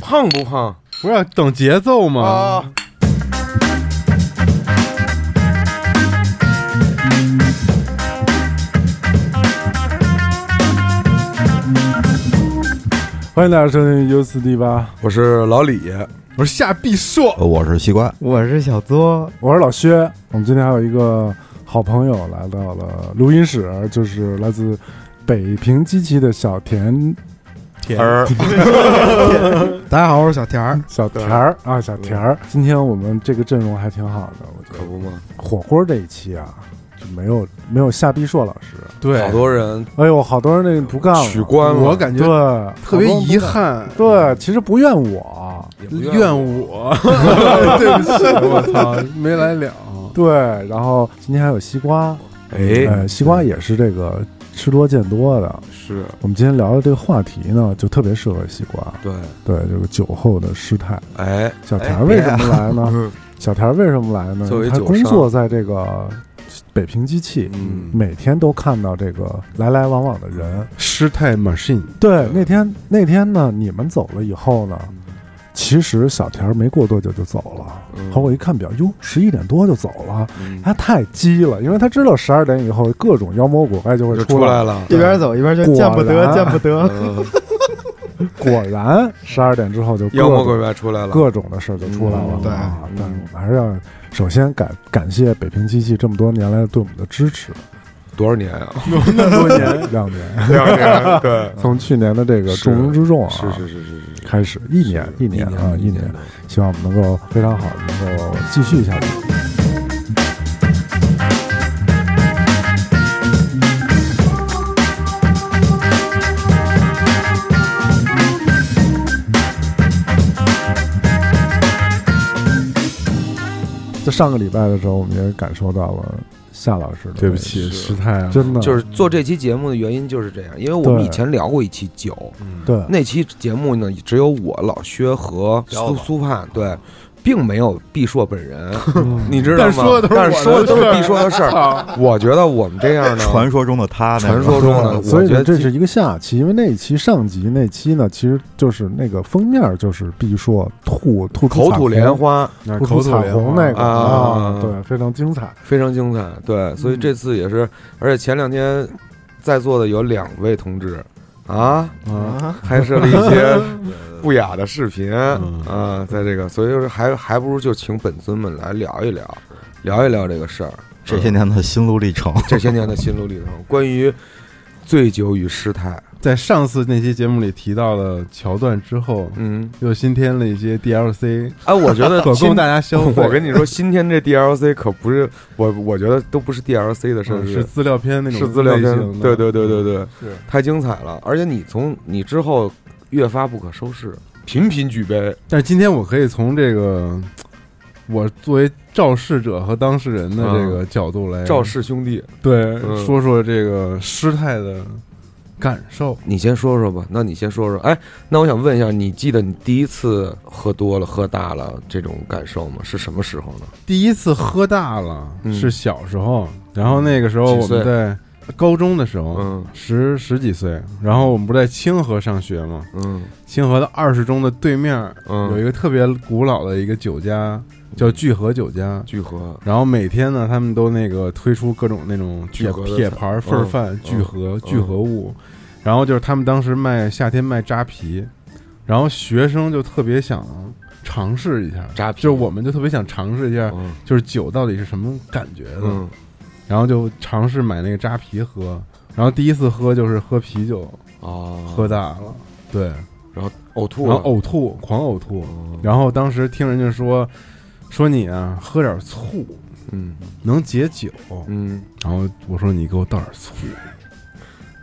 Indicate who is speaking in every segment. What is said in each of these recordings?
Speaker 1: 胖不胖？
Speaker 2: 不是等节奏吗？
Speaker 1: 啊，
Speaker 2: 欢迎大家收听 U 四 D 八，
Speaker 1: 我是老李，
Speaker 2: 我是夏必硕，
Speaker 3: 呃我是西瓜，
Speaker 4: 我是小作，
Speaker 2: 我是老薛。我们今天还有一个好朋友来到了录音室，就是来自北平机器的小田
Speaker 1: 甜
Speaker 3: 儿
Speaker 4: 大家好，我是小田儿。
Speaker 2: 小田儿啊，小田儿。今天我们这个阵容还挺好的，我觉
Speaker 1: 可
Speaker 2: 得
Speaker 1: 不嘛。
Speaker 2: 火锅这一期啊。就没有没有夏必硕老师，
Speaker 5: 对，
Speaker 1: 好多人
Speaker 2: 哎呦，好多人那个不干了，
Speaker 1: 取关了，
Speaker 5: 我感觉
Speaker 2: 对，
Speaker 5: 特别遗憾，
Speaker 2: 对，其实不怨我，
Speaker 1: 也不
Speaker 5: 怨
Speaker 1: 我
Speaker 5: 我，对不起，我操， 没来了。
Speaker 2: 对。然后今天还有西瓜，
Speaker 1: 哎，
Speaker 2: 呃，西瓜也是这个吃多见多的。
Speaker 5: 是，
Speaker 2: 我们今天聊的这个话题呢，就特别适合西瓜。
Speaker 1: 对，
Speaker 2: 对，这个酒后的失态。
Speaker 1: 哎，
Speaker 2: 小田儿为什么来呢？
Speaker 3: 嗯
Speaker 2: 小田儿为什么来呢
Speaker 1: 作为？
Speaker 2: 他
Speaker 1: 酒
Speaker 2: 工
Speaker 1: 商
Speaker 2: 作在这个北平机器。
Speaker 1: 嗯，
Speaker 2: 每天都看到这个来来往往的人。
Speaker 5: 失态 machine，
Speaker 2: 对，那天那天呢，你们走了以后呢，其实小田儿没过多久就走了。
Speaker 1: 嗯
Speaker 2: 后我一看表，哟，十一点多就走了，
Speaker 1: 嗯
Speaker 2: 他太鸡了，因为他知道十二点以后各种妖魔鬼怪就会
Speaker 1: 就
Speaker 2: 出
Speaker 1: 出
Speaker 2: 来。
Speaker 1: 来了，
Speaker 4: 一边走一边就
Speaker 2: 果
Speaker 4: 见不得
Speaker 2: 然，
Speaker 4: 见不得。
Speaker 1: 嗯
Speaker 2: 果然，十二点之后就各
Speaker 1: 妖魔
Speaker 2: 种
Speaker 1: 鬼怪出来了，
Speaker 2: 各种的事儿就出来了。
Speaker 4: 嗯对
Speaker 2: 啊
Speaker 1: 嗯
Speaker 2: 但是我们还是要首先感感谢北平机器这么多年来对我们的支 持，
Speaker 1: 多少年 啊？
Speaker 5: 那么多年，
Speaker 2: 两年，
Speaker 1: 两年，对，
Speaker 2: 从去年的这个重中之重啊，
Speaker 1: 嗯 是是是是是，
Speaker 2: 开始一年
Speaker 1: 一
Speaker 2: 一年啊
Speaker 1: 一
Speaker 2: 年，希望我们能够非常好，能够继续下去。在上个礼拜的时候，我们也感受到了夏老师的，
Speaker 5: 对不起，
Speaker 1: 是
Speaker 5: 失态啊，
Speaker 2: 真的
Speaker 1: 就是做这期节目的原因就是这样，因为我们
Speaker 2: 嗯对
Speaker 1: 以前聊过一期酒，
Speaker 5: 嗯，
Speaker 2: 对
Speaker 1: 那期节目呢，只有我老薛和苏苏盼，对，并没有毕硕本人，你知道
Speaker 5: 嗯但说
Speaker 1: 吗
Speaker 5: 的？都是
Speaker 1: 但是说的都
Speaker 5: 我
Speaker 1: 是
Speaker 5: 的
Speaker 1: 毕硕的事儿。我觉得我们这样呢，
Speaker 3: 传说中的他，那
Speaker 1: 传
Speaker 3: 个
Speaker 1: 说中的，
Speaker 2: 对 所
Speaker 1: 我
Speaker 2: 以
Speaker 1: 觉
Speaker 2: 呢，
Speaker 1: 得
Speaker 2: 这是一个下期，因为那一期上集那期呢，其实就是那个封面就是毕硕吐吐出
Speaker 1: 口
Speaker 2: 彩
Speaker 1: 吐
Speaker 2: 虹
Speaker 1: 莲，花，
Speaker 5: 那
Speaker 2: 吐出
Speaker 5: 口
Speaker 2: 啊
Speaker 5: 吐
Speaker 2: 彩
Speaker 5: 莲花
Speaker 2: 虹那个
Speaker 1: 啊
Speaker 2: 对，非常精彩。
Speaker 1: 非常精彩。对，
Speaker 5: 嗯
Speaker 1: 所以这次也是，而且前两天在座的有两位同志啊，
Speaker 4: 啊，
Speaker 1: 拍摄了一 些不雅的视频
Speaker 5: 嗯
Speaker 1: 啊，在这个，所以就是还还不如就请本尊们来聊一聊，聊一聊这个事儿。
Speaker 3: 这些
Speaker 1: 嗯
Speaker 3: 年的心路历程，
Speaker 1: 这些年的心路历程，关于醉酒与失态，
Speaker 5: 在上次那期节目里提到了桥段之后，
Speaker 1: 嗯，
Speaker 5: 又新添了一些 DLC，
Speaker 1: 哎，我觉得
Speaker 5: 可
Speaker 1: 今
Speaker 5: 供 大家消费。
Speaker 1: 我跟你说，今天这 DLC 可不是我，我觉得都不是 DLC 的事儿，
Speaker 5: 嗯是资料片那种
Speaker 1: 是资料
Speaker 5: 类
Speaker 1: 片
Speaker 5: 型，的嗯
Speaker 1: 对对对对对，
Speaker 5: 是
Speaker 1: 太精彩了！而且你从你之后越发不可收拾，频频举杯，
Speaker 5: 但是今天我可以从这个我作为肇事者和当事人的这个角度来，
Speaker 1: 赵氏兄弟，
Speaker 5: 对
Speaker 1: 嗯
Speaker 5: 说说这个失态的感受。
Speaker 1: 你先说说吧，那你先说说，哎，那我想问一下，你记得你第一次喝多了、喝大了这种感受吗？是什么时候呢？
Speaker 5: 第一次喝大了
Speaker 1: 嗯
Speaker 5: 是小时候，然后那个时候
Speaker 1: 几
Speaker 5: 我
Speaker 1: 岁
Speaker 5: 们在高中的时候，
Speaker 1: 嗯
Speaker 5: 十十几岁，然后我们不在清河上学嘛，
Speaker 1: 嗯
Speaker 5: 清河的二十中的对面有一
Speaker 1: 嗯，
Speaker 5: 个特别古老的一个酒家，叫聚和酒家。
Speaker 1: 聚合，
Speaker 5: 然后每天呢，他们都那个推出各种那种
Speaker 1: 聚
Speaker 5: 铁
Speaker 1: 合的菜嗯
Speaker 5: 铁盘儿份儿饭、聚合、聚合物，然后就是他们当时卖夏天卖扎啤，然后学生就特别想尝试一下
Speaker 1: 扎啤
Speaker 5: 就是我们就特别想尝试一下，
Speaker 1: 嗯
Speaker 5: 就是酒到底是什么感觉的，
Speaker 1: 嗯
Speaker 5: 然后就尝试买那个扎啤喝，然后第一次喝就是喝啤酒
Speaker 1: 哦，
Speaker 5: 喝大了，对，
Speaker 1: 然后呕吐
Speaker 5: 然
Speaker 1: 了，
Speaker 5: 后呕吐，狂呕吐，
Speaker 1: 哦
Speaker 5: 然后当时听人家说说你啊喝点醋
Speaker 1: 嗯
Speaker 5: 能解酒，
Speaker 1: 嗯
Speaker 5: 然后我说你给我倒点醋，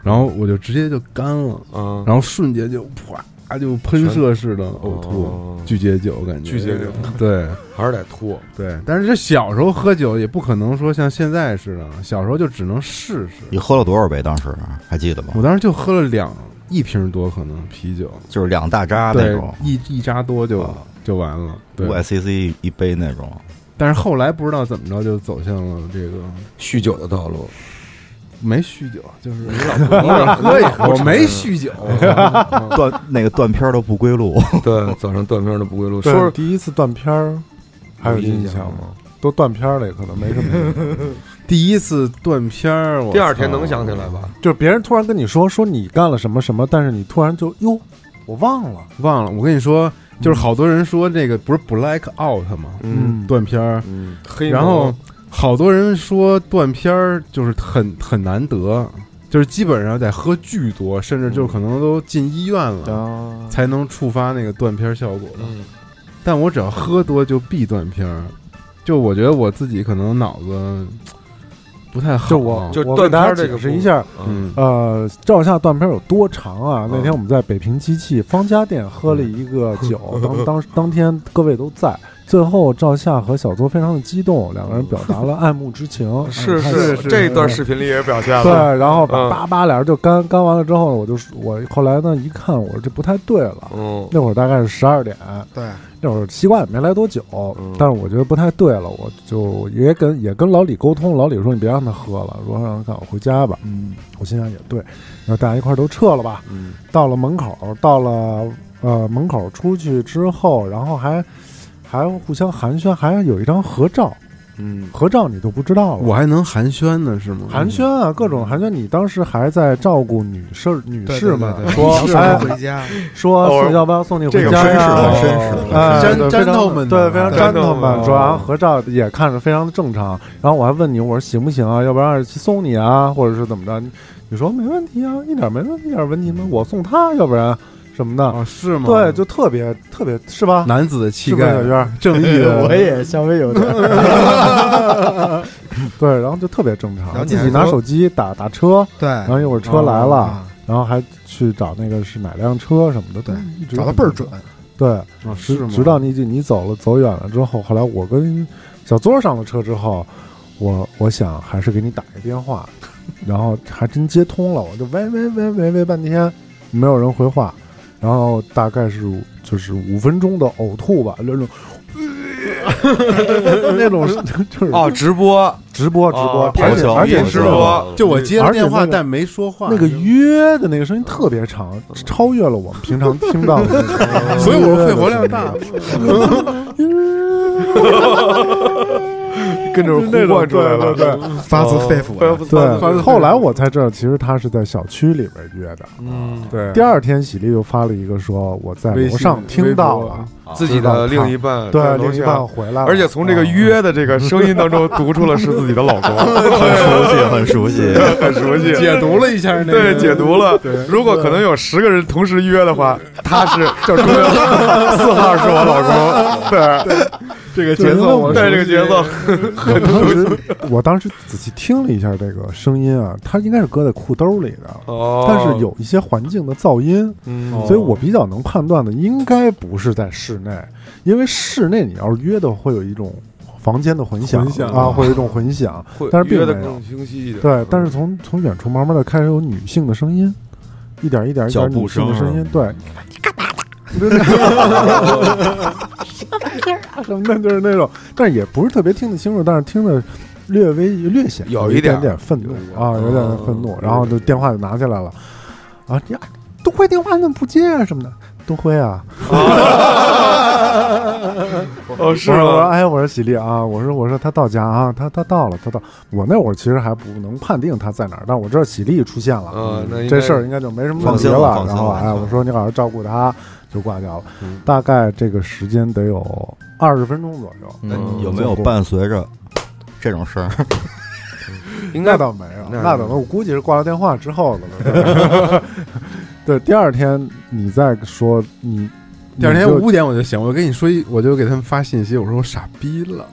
Speaker 5: 然后我就直接就干了，
Speaker 1: 啊，
Speaker 5: 然后瞬间就啪就喷射式的呕吐，
Speaker 1: 哦
Speaker 5: 巨解酒感觉，
Speaker 1: 巨解酒，
Speaker 5: 对
Speaker 1: 还是得吐，
Speaker 5: 对。但是这小时候喝酒也不可能说像现在似的，小时候就只能试试。
Speaker 3: 你喝了多少杯？当时还记得吗？
Speaker 5: 我当时就喝了两一瓶多，可能啤酒，
Speaker 3: 就是两大扎那
Speaker 5: 对
Speaker 3: 种，
Speaker 5: 一一扎多就、
Speaker 3: 啊
Speaker 5: 就完了。对
Speaker 3: 五，SCC 一杯那种，
Speaker 5: 但是后来不知道怎么着就走向了这个
Speaker 1: 酗酒的道路，
Speaker 5: 没酗酒， 就是
Speaker 1: 你老婆
Speaker 5: 偶尔喝一口， 我没
Speaker 1: 续，
Speaker 5: 酗酒。嗯
Speaker 3: 断那个断片儿都不归路。
Speaker 1: 对，早上断片儿都不归路。说
Speaker 2: 对
Speaker 1: 说
Speaker 2: 第一次断片儿，还有印象吗？都断片儿了，也可能没什么印象。
Speaker 5: 第一次断片儿，我
Speaker 1: 第二天
Speaker 5: 操
Speaker 1: 能想起来？吧？
Speaker 2: 就是别人突然跟你说说你干了什么什么，但是你突然就哟，我忘了。
Speaker 5: 忘了。我跟你说，就是好多人说这个不是 black out 吗？
Speaker 1: 嗯
Speaker 5: 断片儿，
Speaker 1: 嗯，黑
Speaker 5: 然后
Speaker 1: 魔
Speaker 5: 好多人说断片儿就是很很难得，就是基本上得喝巨多，甚至就可能都进医院了。
Speaker 2: 啊，
Speaker 5: 才能触发那个断片儿效果，
Speaker 1: 嗯
Speaker 5: 但我只要喝多就必断片儿，就我觉得我自己可能脑子不太好，啊
Speaker 2: 就我
Speaker 1: 就
Speaker 2: 我
Speaker 1: 断
Speaker 2: 给大
Speaker 1: 片
Speaker 2: 家
Speaker 1: 儿这
Speaker 2: 解
Speaker 1: 个
Speaker 2: 释
Speaker 1: 部
Speaker 2: 一下，
Speaker 1: 嗯
Speaker 5: 嗯
Speaker 2: 呃，照相断片有多长啊？那天
Speaker 1: 嗯
Speaker 2: 我们在北平机器方家店喝了一个酒， 当当当天各位都在。最后，赵夏和小邹非常的激动，两个人表达了爱慕之情。
Speaker 1: 是嗯
Speaker 2: 哎
Speaker 1: 是
Speaker 5: 是
Speaker 1: 这一段视频里也表现
Speaker 2: 对
Speaker 1: 了，，
Speaker 2: 然后
Speaker 1: 嗯
Speaker 2: 叭叭叭，俩人就干干完了之后，我就我后来呢一看，我说这不太对了。
Speaker 1: 嗯
Speaker 2: 那会儿大概是十二点，
Speaker 4: 对，
Speaker 2: 那会儿西瓜也没来多久
Speaker 1: 嗯，
Speaker 2: 但是我觉得不太对了，我就也跟也跟老李沟通，老李说你别让他喝了，说让他赶快回家吧。
Speaker 4: 嗯，
Speaker 2: 我心想也对，然后大家一块儿都撤了吧。
Speaker 1: 嗯
Speaker 2: 到了门口，到了呃门口出去之后，然后还还互相寒暄，还有一张合照，
Speaker 1: 嗯
Speaker 2: 合照你都不知道了。
Speaker 5: 我还能寒暄呢，是吗？
Speaker 2: 寒暄啊，各种寒暄。你当时还在照顾女士
Speaker 5: 嗯
Speaker 2: 女
Speaker 4: 对
Speaker 2: 士们
Speaker 4: 对对，对
Speaker 2: 说
Speaker 4: 是
Speaker 2: 哎
Speaker 4: 回 家，
Speaker 1: 偶尔
Speaker 2: 说要不要送你回
Speaker 1: 这
Speaker 2: 家
Speaker 1: 个绅士
Speaker 2: 呀
Speaker 1: 了？
Speaker 3: 绅
Speaker 4: 嗯
Speaker 3: 士了
Speaker 2: 哎
Speaker 5: 绅
Speaker 2: 对
Speaker 5: gentleman
Speaker 2: 非常
Speaker 5: 呢
Speaker 2: 对，非常
Speaker 1: gentleman
Speaker 2: gentleman。主要合照也看着非常的正常。然后我还问你，我说行不行啊？要不然去送你啊，或者是怎么着？你你说没问题啊，一点没问题，一点问题吗？我送他，要不然什么的。
Speaker 5: 哦，是吗？
Speaker 2: 对，就特别特别是吧？
Speaker 5: 男子的气
Speaker 2: 是不是
Speaker 5: 概
Speaker 2: 小，娟儿？
Speaker 5: 正义 的，
Speaker 6: 我也稍微有点，
Speaker 2: 对，然后就特别正
Speaker 4: 然后
Speaker 2: 常，
Speaker 4: 你
Speaker 2: 自
Speaker 4: 还
Speaker 2: 己拿
Speaker 4: 说
Speaker 2: 手机打打车，
Speaker 4: 对，
Speaker 2: 然后一会儿 车来
Speaker 5: 哦
Speaker 2: 了，
Speaker 4: 啊，
Speaker 2: 然后还去找那个是哪辆车什么的，对，一直
Speaker 4: 找的
Speaker 2: 很
Speaker 4: 倍儿准，
Speaker 2: 对，
Speaker 5: 哦是
Speaker 2: 直
Speaker 5: 吗？
Speaker 2: 直到你就你走了走远了之后，后来我跟小桌上了车之后，我我想还是给你打个电话，然后还真接通了，我就喂喂喂喂喂半天，没有人回话，然后大概是就是五分钟的呕吐吧，那种。 那种是就是
Speaker 1: 哦，直播
Speaker 2: 直播直播
Speaker 1: 哦，
Speaker 2: 而且
Speaker 3: 咆哮
Speaker 2: 而且
Speaker 3: 电视
Speaker 2: 是
Speaker 1: 直播，
Speaker 5: 就我接了
Speaker 2: 而且
Speaker 5: 电话，
Speaker 2: 那个
Speaker 5: 但没说话，
Speaker 2: 那个约的那个声音特别长，超越了我们平常听到的那种声 音，
Speaker 5: 所以我说肺活量大。
Speaker 1: 跟着呼唤出来了，
Speaker 2: 对对
Speaker 4: 发自肺腑
Speaker 5: 哦
Speaker 4: 的。
Speaker 2: 对，后来我才知道，其实他是在小区里边约的。
Speaker 1: 嗯，
Speaker 5: 对
Speaker 2: 第二天，喜力就发了一个说我在楼上听到了，
Speaker 1: 自己的另一半啊在
Speaker 2: 对，
Speaker 1: 楼
Speaker 2: 另一
Speaker 1: 下
Speaker 2: 半回来了，啊
Speaker 1: 而且从这个约的这个声音当中读出了是自己的老公，
Speaker 3: 很熟悉，很熟悉。
Speaker 1: 很熟悉。
Speaker 5: 解读了一下那个
Speaker 1: 对，解读了。如果可能有十个人同时约的话，他是叫中原四号是我老公，对，
Speaker 5: 这个
Speaker 2: 就因
Speaker 5: 节
Speaker 2: 为
Speaker 5: 奏，
Speaker 2: 我
Speaker 5: 我
Speaker 1: 对这个节奏，
Speaker 2: 我当时 我当时仔细听了一下这个声音啊，他应该是搁在裤兜里的，
Speaker 1: 哦
Speaker 2: 但是有一些环境的噪音，
Speaker 1: 嗯
Speaker 2: 所以我比较能判断的应该不是在室内，因为室内你要是约的会有一种房间的混响
Speaker 5: 混响
Speaker 2: 啊，会有一种混响。
Speaker 1: 会
Speaker 2: 但是并
Speaker 1: 约的
Speaker 2: 没有
Speaker 1: 更清晰一点。
Speaker 2: 对，但是从从远处慢慢的开始有女性的声音，一点一点一
Speaker 3: 脚
Speaker 2: 点
Speaker 3: 步
Speaker 2: 女性的
Speaker 3: 声
Speaker 1: 啊
Speaker 2: 声音，对。什么玩意儿啊？什么的， 就是那种，但是也不是特别听得清楚，但是听着略微略显
Speaker 1: 有一
Speaker 2: 一
Speaker 1: 点
Speaker 2: 点愤怒
Speaker 1: 有一点嗯
Speaker 2: 啊，有点愤怒。然后就电话就拿起来了，啊呀，东辉电话你怎么不接啊什么的？东辉啊，
Speaker 1: 哦，是
Speaker 2: 我说我说
Speaker 1: 吗？
Speaker 2: 哎，我说喜力啊，我说我说他到家啊，他他到了，他到。我那会儿其实还不能判定他在哪儿，但我知道喜力出现了，
Speaker 1: 嗯那应该
Speaker 2: 这事儿应该就没什么问
Speaker 3: 放
Speaker 2: 题
Speaker 3: 心了放心
Speaker 2: 然后
Speaker 3: 了
Speaker 2: 哎，我说你好好照顾他，就挂掉了。
Speaker 1: 嗯
Speaker 2: 大概这个时间得有二十分钟左右，
Speaker 1: 嗯
Speaker 3: 那你嗯有没有伴随着这种事儿？
Speaker 1: 应
Speaker 2: 那
Speaker 1: 该
Speaker 2: 倒没有，
Speaker 1: 那
Speaker 2: 那倒没有，我估计是挂了电话之后了。 对，第二天你再说你，
Speaker 5: 第二天
Speaker 2: 你就
Speaker 5: 五点我就醒，我跟你说一，我就给他们发信息，我说我傻逼了，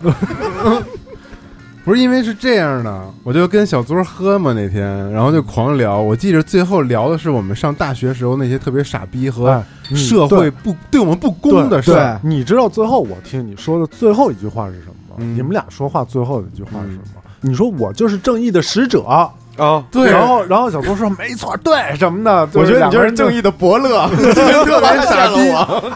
Speaker 5: 不是因为是这样的，我就跟小桌喝嘛那天，然后就狂聊，我记着最后聊的是我们上大学时候那些特别傻逼和
Speaker 2: 哎你
Speaker 5: 社
Speaker 2: 对
Speaker 5: 会不对我们不公的事儿，
Speaker 4: 对
Speaker 2: 你知道最后我听你说的最后一句话是什么吗？
Speaker 5: 嗯
Speaker 2: 你们俩说话最后的一句话是什么？你说我就是正义的使者，
Speaker 1: 啊，
Speaker 5: 对
Speaker 2: 然后然后小郭说没错，对什么的，
Speaker 1: 我觉得
Speaker 2: 两
Speaker 1: 你就
Speaker 2: 个
Speaker 1: 是
Speaker 2: 人
Speaker 1: 正义的伯乐，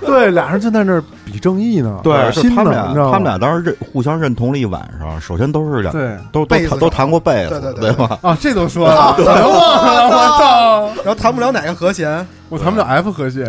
Speaker 2: 对，俩人就在那儿比正义呢，
Speaker 3: 对，是
Speaker 2: 拼
Speaker 3: 他
Speaker 2: 呢，
Speaker 3: 们
Speaker 2: 你
Speaker 3: 俩，
Speaker 2: 知道
Speaker 3: 他
Speaker 2: 吗
Speaker 3: 们俩当时认互相认同了一晚上。首先都是两，
Speaker 5: 对
Speaker 3: 都
Speaker 7: 被子
Speaker 3: 都谈都弹过被
Speaker 7: 对
Speaker 3: 子，
Speaker 7: 对对
Speaker 3: 对吧？
Speaker 5: 啊，这都说 了，我忘了，我操，
Speaker 7: 然后谈不了哪个和弦
Speaker 5: 我谈不了 F 和弦，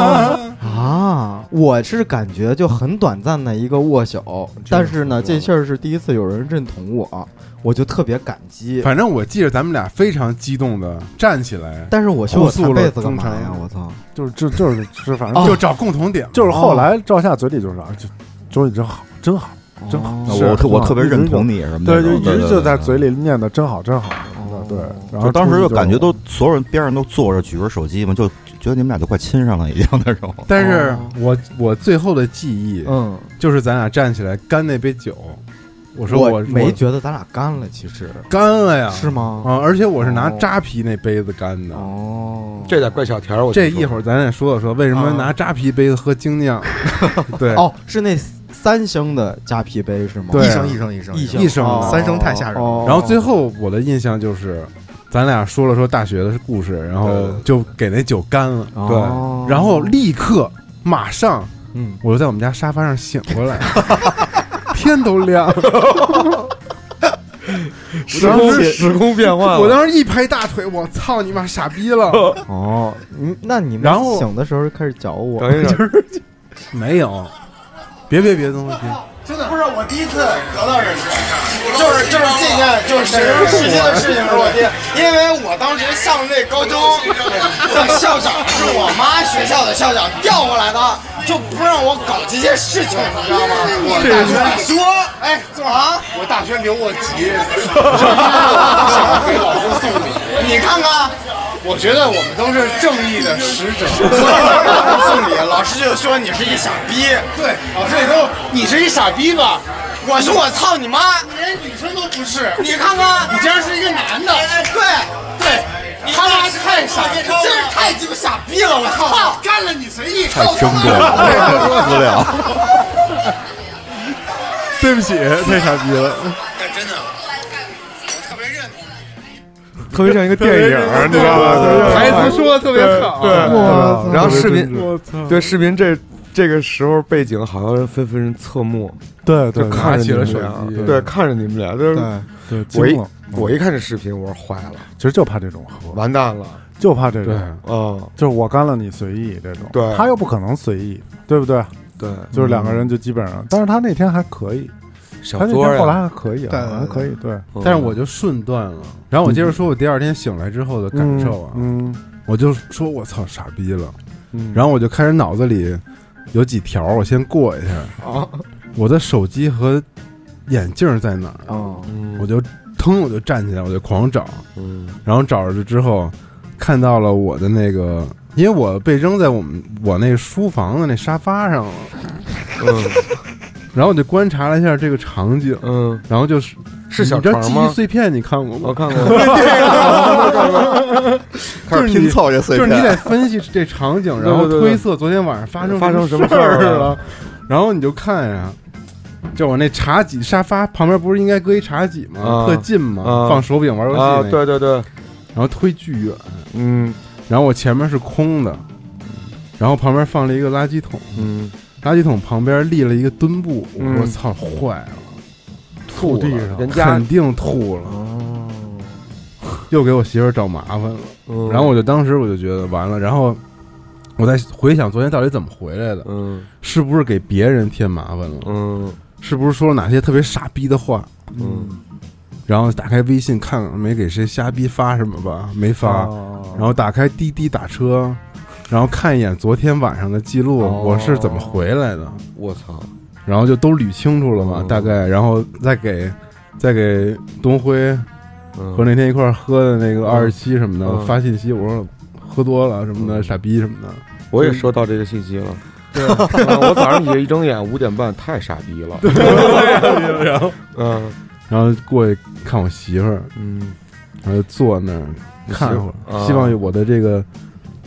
Speaker 6: 啊，我是感觉就很短暂的一个握手，但是呢，这事儿是第一次有人认同我，我就特别感激。
Speaker 5: 反正我记着咱们俩非常激动的站起来，
Speaker 6: 但是我修我
Speaker 5: 控诉
Speaker 6: 弹
Speaker 5: 了
Speaker 6: 被子干嘛
Speaker 5: 中
Speaker 6: 呀？
Speaker 5: 场
Speaker 6: 我操！
Speaker 2: 就是就就是就是反正
Speaker 6: 哦
Speaker 5: 就找共同点嘛，
Speaker 2: 就是后来赵夏嘴里就是啊，就周宇真好，真好，真好。
Speaker 6: 哦
Speaker 3: 那
Speaker 2: 是
Speaker 3: 我特我
Speaker 2: 是
Speaker 3: 特别
Speaker 2: 一直
Speaker 3: 认
Speaker 2: 就
Speaker 3: 同你什么
Speaker 2: 对，
Speaker 3: 的，
Speaker 2: 就一
Speaker 3: 对
Speaker 2: 直就在嘴。
Speaker 3: 对对
Speaker 2: 里念的真好，真好。
Speaker 6: 哦
Speaker 2: 对，然后
Speaker 3: 就当时
Speaker 2: 出
Speaker 3: 就
Speaker 2: 去
Speaker 3: 感觉都所有人边上都坐着举着手机嘛，就觉得你们俩就快亲上了一样那种。
Speaker 5: 但是
Speaker 6: 哦
Speaker 5: 我我最后的记忆
Speaker 6: 嗯，
Speaker 5: 就是咱俩站起来干那杯酒，我说
Speaker 6: 我
Speaker 5: 我
Speaker 6: 没
Speaker 5: 我
Speaker 6: 觉得咱俩干了，其实
Speaker 5: 干了呀，
Speaker 6: 是吗？
Speaker 5: 啊，而且我是拿扎啤那杯子干的。
Speaker 6: 哦，
Speaker 1: 这得怪小田儿，我
Speaker 5: 这一
Speaker 1: 儿
Speaker 5: 会儿咱也说了说为什
Speaker 6: 啊
Speaker 5: 么拿扎啤杯子喝精 酿，对，
Speaker 6: 哦是那三升的加啤杯是吗？
Speaker 5: 对
Speaker 7: 一声一声一声
Speaker 6: 一
Speaker 5: 一声
Speaker 6: 哦
Speaker 7: 三声太吓人了
Speaker 6: 哦
Speaker 5: 然后最后我的印象就是，咱俩说了说大学的故事，然后就给那酒干了，
Speaker 6: 哦
Speaker 5: 然后立刻马上
Speaker 6: 嗯，
Speaker 5: 我就在我们家沙发上醒过来， 天都亮了，
Speaker 1: 时空时空变换了，
Speaker 5: 我当时一拍大腿，我操你妈傻逼了，
Speaker 6: 哦，嗯，那你们
Speaker 5: 然后
Speaker 6: 醒的时候开始嚼我，
Speaker 1: 等一下，
Speaker 5: 没有，别别别东西，别
Speaker 4: 不是我第一次得到认识，就是就是这件就是沈阳实际的事情是我爹，因为我当时上那 高中的校长是我妈学校的校长调过来的，就不让我搞这些事情，你知道吗？我大学说，哎，啊，我大学留过 级，想要给老师送礼，你看看。我觉得我们都是正义的使者，所以老师送礼，老师就说你是一傻逼。对，老师也说你是一傻逼吧？我说我操你妈，连女生都不是。你看看，你竟然是一个男的。对对，他俩太傻，真是太鸡巴傻逼了！我操，干了你随意，太
Speaker 3: 争过了资料。
Speaker 5: 对不起，太傻逼了，
Speaker 4: 但真的，我特别认同。
Speaker 1: 特别像一个电影儿，你知道吧？
Speaker 5: 台词说的特别好，对，
Speaker 1: 对，然后视频
Speaker 5: 我操，
Speaker 1: 对视频这这个时候背景好像纷纷侧目，
Speaker 2: 对对，
Speaker 1: 就看着
Speaker 5: 起
Speaker 1: 你
Speaker 5: 了
Speaker 1: 们
Speaker 5: 手
Speaker 1: 俩，
Speaker 5: 机
Speaker 1: 对，看着你们俩，就是
Speaker 2: 对对，
Speaker 1: 我
Speaker 2: 惊
Speaker 1: 一
Speaker 2: 了。
Speaker 1: 我一看这视频，我说坏了，
Speaker 2: 其实就怕这种喝，
Speaker 1: 完蛋了，
Speaker 2: 就怕这
Speaker 5: 对
Speaker 2: 种，
Speaker 1: 嗯，
Speaker 2: 就是我干了你随意这种，
Speaker 1: 对
Speaker 2: 他又不可能随意，对不对？
Speaker 1: 对，
Speaker 2: 就是两个人就基本上，但是他那天还可以，
Speaker 1: 小
Speaker 2: 他那
Speaker 1: 嗯作
Speaker 2: 天后来
Speaker 1: 呀，
Speaker 2: 还可以啊，
Speaker 7: 对对对
Speaker 2: 还可以，对，
Speaker 1: 嗯
Speaker 5: 但是我就瞬断了。然后我接着说，我第二天醒来之后的感受啊，
Speaker 2: 嗯
Speaker 5: 我就说我操傻逼了，
Speaker 2: 嗯，
Speaker 5: 然后我就开始脑子里有几条，我先过一下。
Speaker 1: 哦
Speaker 6: 啊
Speaker 5: 我的手机和眼镜在哪儿？
Speaker 6: 哦
Speaker 1: 嗯
Speaker 5: 我就腾，我就站起来，我就狂找，
Speaker 1: 嗯
Speaker 5: 然后找着之后，看到了我的那个，因为我被扔在我们我那书房的那沙发上了，
Speaker 1: 嗯
Speaker 5: 然后我就观察了一下这个场景，
Speaker 1: 嗯，
Speaker 5: 然后就是
Speaker 1: 是小
Speaker 5: 你知道
Speaker 1: 肠
Speaker 5: 记忆
Speaker 1: 吗？
Speaker 5: 碎片你看过
Speaker 1: 我
Speaker 5: 吗？
Speaker 1: 看 过，
Speaker 3: 开始拼凑这碎
Speaker 5: 就是
Speaker 3: 片，
Speaker 5: 你得分析这场景，然后
Speaker 1: 对对对
Speaker 5: 推测昨天晚上发生
Speaker 1: 发生什么
Speaker 5: 事
Speaker 1: 事儿啊
Speaker 5: 儿
Speaker 1: 了
Speaker 5: 了，然后你就看呀、就我那茶几沙发旁边不是应该搁一茶几吗？
Speaker 1: 啊
Speaker 5: 特近嘛，
Speaker 1: 啊
Speaker 5: 放手柄玩游戏那
Speaker 1: 啊，
Speaker 5: 个
Speaker 1: 对对对，
Speaker 5: 然后推巨远，
Speaker 1: 嗯
Speaker 5: 然后我前面是空的，然后旁边放了一个垃圾桶，
Speaker 1: 嗯，
Speaker 5: 垃圾桶旁边立了一个墩布，我
Speaker 1: 嗯
Speaker 5: 说操，坏了，吐
Speaker 1: 地
Speaker 5: 了
Speaker 1: 上人家
Speaker 5: 肯定吐了，
Speaker 1: 哦，
Speaker 5: 又给我媳妇儿找麻烦了。
Speaker 1: 嗯
Speaker 5: 然后我就当时我就觉得完了，然后我在回想昨天到底怎么回来的，
Speaker 1: 嗯
Speaker 5: 是不是给别人添麻烦了，
Speaker 1: 嗯
Speaker 5: 是不是说了哪些特别傻逼的话？
Speaker 1: 嗯，
Speaker 5: 然后打开微信看看没给谁瞎逼发什么吧，没发。
Speaker 1: 哦
Speaker 5: 然后打开滴滴打车，然后看一眼昨天晚上的记录，
Speaker 1: 哦
Speaker 5: 我是怎么回来的，
Speaker 1: 我操，
Speaker 5: 然后就都捋清楚了嘛，
Speaker 1: 嗯
Speaker 5: 大概，然后再给再给东辉
Speaker 1: 嗯
Speaker 5: 和那天一块儿喝的那个
Speaker 1: 嗯
Speaker 5: 二十七什么的、
Speaker 1: 嗯
Speaker 5: 发信息，我说喝多了什么的，傻逼什么的，
Speaker 1: 我也收到这个信息了。 对，我早上起来一睁眼五点半，太傻逼了。
Speaker 5: 然 后
Speaker 1: 嗯
Speaker 5: 然后过去看我媳妇儿，
Speaker 1: 嗯，
Speaker 5: 然后坐那儿看一会
Speaker 1: 啊
Speaker 5: 儿，希望我的这个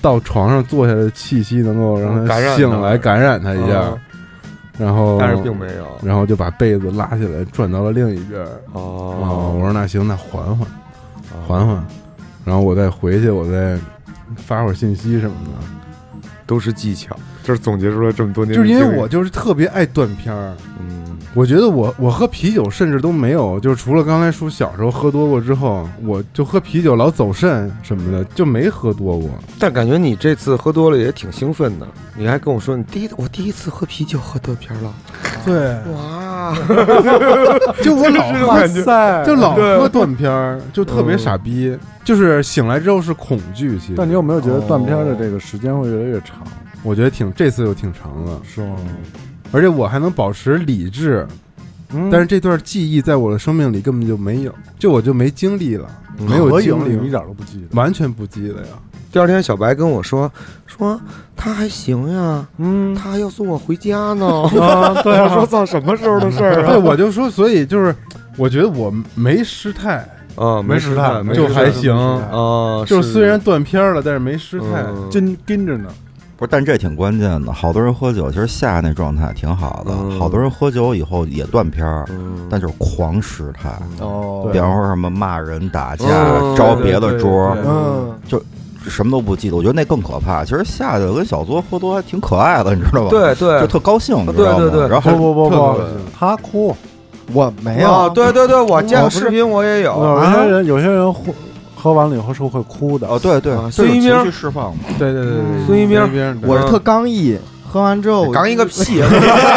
Speaker 5: 到床上坐下的气息能够让
Speaker 1: 感
Speaker 5: 她
Speaker 1: 染
Speaker 5: 啊
Speaker 1: 她
Speaker 5: 醒来，嗯感染她一下
Speaker 1: 嗯，
Speaker 5: 然后
Speaker 1: 但是并没有。
Speaker 5: 然后就把被子拉起来转到了另一边儿。啊，我
Speaker 1: 哦，
Speaker 5: 说那行，那缓缓，缓缓，然后我再回去，我再发会儿信息什么的。
Speaker 1: 都是技巧，这是总结出来这么多年
Speaker 5: 就
Speaker 1: 的
Speaker 5: 是
Speaker 1: 经
Speaker 5: 因
Speaker 1: 历。
Speaker 5: 为我就是特别爱断片儿，
Speaker 1: 嗯，
Speaker 5: 我觉得我我喝啤酒甚至都没有，就是除了刚才说小时候喝多过之后，我就喝啤酒老走肾什么的，就没喝多 过。
Speaker 1: 但感觉你这次喝多了也挺兴奋的，你还跟我说你第一我第一次喝啤酒喝断片了，
Speaker 5: 对，
Speaker 1: 哇，
Speaker 5: 就我老
Speaker 1: 这种
Speaker 5: 喝
Speaker 1: 感觉
Speaker 2: 塞
Speaker 5: 就 老喝
Speaker 2: 啊
Speaker 5: 断片儿，就特别傻逼，就是醒来之后是恐惧。其实，
Speaker 2: 但你有没有觉得断片儿的这个时间会越来越长？
Speaker 5: 我觉得挺这次又挺长的，
Speaker 2: 是吗？
Speaker 5: 而且我还能保持理智，
Speaker 2: 嗯
Speaker 5: 但是这段记忆在我的生命里根本就没有，就我就没经历了，没有
Speaker 2: 合嗯影
Speaker 5: 经
Speaker 2: 你一
Speaker 5: 历，
Speaker 2: 点都不记得。
Speaker 5: 完全不记得呀。
Speaker 1: 第二天小白跟我说说他还行呀，
Speaker 2: 嗯
Speaker 1: 他还要送我回家呢。
Speaker 2: 啊，对啊，
Speaker 1: 我说操，什么时候的事儿
Speaker 5: 对，
Speaker 1: 啊？
Speaker 5: 我就说，所以就是，我觉得我没失态，
Speaker 1: 啊，
Speaker 2: 没
Speaker 1: 事
Speaker 2: 失态
Speaker 1: 干，没
Speaker 5: 就
Speaker 1: 事
Speaker 5: 还
Speaker 1: 干
Speaker 5: 行，
Speaker 1: 啊，
Speaker 5: 就是虽然断片儿了，但是没失态。
Speaker 1: 嗯
Speaker 2: 真跟着呢。
Speaker 3: 不是，但这挺关键的。好多人喝酒，其实下那状态挺好的。
Speaker 1: 嗯
Speaker 3: 好多人喝酒以后也断片儿，
Speaker 1: 嗯
Speaker 3: 但就是狂失态，
Speaker 6: 哦
Speaker 3: 比方说什么骂人、打架、
Speaker 1: 嗯
Speaker 3: 招别的桌，
Speaker 5: 对对
Speaker 2: 哦
Speaker 6: 嗯，
Speaker 3: 什么都不记得。我觉得那更可怕。其实下去跟小作喝多还挺可爱的，你知道吧？，
Speaker 1: 对
Speaker 3: 就
Speaker 1: 对，
Speaker 3: 特高兴，你
Speaker 1: 对
Speaker 3: 知道吗？
Speaker 1: 对对
Speaker 3: 然后
Speaker 2: 不不
Speaker 5: 特
Speaker 2: 不不
Speaker 5: 别恶心，
Speaker 2: 他哭。
Speaker 6: 我没有
Speaker 1: 啊，对对对，我见过
Speaker 2: 我不是
Speaker 1: 视频，我也有。
Speaker 2: 有些人有些人喝喝完了以后是会哭的。
Speaker 3: 哦，对对，
Speaker 1: 啊
Speaker 3: 这
Speaker 1: 孙
Speaker 3: 是
Speaker 1: 一鸣
Speaker 3: 情绪释放嘛。
Speaker 5: 对对对对，
Speaker 1: 孙一鸣
Speaker 5: 一鸣
Speaker 6: 我是特刚毅，喝完之后我
Speaker 1: 嗯刚一个屁！啊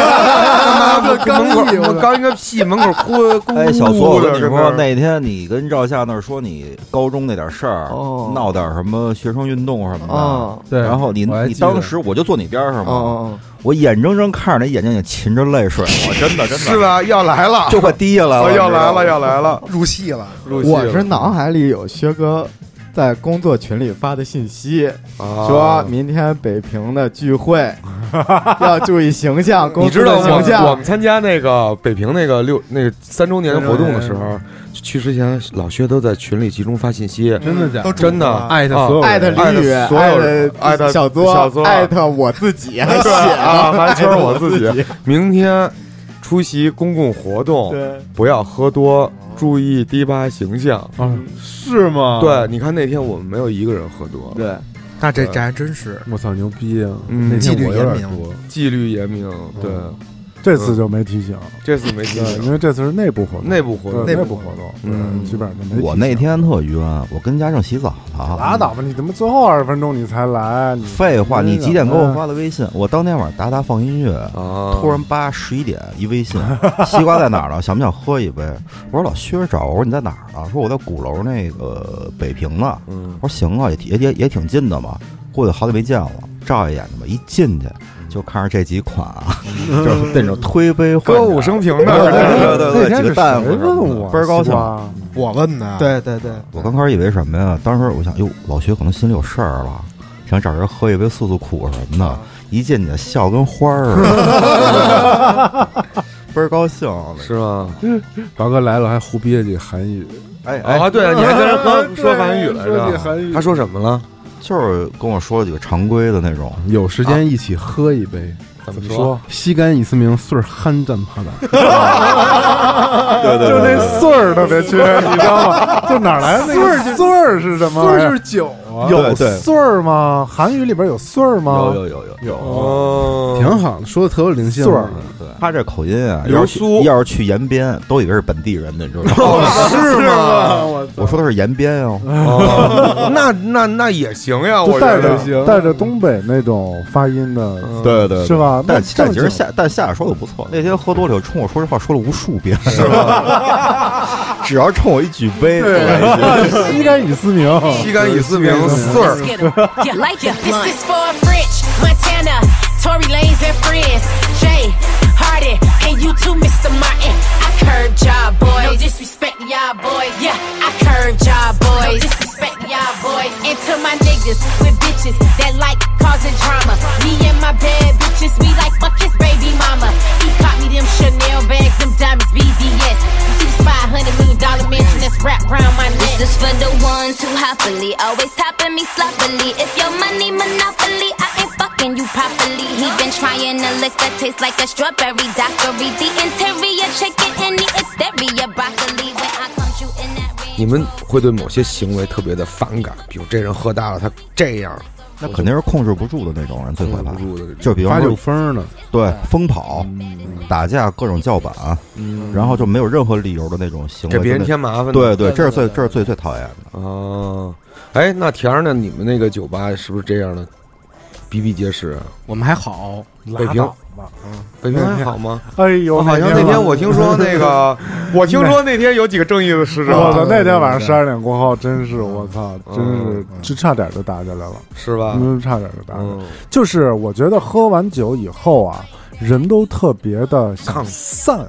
Speaker 1: 他妈的，门口我刚一个屁，门口哭咕
Speaker 3: 哎，小苏，我
Speaker 1: 咕的
Speaker 3: 跟你
Speaker 1: 是不
Speaker 3: 说，
Speaker 1: 是
Speaker 3: 那天你跟赵夏那儿说你高中那点事儿，
Speaker 6: 哦
Speaker 3: 闹点什么学生运动什么的，
Speaker 6: 啊
Speaker 5: 对，
Speaker 3: 然后你
Speaker 5: 我还
Speaker 3: 你
Speaker 5: 记得
Speaker 3: 当时我就坐你边儿上
Speaker 6: 哦
Speaker 3: 嘛，
Speaker 6: 哦
Speaker 3: 我眼睁睁看着那眼睛也噙着泪水，我真的真的
Speaker 1: 是？吧？要来了，
Speaker 3: 就快滴下来
Speaker 1: 哦
Speaker 3: 了，
Speaker 1: 要来了，
Speaker 3: 了，
Speaker 1: 要来了！
Speaker 4: 入戏了，
Speaker 1: 入
Speaker 6: 哦
Speaker 1: 戏
Speaker 6: 我
Speaker 1: 了
Speaker 6: 是脑海里有薛哥在工作群里发的信息，说
Speaker 1: 啊
Speaker 6: 明天北平的聚会 要注意形象，公
Speaker 1: 你
Speaker 6: 司
Speaker 1: 知道
Speaker 6: 的
Speaker 1: 我
Speaker 6: 形
Speaker 1: 们我
Speaker 6: 象
Speaker 1: 们。参加那个北平那个六那个三周年活动的时候，去之前老薛都在群里集中发信息，
Speaker 5: 真的假的？
Speaker 1: 真的啊
Speaker 5: 艾特所有人
Speaker 6: 艾特李宇，
Speaker 1: 艾特所有人艾
Speaker 6: 艾
Speaker 1: 特
Speaker 6: 特小作，
Speaker 1: 小作
Speaker 6: 艾特我 自己，还 写
Speaker 1: 啊，
Speaker 6: 了，
Speaker 1: 还
Speaker 6: 艾
Speaker 1: 圈
Speaker 6: 特
Speaker 1: 我
Speaker 6: 自
Speaker 1: 自己。明天出席公共活动，
Speaker 6: 对，
Speaker 1: 不要喝多，注意低八形象。
Speaker 5: 啊，是吗？，
Speaker 1: 对，你看那天我们没有一个人喝多，
Speaker 6: 对，
Speaker 4: 那这这还真是
Speaker 5: 我操，牛逼啊！
Speaker 1: 嗯
Speaker 5: 那
Speaker 4: 纪
Speaker 5: 天
Speaker 4: 律
Speaker 5: 我有
Speaker 4: 严
Speaker 5: 点
Speaker 4: 明
Speaker 5: 多，
Speaker 1: 纪律严明。对，
Speaker 2: 这次就没提醒，
Speaker 1: 这次没提
Speaker 2: 对，
Speaker 3: 嗯
Speaker 2: 因
Speaker 1: 醒，
Speaker 2: 为这次是内部活动，
Speaker 1: 内部活动
Speaker 2: 对
Speaker 4: 内
Speaker 2: 内
Speaker 4: 部
Speaker 2: 部
Speaker 4: 活
Speaker 2: 活动，
Speaker 1: 嗯
Speaker 2: 对，基本上就没提醒。
Speaker 3: 我那天特晕，我跟家正洗澡呢。
Speaker 2: 拉倒吧，你他妈最后二十分钟你才来，你
Speaker 3: 废话，
Speaker 2: 真
Speaker 3: 你
Speaker 2: 的
Speaker 3: 几点给我发的微信？我当天晚上达达放音乐，
Speaker 1: 啊，
Speaker 3: 突然叭十一点一微信， 西瓜在哪儿呢？想不想喝一杯？我说老薛找我，我说你在哪儿呢？说我在鼓楼那个北平呢。
Speaker 1: 嗯，
Speaker 3: 我说行啊，也挺也也也挺近的嘛，过去好久没见了，照一眼去吧。一进去就看着这几款啊，就是那种推杯换
Speaker 1: 歌
Speaker 3: 盏
Speaker 1: 舞升平 的，
Speaker 3: 对
Speaker 1: 是
Speaker 3: 对对
Speaker 2: 那
Speaker 3: 对对，
Speaker 2: 天
Speaker 3: 几
Speaker 2: 是
Speaker 3: 个蛋
Speaker 2: 谁
Speaker 3: 糊什
Speaker 2: 问
Speaker 3: 么
Speaker 2: 我
Speaker 3: 的，倍儿高
Speaker 2: 西
Speaker 3: 兴。
Speaker 2: 瓜
Speaker 4: 我问的，
Speaker 6: 对对对，
Speaker 3: 我刚开始以为什么呀？当时我想，哟，老薛可能心里有事儿了，想找人喝一杯诉诉苦什么的。一进去笑跟花儿似的， 倍儿高兴。啊
Speaker 1: 是吗？
Speaker 5: 八哥来了还胡逼了句韩语，
Speaker 3: 哎哎，
Speaker 1: 啊，对，你还跟人
Speaker 5: 对
Speaker 1: 喝说韩语来
Speaker 5: 说起
Speaker 1: 着？
Speaker 5: 韩语
Speaker 1: 他说什么了？
Speaker 3: 就是跟我说了几个常规的那种，
Speaker 5: 有时间一起喝一杯。
Speaker 1: 怎么
Speaker 2: 你？说
Speaker 5: 西干以思明，岁儿憨占怕的。
Speaker 3: 对对
Speaker 2: 就那穗儿特别缺，你知道吗？就哪来的那个穗儿是什么玩意儿？
Speaker 5: 酒
Speaker 1: 哦
Speaker 5: 啊
Speaker 3: 有
Speaker 2: 有穗儿吗？韩语里边有穗儿吗？
Speaker 3: 有有有有，
Speaker 1: 哦，
Speaker 5: 挺好的，说的特有灵性
Speaker 2: 穗儿
Speaker 5: 啊。
Speaker 3: 对他这口音啊，
Speaker 1: 流
Speaker 3: 要是去
Speaker 1: 苏
Speaker 3: 要是去延边，都以为是本地人的，你知 道吗？
Speaker 1: 哦是吗？
Speaker 3: 我说的是延边啊，
Speaker 1: 哦那那那也行呀，我
Speaker 2: 就
Speaker 1: 觉
Speaker 2: 带
Speaker 1: 得
Speaker 2: 着带着东北那种发音的，
Speaker 3: 对对
Speaker 2: 是。吧？那
Speaker 3: 嗯但但
Speaker 2: 正
Speaker 3: 其
Speaker 2: 经
Speaker 3: 实夏但夏夏说的不错，那天喝多了以后冲我说这话说了无数遍， 只要冲我一举杯，
Speaker 2: 西干以思明，
Speaker 1: 西干以思明穗儿
Speaker 8: Let's get 'em. Yeah, like ya. This is for French, Montana, Tory Lanez and friends, Jay Hardy, and you too, Mr. Martin. I curved y'all boys. No disrespect to y'all boys. Yeah, I curved y'all boys. No disrespect to y'all boys. And to my niggas with bitches that like causing drama. Me and my bad bitches, we like fuck his baby mama. He caught me them Chanel bags, them diamonds, BVS. You see this 500 million dollar mansion that's wrapped around my neck.
Speaker 9: This is for the ones who happily always topping me sloppily. If your money monopoly, I ain't fucking you properly. He been trying to lick that tastes like a strawberry daiquiri. The interior chicken and the exterior broccoli. When I come through in that
Speaker 1: 你
Speaker 9: range.
Speaker 1: 们会对某些行为特别的反感，比如这人喝大了，他这样，
Speaker 3: 那肯定是控制不住的那种人最可
Speaker 1: 控制
Speaker 3: 怕
Speaker 1: 不。住的这种，
Speaker 3: 就比
Speaker 5: 发
Speaker 3: 方
Speaker 5: 酒
Speaker 3: 说，
Speaker 5: 疯儿呢，
Speaker 3: 对疯跑、打架、各种叫板，然后就没有任何理由的那种行为，
Speaker 1: 给别人
Speaker 3: 就那
Speaker 1: 添麻烦呢。
Speaker 3: 对对，这是最
Speaker 6: 对对对
Speaker 3: 这是最最讨厌的。
Speaker 1: 哦，哎，那田儿呢？你们那个酒吧是不是这样的？比比皆是啊。
Speaker 4: 我们还好，
Speaker 1: 北平
Speaker 2: 拉倒吧。
Speaker 1: 北平还好吗？哦
Speaker 2: 哎呦，
Speaker 1: 好像那天我听说那个，我听说那天有几个正义的使
Speaker 2: 我
Speaker 1: 者，
Speaker 2: 操，那天晚上十二点过后，真是我操，真是
Speaker 1: 嗯
Speaker 2: 这差点就打起来了，
Speaker 1: 是吧？
Speaker 2: 真差点就打起来了。
Speaker 1: 嗯，
Speaker 2: 就是我觉得喝完酒以后啊，人都特别的想散，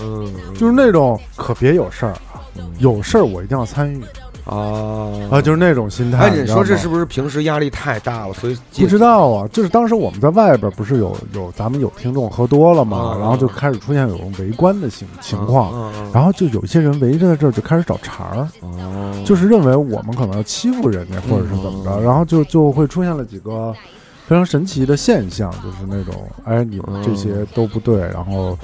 Speaker 1: 嗯，
Speaker 2: 就是那种可别有事儿啊
Speaker 1: 嗯，
Speaker 2: 有事儿我一定要参与
Speaker 1: 啊
Speaker 2: 啊，就是那种心态。
Speaker 1: 哎，你说
Speaker 2: 知道
Speaker 1: 这
Speaker 2: 吗
Speaker 1: 是不是平时压力太大了，所以
Speaker 2: 不知道啊，就是当时我们在外边不是有有咱们有听众喝多了嘛，
Speaker 1: 啊
Speaker 2: 然后就开始出现有围观的情啊情况，
Speaker 1: 嗯
Speaker 2: 然后就有一些人围着在这儿就开始找茬儿，
Speaker 1: 哦，
Speaker 2: 就是认为我们可能要欺负人家或者是怎么
Speaker 1: 嗯
Speaker 2: 着，然后就就会出现了几个非常神奇的现象，就是那种哎你们这些都不对，然后要。
Speaker 1: 嗯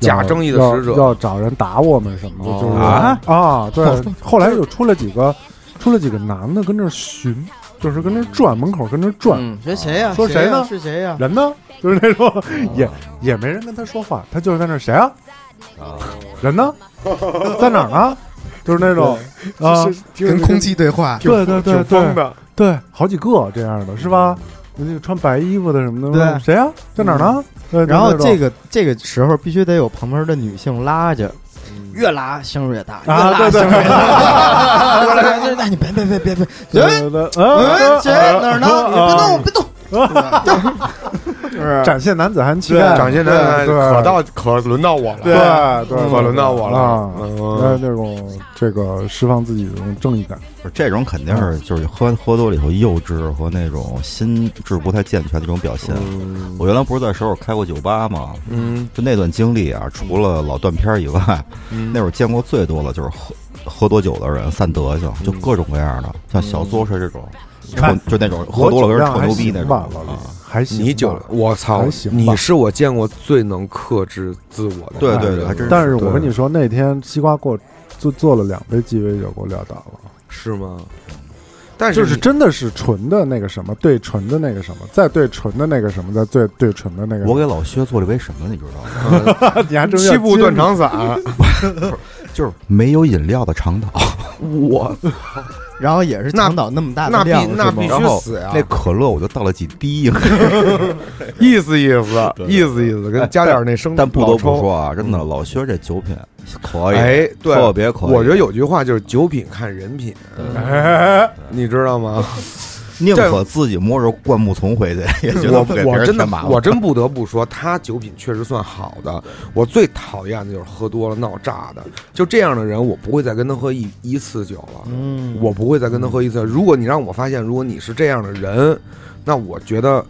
Speaker 1: 假正义的
Speaker 2: 要
Speaker 1: 使者
Speaker 2: 要找人打我们什么的，就是
Speaker 1: 啊
Speaker 2: 啊，对。 后来就出了几个，出了几个男的跟那儿寻，就是跟那儿转，门口跟那儿转，
Speaker 6: 嗯，
Speaker 4: 啊
Speaker 6: 谁谁呀？
Speaker 2: 说谁
Speaker 6: 呀
Speaker 2: 呢
Speaker 6: 是谁呀？
Speaker 2: 人呢？就是那
Speaker 1: 哦
Speaker 2: 种 也也没人跟他说话，他就是在那儿谁啊？
Speaker 1: 哦
Speaker 2: 人呢？在哪儿呢？就是 那种啊，
Speaker 4: 跟空气对话，
Speaker 2: 对对对
Speaker 1: 疯
Speaker 2: 对
Speaker 1: 的，
Speaker 2: 对，好几个这样的是吧？那个穿白衣服的什么的，
Speaker 6: 对
Speaker 2: 谁啊？在哪儿呢？对
Speaker 6: 然后这
Speaker 2: 个
Speaker 6: 个这个时候必须得有旁边的女性拉着，越拉声儿越大，越
Speaker 2: 啊，
Speaker 6: 拉
Speaker 2: 对对
Speaker 6: 声儿
Speaker 2: 对
Speaker 6: 越大。我来，就是那你别别别别别，
Speaker 2: 对
Speaker 6: 人
Speaker 2: 对，
Speaker 6: 嗯，
Speaker 2: 嗯
Speaker 6: 谁哪儿呢？你别动，别动，是
Speaker 2: 展现男子汉气概，
Speaker 1: 展现
Speaker 2: 对
Speaker 1: 的
Speaker 2: 对
Speaker 1: 可到可轮到我
Speaker 2: 对
Speaker 1: 了，
Speaker 2: 对，对
Speaker 1: 可轮到我
Speaker 2: 啊
Speaker 1: 了，
Speaker 2: 呃，
Speaker 1: 嗯
Speaker 2: 那种这个释放自己的这种正义感，
Speaker 3: 不是这种肯定是就是喝喝多了以后幼稚和那种心智不太健全的这种表现。
Speaker 2: 嗯
Speaker 3: 我原来不是在首尔开过酒吧吗？
Speaker 1: 嗯
Speaker 3: 就那段经历啊，除了老断片儿以外，
Speaker 1: 嗯
Speaker 3: 那会儿见过最多的就是喝喝多酒的人散德行，就
Speaker 2: 嗯
Speaker 3: 各种各样的，像小作是这种，
Speaker 2: 看
Speaker 3: 臭就那种喝多
Speaker 2: 嗯我
Speaker 3: 了跟
Speaker 2: 酒
Speaker 3: 人
Speaker 2: 量
Speaker 3: 吹
Speaker 2: 还
Speaker 3: 牛逼
Speaker 2: 行
Speaker 3: 那种
Speaker 2: 吧，
Speaker 3: 啊。
Speaker 2: 老李还行吧，
Speaker 1: 你酒，我操
Speaker 2: 还，行吧
Speaker 1: 你是我见过最能克制自我的
Speaker 3: 对
Speaker 1: 男人了，
Speaker 3: 对对还真
Speaker 2: 但是我
Speaker 1: 对
Speaker 2: 跟你说，那天西瓜给我做做了两杯鸡尾酒，给我撂倒了。
Speaker 1: 是吗？但
Speaker 2: 就是是
Speaker 1: 你
Speaker 2: 真的是纯的那个什么，对纯的那个什么，再对纯的那个什么，再对对纯的那个什
Speaker 3: 我
Speaker 2: 么。
Speaker 3: 给老薛做了一杯什么，你知道 吗？
Speaker 2: 我你还真
Speaker 1: 七步断肠散，
Speaker 3: 就是没有饮料的长岛，
Speaker 1: 我
Speaker 6: 然后也是
Speaker 1: 那
Speaker 6: 长岛那么大
Speaker 1: 那
Speaker 6: 的
Speaker 1: 必
Speaker 6: 量，
Speaker 1: 那
Speaker 6: 是吗
Speaker 1: 必
Speaker 3: 然后
Speaker 1: 须
Speaker 2: 啊
Speaker 1: 死呀！
Speaker 3: 那可乐我就倒了几滴，
Speaker 1: 意思意思，意思意思，跟加点那生
Speaker 3: 哎但不得
Speaker 1: 嗯老
Speaker 3: 不
Speaker 1: 抽嗯
Speaker 3: 说啊，真的老薛这酒品可以，
Speaker 1: 哎，对，
Speaker 3: 特别可以。
Speaker 1: 我觉得有句话就是“酒品看人品”，
Speaker 3: 嗯
Speaker 1: 你知道吗？
Speaker 3: 宁可自己摸着灌木丛回去， 也觉得
Speaker 1: 我
Speaker 3: 不给别
Speaker 1: 我
Speaker 3: 人
Speaker 1: 真
Speaker 3: 添
Speaker 1: 的
Speaker 3: 麻烦。
Speaker 1: 我真不得不说，他酒品确实算好的。我最讨厌的就是喝多了闹炸的，就这样的人，我不会再跟他喝一一次酒了。
Speaker 6: 嗯，
Speaker 1: 我不会再跟他喝一次。如果你让我发现，如果你是这样的人，那我觉得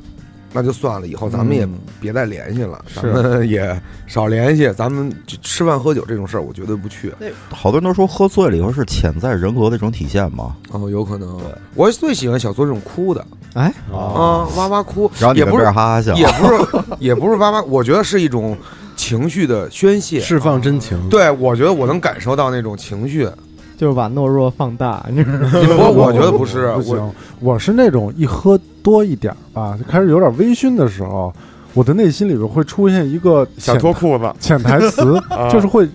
Speaker 1: 那就算了，以后咱们也
Speaker 6: 嗯
Speaker 1: 别再联系了，咱们也少联系。咱们就吃饭喝酒这种事儿，我绝对不去。
Speaker 3: 好多人都说喝醉了以后是潜在人格的一种体现嘛。
Speaker 1: 哦，有可能。我最喜欢小作这种哭的
Speaker 6: 哎，
Speaker 1: 啊，哇哇哭，
Speaker 3: 然后你
Speaker 1: 也
Speaker 3: 跟
Speaker 1: 不
Speaker 3: 这
Speaker 1: 是
Speaker 3: 儿哈哈笑，
Speaker 1: 也不是 也不是哇哇，我觉得是一种情绪的宣泄。
Speaker 5: 释放真情。
Speaker 1: 对，我觉得我能感受到那种情 绪。
Speaker 6: 就是把懦弱放大，你知道吗
Speaker 1: 我我觉得不是，
Speaker 2: 不
Speaker 1: 我
Speaker 2: 行，我是那种一喝多一点儿吧，就开始有点微醺的时候，我的内心里边会出现一个潜
Speaker 1: 裤子。啊
Speaker 2: 潜台 词，就是会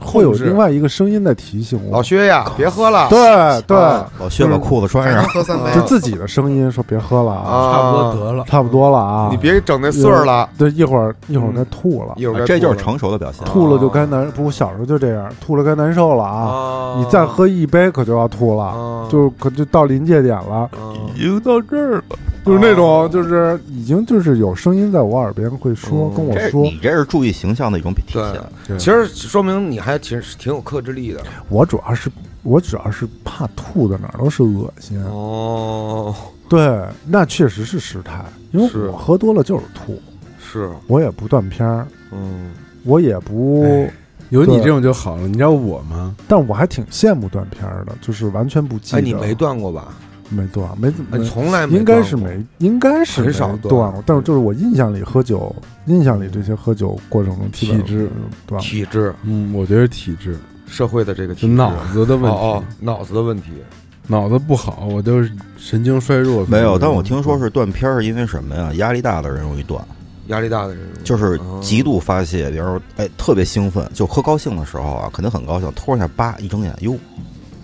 Speaker 2: 会有
Speaker 1: 控制
Speaker 2: 另外一个声音在提醒
Speaker 1: 老
Speaker 2: 我。
Speaker 1: 薛呀，别喝了。
Speaker 2: 对对
Speaker 1: 啊，
Speaker 3: 老薛把裤子穿
Speaker 4: 还
Speaker 3: 上
Speaker 4: 能，喝三杯
Speaker 2: 就，自己的声音说别喝了啊，
Speaker 1: 啊，
Speaker 4: 差不多得了。
Speaker 2: 差不多了啊
Speaker 1: 你。别整那穗儿了，
Speaker 2: 对，一会儿一会儿该吐了，
Speaker 1: 一会儿该
Speaker 3: 这就是
Speaker 1: 吐了
Speaker 3: 成熟的表现。
Speaker 1: 啊
Speaker 2: 吐了就该难，不，我小时候就这样，吐了该难受了啊！
Speaker 1: 啊
Speaker 2: 你再喝一杯可就要吐了，
Speaker 1: 啊
Speaker 2: 就可就到临界点了，
Speaker 1: 啊
Speaker 3: 已经到这儿了，
Speaker 2: 就是那
Speaker 1: 哦
Speaker 2: 种就是已经就是有声音在我耳边会说
Speaker 1: 嗯
Speaker 2: 跟我
Speaker 3: 这
Speaker 2: 说，
Speaker 3: 你这是注意形象的一种体
Speaker 1: 对
Speaker 3: 现。，
Speaker 1: 其实说明你还挺挺有克制力的
Speaker 2: 我主要是我主要是怕吐的哪儿都是恶心，
Speaker 1: 哦，
Speaker 2: 对，那确实是失态，因为
Speaker 1: 是
Speaker 2: 我喝多了就是吐，
Speaker 1: 是，
Speaker 2: 我也不断片儿，
Speaker 1: 嗯，
Speaker 2: 我也不，
Speaker 1: 哎
Speaker 5: 有你这种就好了，你知道我吗？
Speaker 2: 但我还挺羡慕断片儿的，就是完全不记
Speaker 1: 哎，
Speaker 2: 得，
Speaker 1: 你没断过吧？
Speaker 2: 没断没怎
Speaker 1: 哎
Speaker 2: 么
Speaker 1: 你。从来没
Speaker 2: 应该
Speaker 1: 断
Speaker 2: 是
Speaker 1: 过
Speaker 2: 没，应该是
Speaker 1: 很少
Speaker 2: 没
Speaker 1: 断
Speaker 2: 断过，但是就是我印象里喝酒，印象里这些喝酒过程中
Speaker 5: 体质
Speaker 2: 断
Speaker 1: 体质，
Speaker 5: 嗯，我觉得是体质，
Speaker 1: 社会的这个体
Speaker 5: 是
Speaker 1: 质
Speaker 5: 脑子的问
Speaker 1: 哦哦
Speaker 5: 题。，
Speaker 1: 脑子的问题，
Speaker 5: 脑子不好，我就是神经衰弱。
Speaker 3: 没有，但我听说是断片儿，因为什么呀？压力大的人容易断，
Speaker 1: 压力大的人
Speaker 3: 就是
Speaker 1: 哦
Speaker 3: 极度发泄，比如说哎特别兴奋，就喝高兴的时候啊，肯定很高兴，突然一下叭一睁眼，哟，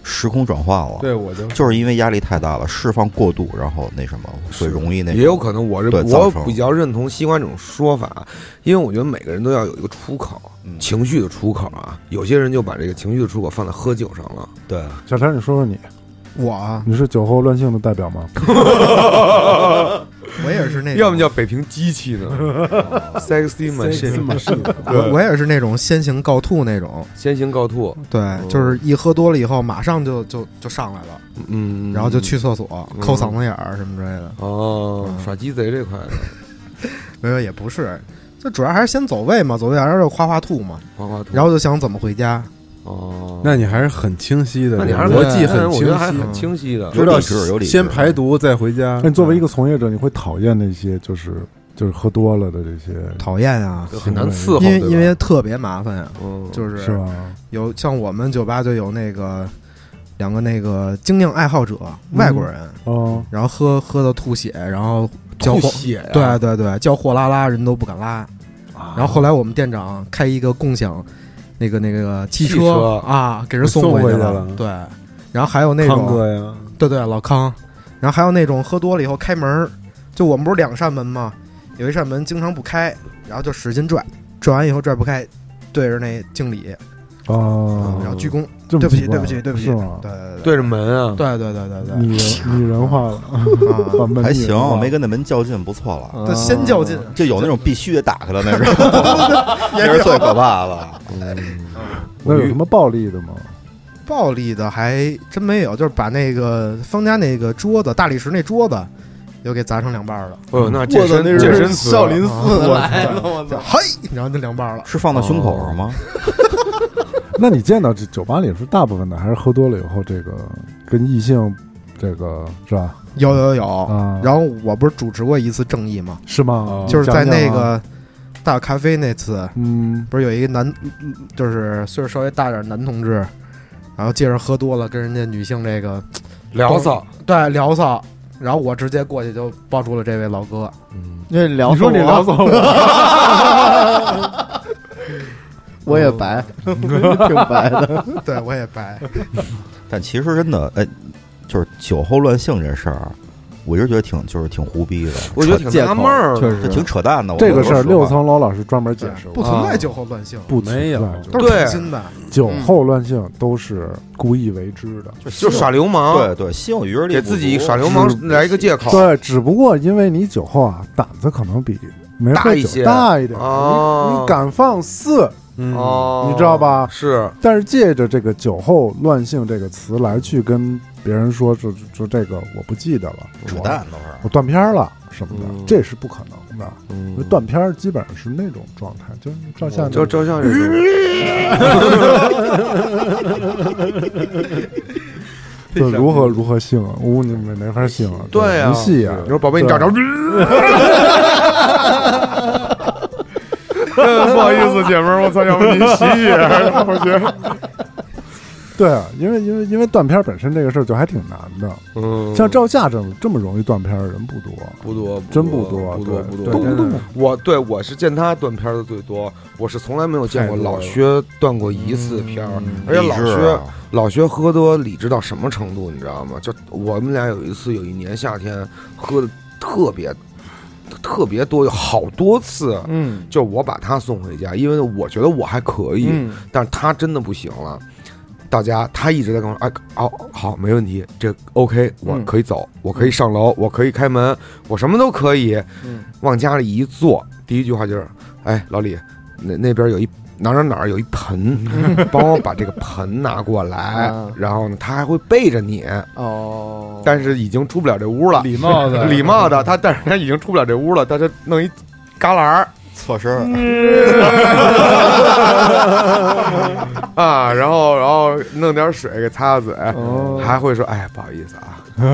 Speaker 3: 时空转换了。
Speaker 5: 对我就
Speaker 3: 就是因为压力太大了，释放过度，然后那什么，所以容易那
Speaker 1: 也有可能我
Speaker 3: 对
Speaker 1: 这
Speaker 3: 造
Speaker 1: 我
Speaker 3: 成
Speaker 1: 比较认同西瓜这种说法，啊因为我觉得每个人都要有一个出口，
Speaker 3: 嗯
Speaker 1: 情绪的出口啊。有些人就把这个情绪的出口放在喝酒上了，
Speaker 3: 对
Speaker 2: 小陈，你说说你，
Speaker 4: 我啊，
Speaker 2: 你是酒后乱性的代表吗？
Speaker 4: 我也是那种，
Speaker 1: 要么叫北平机器 呢哎，sexy machine，
Speaker 4: 我我也是那种先行告吐那种，
Speaker 1: 先行告吐，
Speaker 4: 对，就是一喝多了以后，马上就就就上来了，
Speaker 1: 嗯，
Speaker 4: 然后就去厕所
Speaker 1: 嗯
Speaker 4: 抠嗓子眼儿什么之类的。
Speaker 1: 哦，
Speaker 4: 嗯
Speaker 1: 耍鸡贼这块的，
Speaker 4: 没有，也不是，就主要还是先走位嘛，走位然后就夸夸吐嘛，
Speaker 1: 花花吐，
Speaker 4: 然后就想怎么回家。
Speaker 1: 哦，
Speaker 5: 那你还是很清晰的，
Speaker 1: 那你还是
Speaker 5: 逻辑
Speaker 1: 很，
Speaker 5: 很
Speaker 1: 我
Speaker 5: 清
Speaker 1: 觉得还
Speaker 5: 晰，
Speaker 1: 很清晰的，
Speaker 3: 有理智，有理智。
Speaker 5: 先排毒再回家
Speaker 2: 那。你作为一个从业者，你会讨厌那些就是就是喝多了的这些，
Speaker 4: 讨厌啊，
Speaker 1: 就很难伺候，
Speaker 4: 因为
Speaker 1: 对吧
Speaker 4: 因为特别麻烦呀、啊
Speaker 1: 嗯
Speaker 4: 就是
Speaker 2: 是吧？
Speaker 4: 有像我们酒吧就有那个两个那个精酿爱好者外国人，
Speaker 2: 哦，
Speaker 4: 然后喝喝的吐血，然后叫
Speaker 1: 吐
Speaker 4: 货，
Speaker 1: 血啊呀，
Speaker 6: 啊
Speaker 4: 对对对，叫货拉拉人都不敢拉。
Speaker 1: 啊，
Speaker 4: 然后后来我们店长开一个共享那个那个汽
Speaker 1: 汽车
Speaker 4: 啊，给人
Speaker 5: 送
Speaker 4: 回
Speaker 5: 回
Speaker 4: 去
Speaker 5: 去
Speaker 4: 了
Speaker 5: 了。
Speaker 4: 对，然后还有那
Speaker 5: 康
Speaker 4: 种
Speaker 5: 哥呀，
Speaker 4: 对对老康，然后还有那种喝多了以后开门儿，就我们不是两扇门吗？有一扇门经常不开，然后就使劲拽，拽完以后拽不开，对着那经理，啊
Speaker 2: 哦，
Speaker 4: 然后鞠躬，
Speaker 2: 这么
Speaker 4: 嗯对不
Speaker 2: 奇
Speaker 4: 起
Speaker 2: 怪啊
Speaker 4: 对不起对不起
Speaker 2: 是吗？
Speaker 4: 对对对
Speaker 1: 对着门啊，
Speaker 4: 对对对对对
Speaker 2: 拟 人拟人化了，
Speaker 4: 啊
Speaker 2: 把门
Speaker 3: 还
Speaker 2: 拟人
Speaker 3: 行，
Speaker 2: 化
Speaker 3: 我没跟那门较劲，不错了。
Speaker 1: 嗯
Speaker 2: 嗯
Speaker 4: 对，先较劲，
Speaker 3: 就有那种必须得打开了那 种，那是最可怕的。
Speaker 2: 那有什么暴力的吗？
Speaker 4: 暴力的还真没有，就是把那个方家那个桌子，大理石那桌子，又给砸成两半 儿了。
Speaker 1: 哦，那健
Speaker 6: 我的
Speaker 1: 身
Speaker 6: 那
Speaker 1: 健身
Speaker 6: 是
Speaker 1: 词啊
Speaker 6: 少 林寺
Speaker 4: 我
Speaker 6: 来了，我操！
Speaker 4: 嘿，然后就两半儿了。
Speaker 3: 是放到胸口上
Speaker 1: 哦
Speaker 3: 吗？
Speaker 2: 那你见到这酒吧里是大部分的，还是喝多了以后这个跟异性这个是吧？
Speaker 4: 有有有，
Speaker 2: 啊，
Speaker 4: 然后我不是主持过一次正义吗？
Speaker 2: 是吗？
Speaker 4: 就是在那
Speaker 2: 讲讲啊
Speaker 4: 个大咖啡那次，
Speaker 2: 嗯，
Speaker 4: 不是有一个男，就是岁数稍微大点儿男同志，然后接着喝多了，跟人家女性这个
Speaker 1: 聊骚，
Speaker 4: 对聊骚，然后我直接过去就抱住了这位老哥，
Speaker 6: 那聊
Speaker 2: 你说
Speaker 6: 死
Speaker 2: 你
Speaker 6: 我
Speaker 2: 聊走了，
Speaker 6: 我也白， 挺白的。
Speaker 4: 对我也白，
Speaker 3: 但其实真的，哎，就是酒后乱性这事儿，我一直觉得挺就是挺胡逼的，
Speaker 1: 我觉得挺
Speaker 6: 借
Speaker 1: 纳
Speaker 6: 口
Speaker 1: 闷儿啊
Speaker 6: 确
Speaker 1: 的，
Speaker 3: 这
Speaker 6: 实
Speaker 3: 挺扯淡的。我
Speaker 2: 这个
Speaker 3: 有时
Speaker 2: 事
Speaker 3: 候
Speaker 2: 儿六
Speaker 3: 说
Speaker 2: 层楼老师专门解释
Speaker 4: 啊哎不
Speaker 2: 过，啊
Speaker 4: 存在酒嗯后乱性，
Speaker 2: 不存
Speaker 5: 没有
Speaker 2: 在
Speaker 4: 都是
Speaker 1: 对
Speaker 4: 诚心的。
Speaker 2: 酒后乱性都是故意为之的。
Speaker 1: 就耍流氓，
Speaker 3: 对对，心有余而力
Speaker 1: 给
Speaker 3: 不
Speaker 1: 自
Speaker 3: 足
Speaker 1: 己耍流氓来一个借口，
Speaker 2: 对，只不过因为你酒后啊，胆子可能比没
Speaker 1: 大
Speaker 2: 喝
Speaker 1: 一
Speaker 2: 酒
Speaker 1: 些
Speaker 2: 大一点，
Speaker 1: 哦
Speaker 2: 你你敢放肆，
Speaker 1: 嗯，哦，
Speaker 2: 你知道吧
Speaker 1: 是，
Speaker 2: 但是借着这个“酒后乱性”这个词来去跟别人说，说说这个我不记得了，
Speaker 3: 扯
Speaker 2: 我
Speaker 3: 淡都是。
Speaker 2: 我断片儿了什么的，
Speaker 1: 嗯
Speaker 2: 这是不可能的。因为断片儿基本上是那种状态，就是照相
Speaker 1: 就嗯照相这种，
Speaker 2: 就如何如何性啊，呜，你没没法性啊，
Speaker 1: 对啊
Speaker 2: 不戏啊
Speaker 1: 你，说宝贝，你找着，
Speaker 2: 不好意思，姐们儿，我操，要不您洗洗，我觉得。对啊，因为因为因为断片儿本身这个事儿就还挺难的，
Speaker 1: 嗯，
Speaker 2: 像赵夏这么这么容易断片儿的人不多，
Speaker 1: 不多，
Speaker 2: 真
Speaker 1: 不
Speaker 2: 不多
Speaker 1: 不多，
Speaker 2: 对
Speaker 1: 不
Speaker 2: 动
Speaker 1: 多。
Speaker 2: 不动
Speaker 1: 我对我是见他断片儿的最多，我是从来没有见过
Speaker 2: 太多
Speaker 1: 老
Speaker 2: 了嗯
Speaker 1: 薛断过一次片儿，而且老
Speaker 3: 理智
Speaker 1: 薛
Speaker 3: 啊
Speaker 1: 老薛喝多理智到什么程度，你知道吗？就我们俩有一次，有一年夏天喝的特别特别多，有好多次，
Speaker 6: 嗯
Speaker 1: 就我把他送回家，因为我觉得我还可以，
Speaker 6: 嗯，
Speaker 1: 但是他真的不行了。到家，他一直在跟我说：“哎，哦，好，没问题，这 OK，我
Speaker 6: 嗯
Speaker 1: 可以走，我可以上楼，我可以开门，我什么都可以。
Speaker 6: 嗯”
Speaker 1: 往家里一坐，第一句话就是：“哎，老李，那那边有一哪儿哪儿哪儿有一盆， 帮我把这个盆拿过来。
Speaker 6: 啊
Speaker 1: 然后呢，他还会背着你，
Speaker 6: 哦，
Speaker 1: 但是已经出不了这屋了，
Speaker 5: 礼貌的，
Speaker 1: 礼貌的他，但是他已经出不了这屋了，他就弄一旮旯 儿。
Speaker 3: 侧身儿，
Speaker 1: 啊，然后然后弄点水给擦擦嘴，
Speaker 5: 哦
Speaker 1: 还会说哎不好意思 啊，不好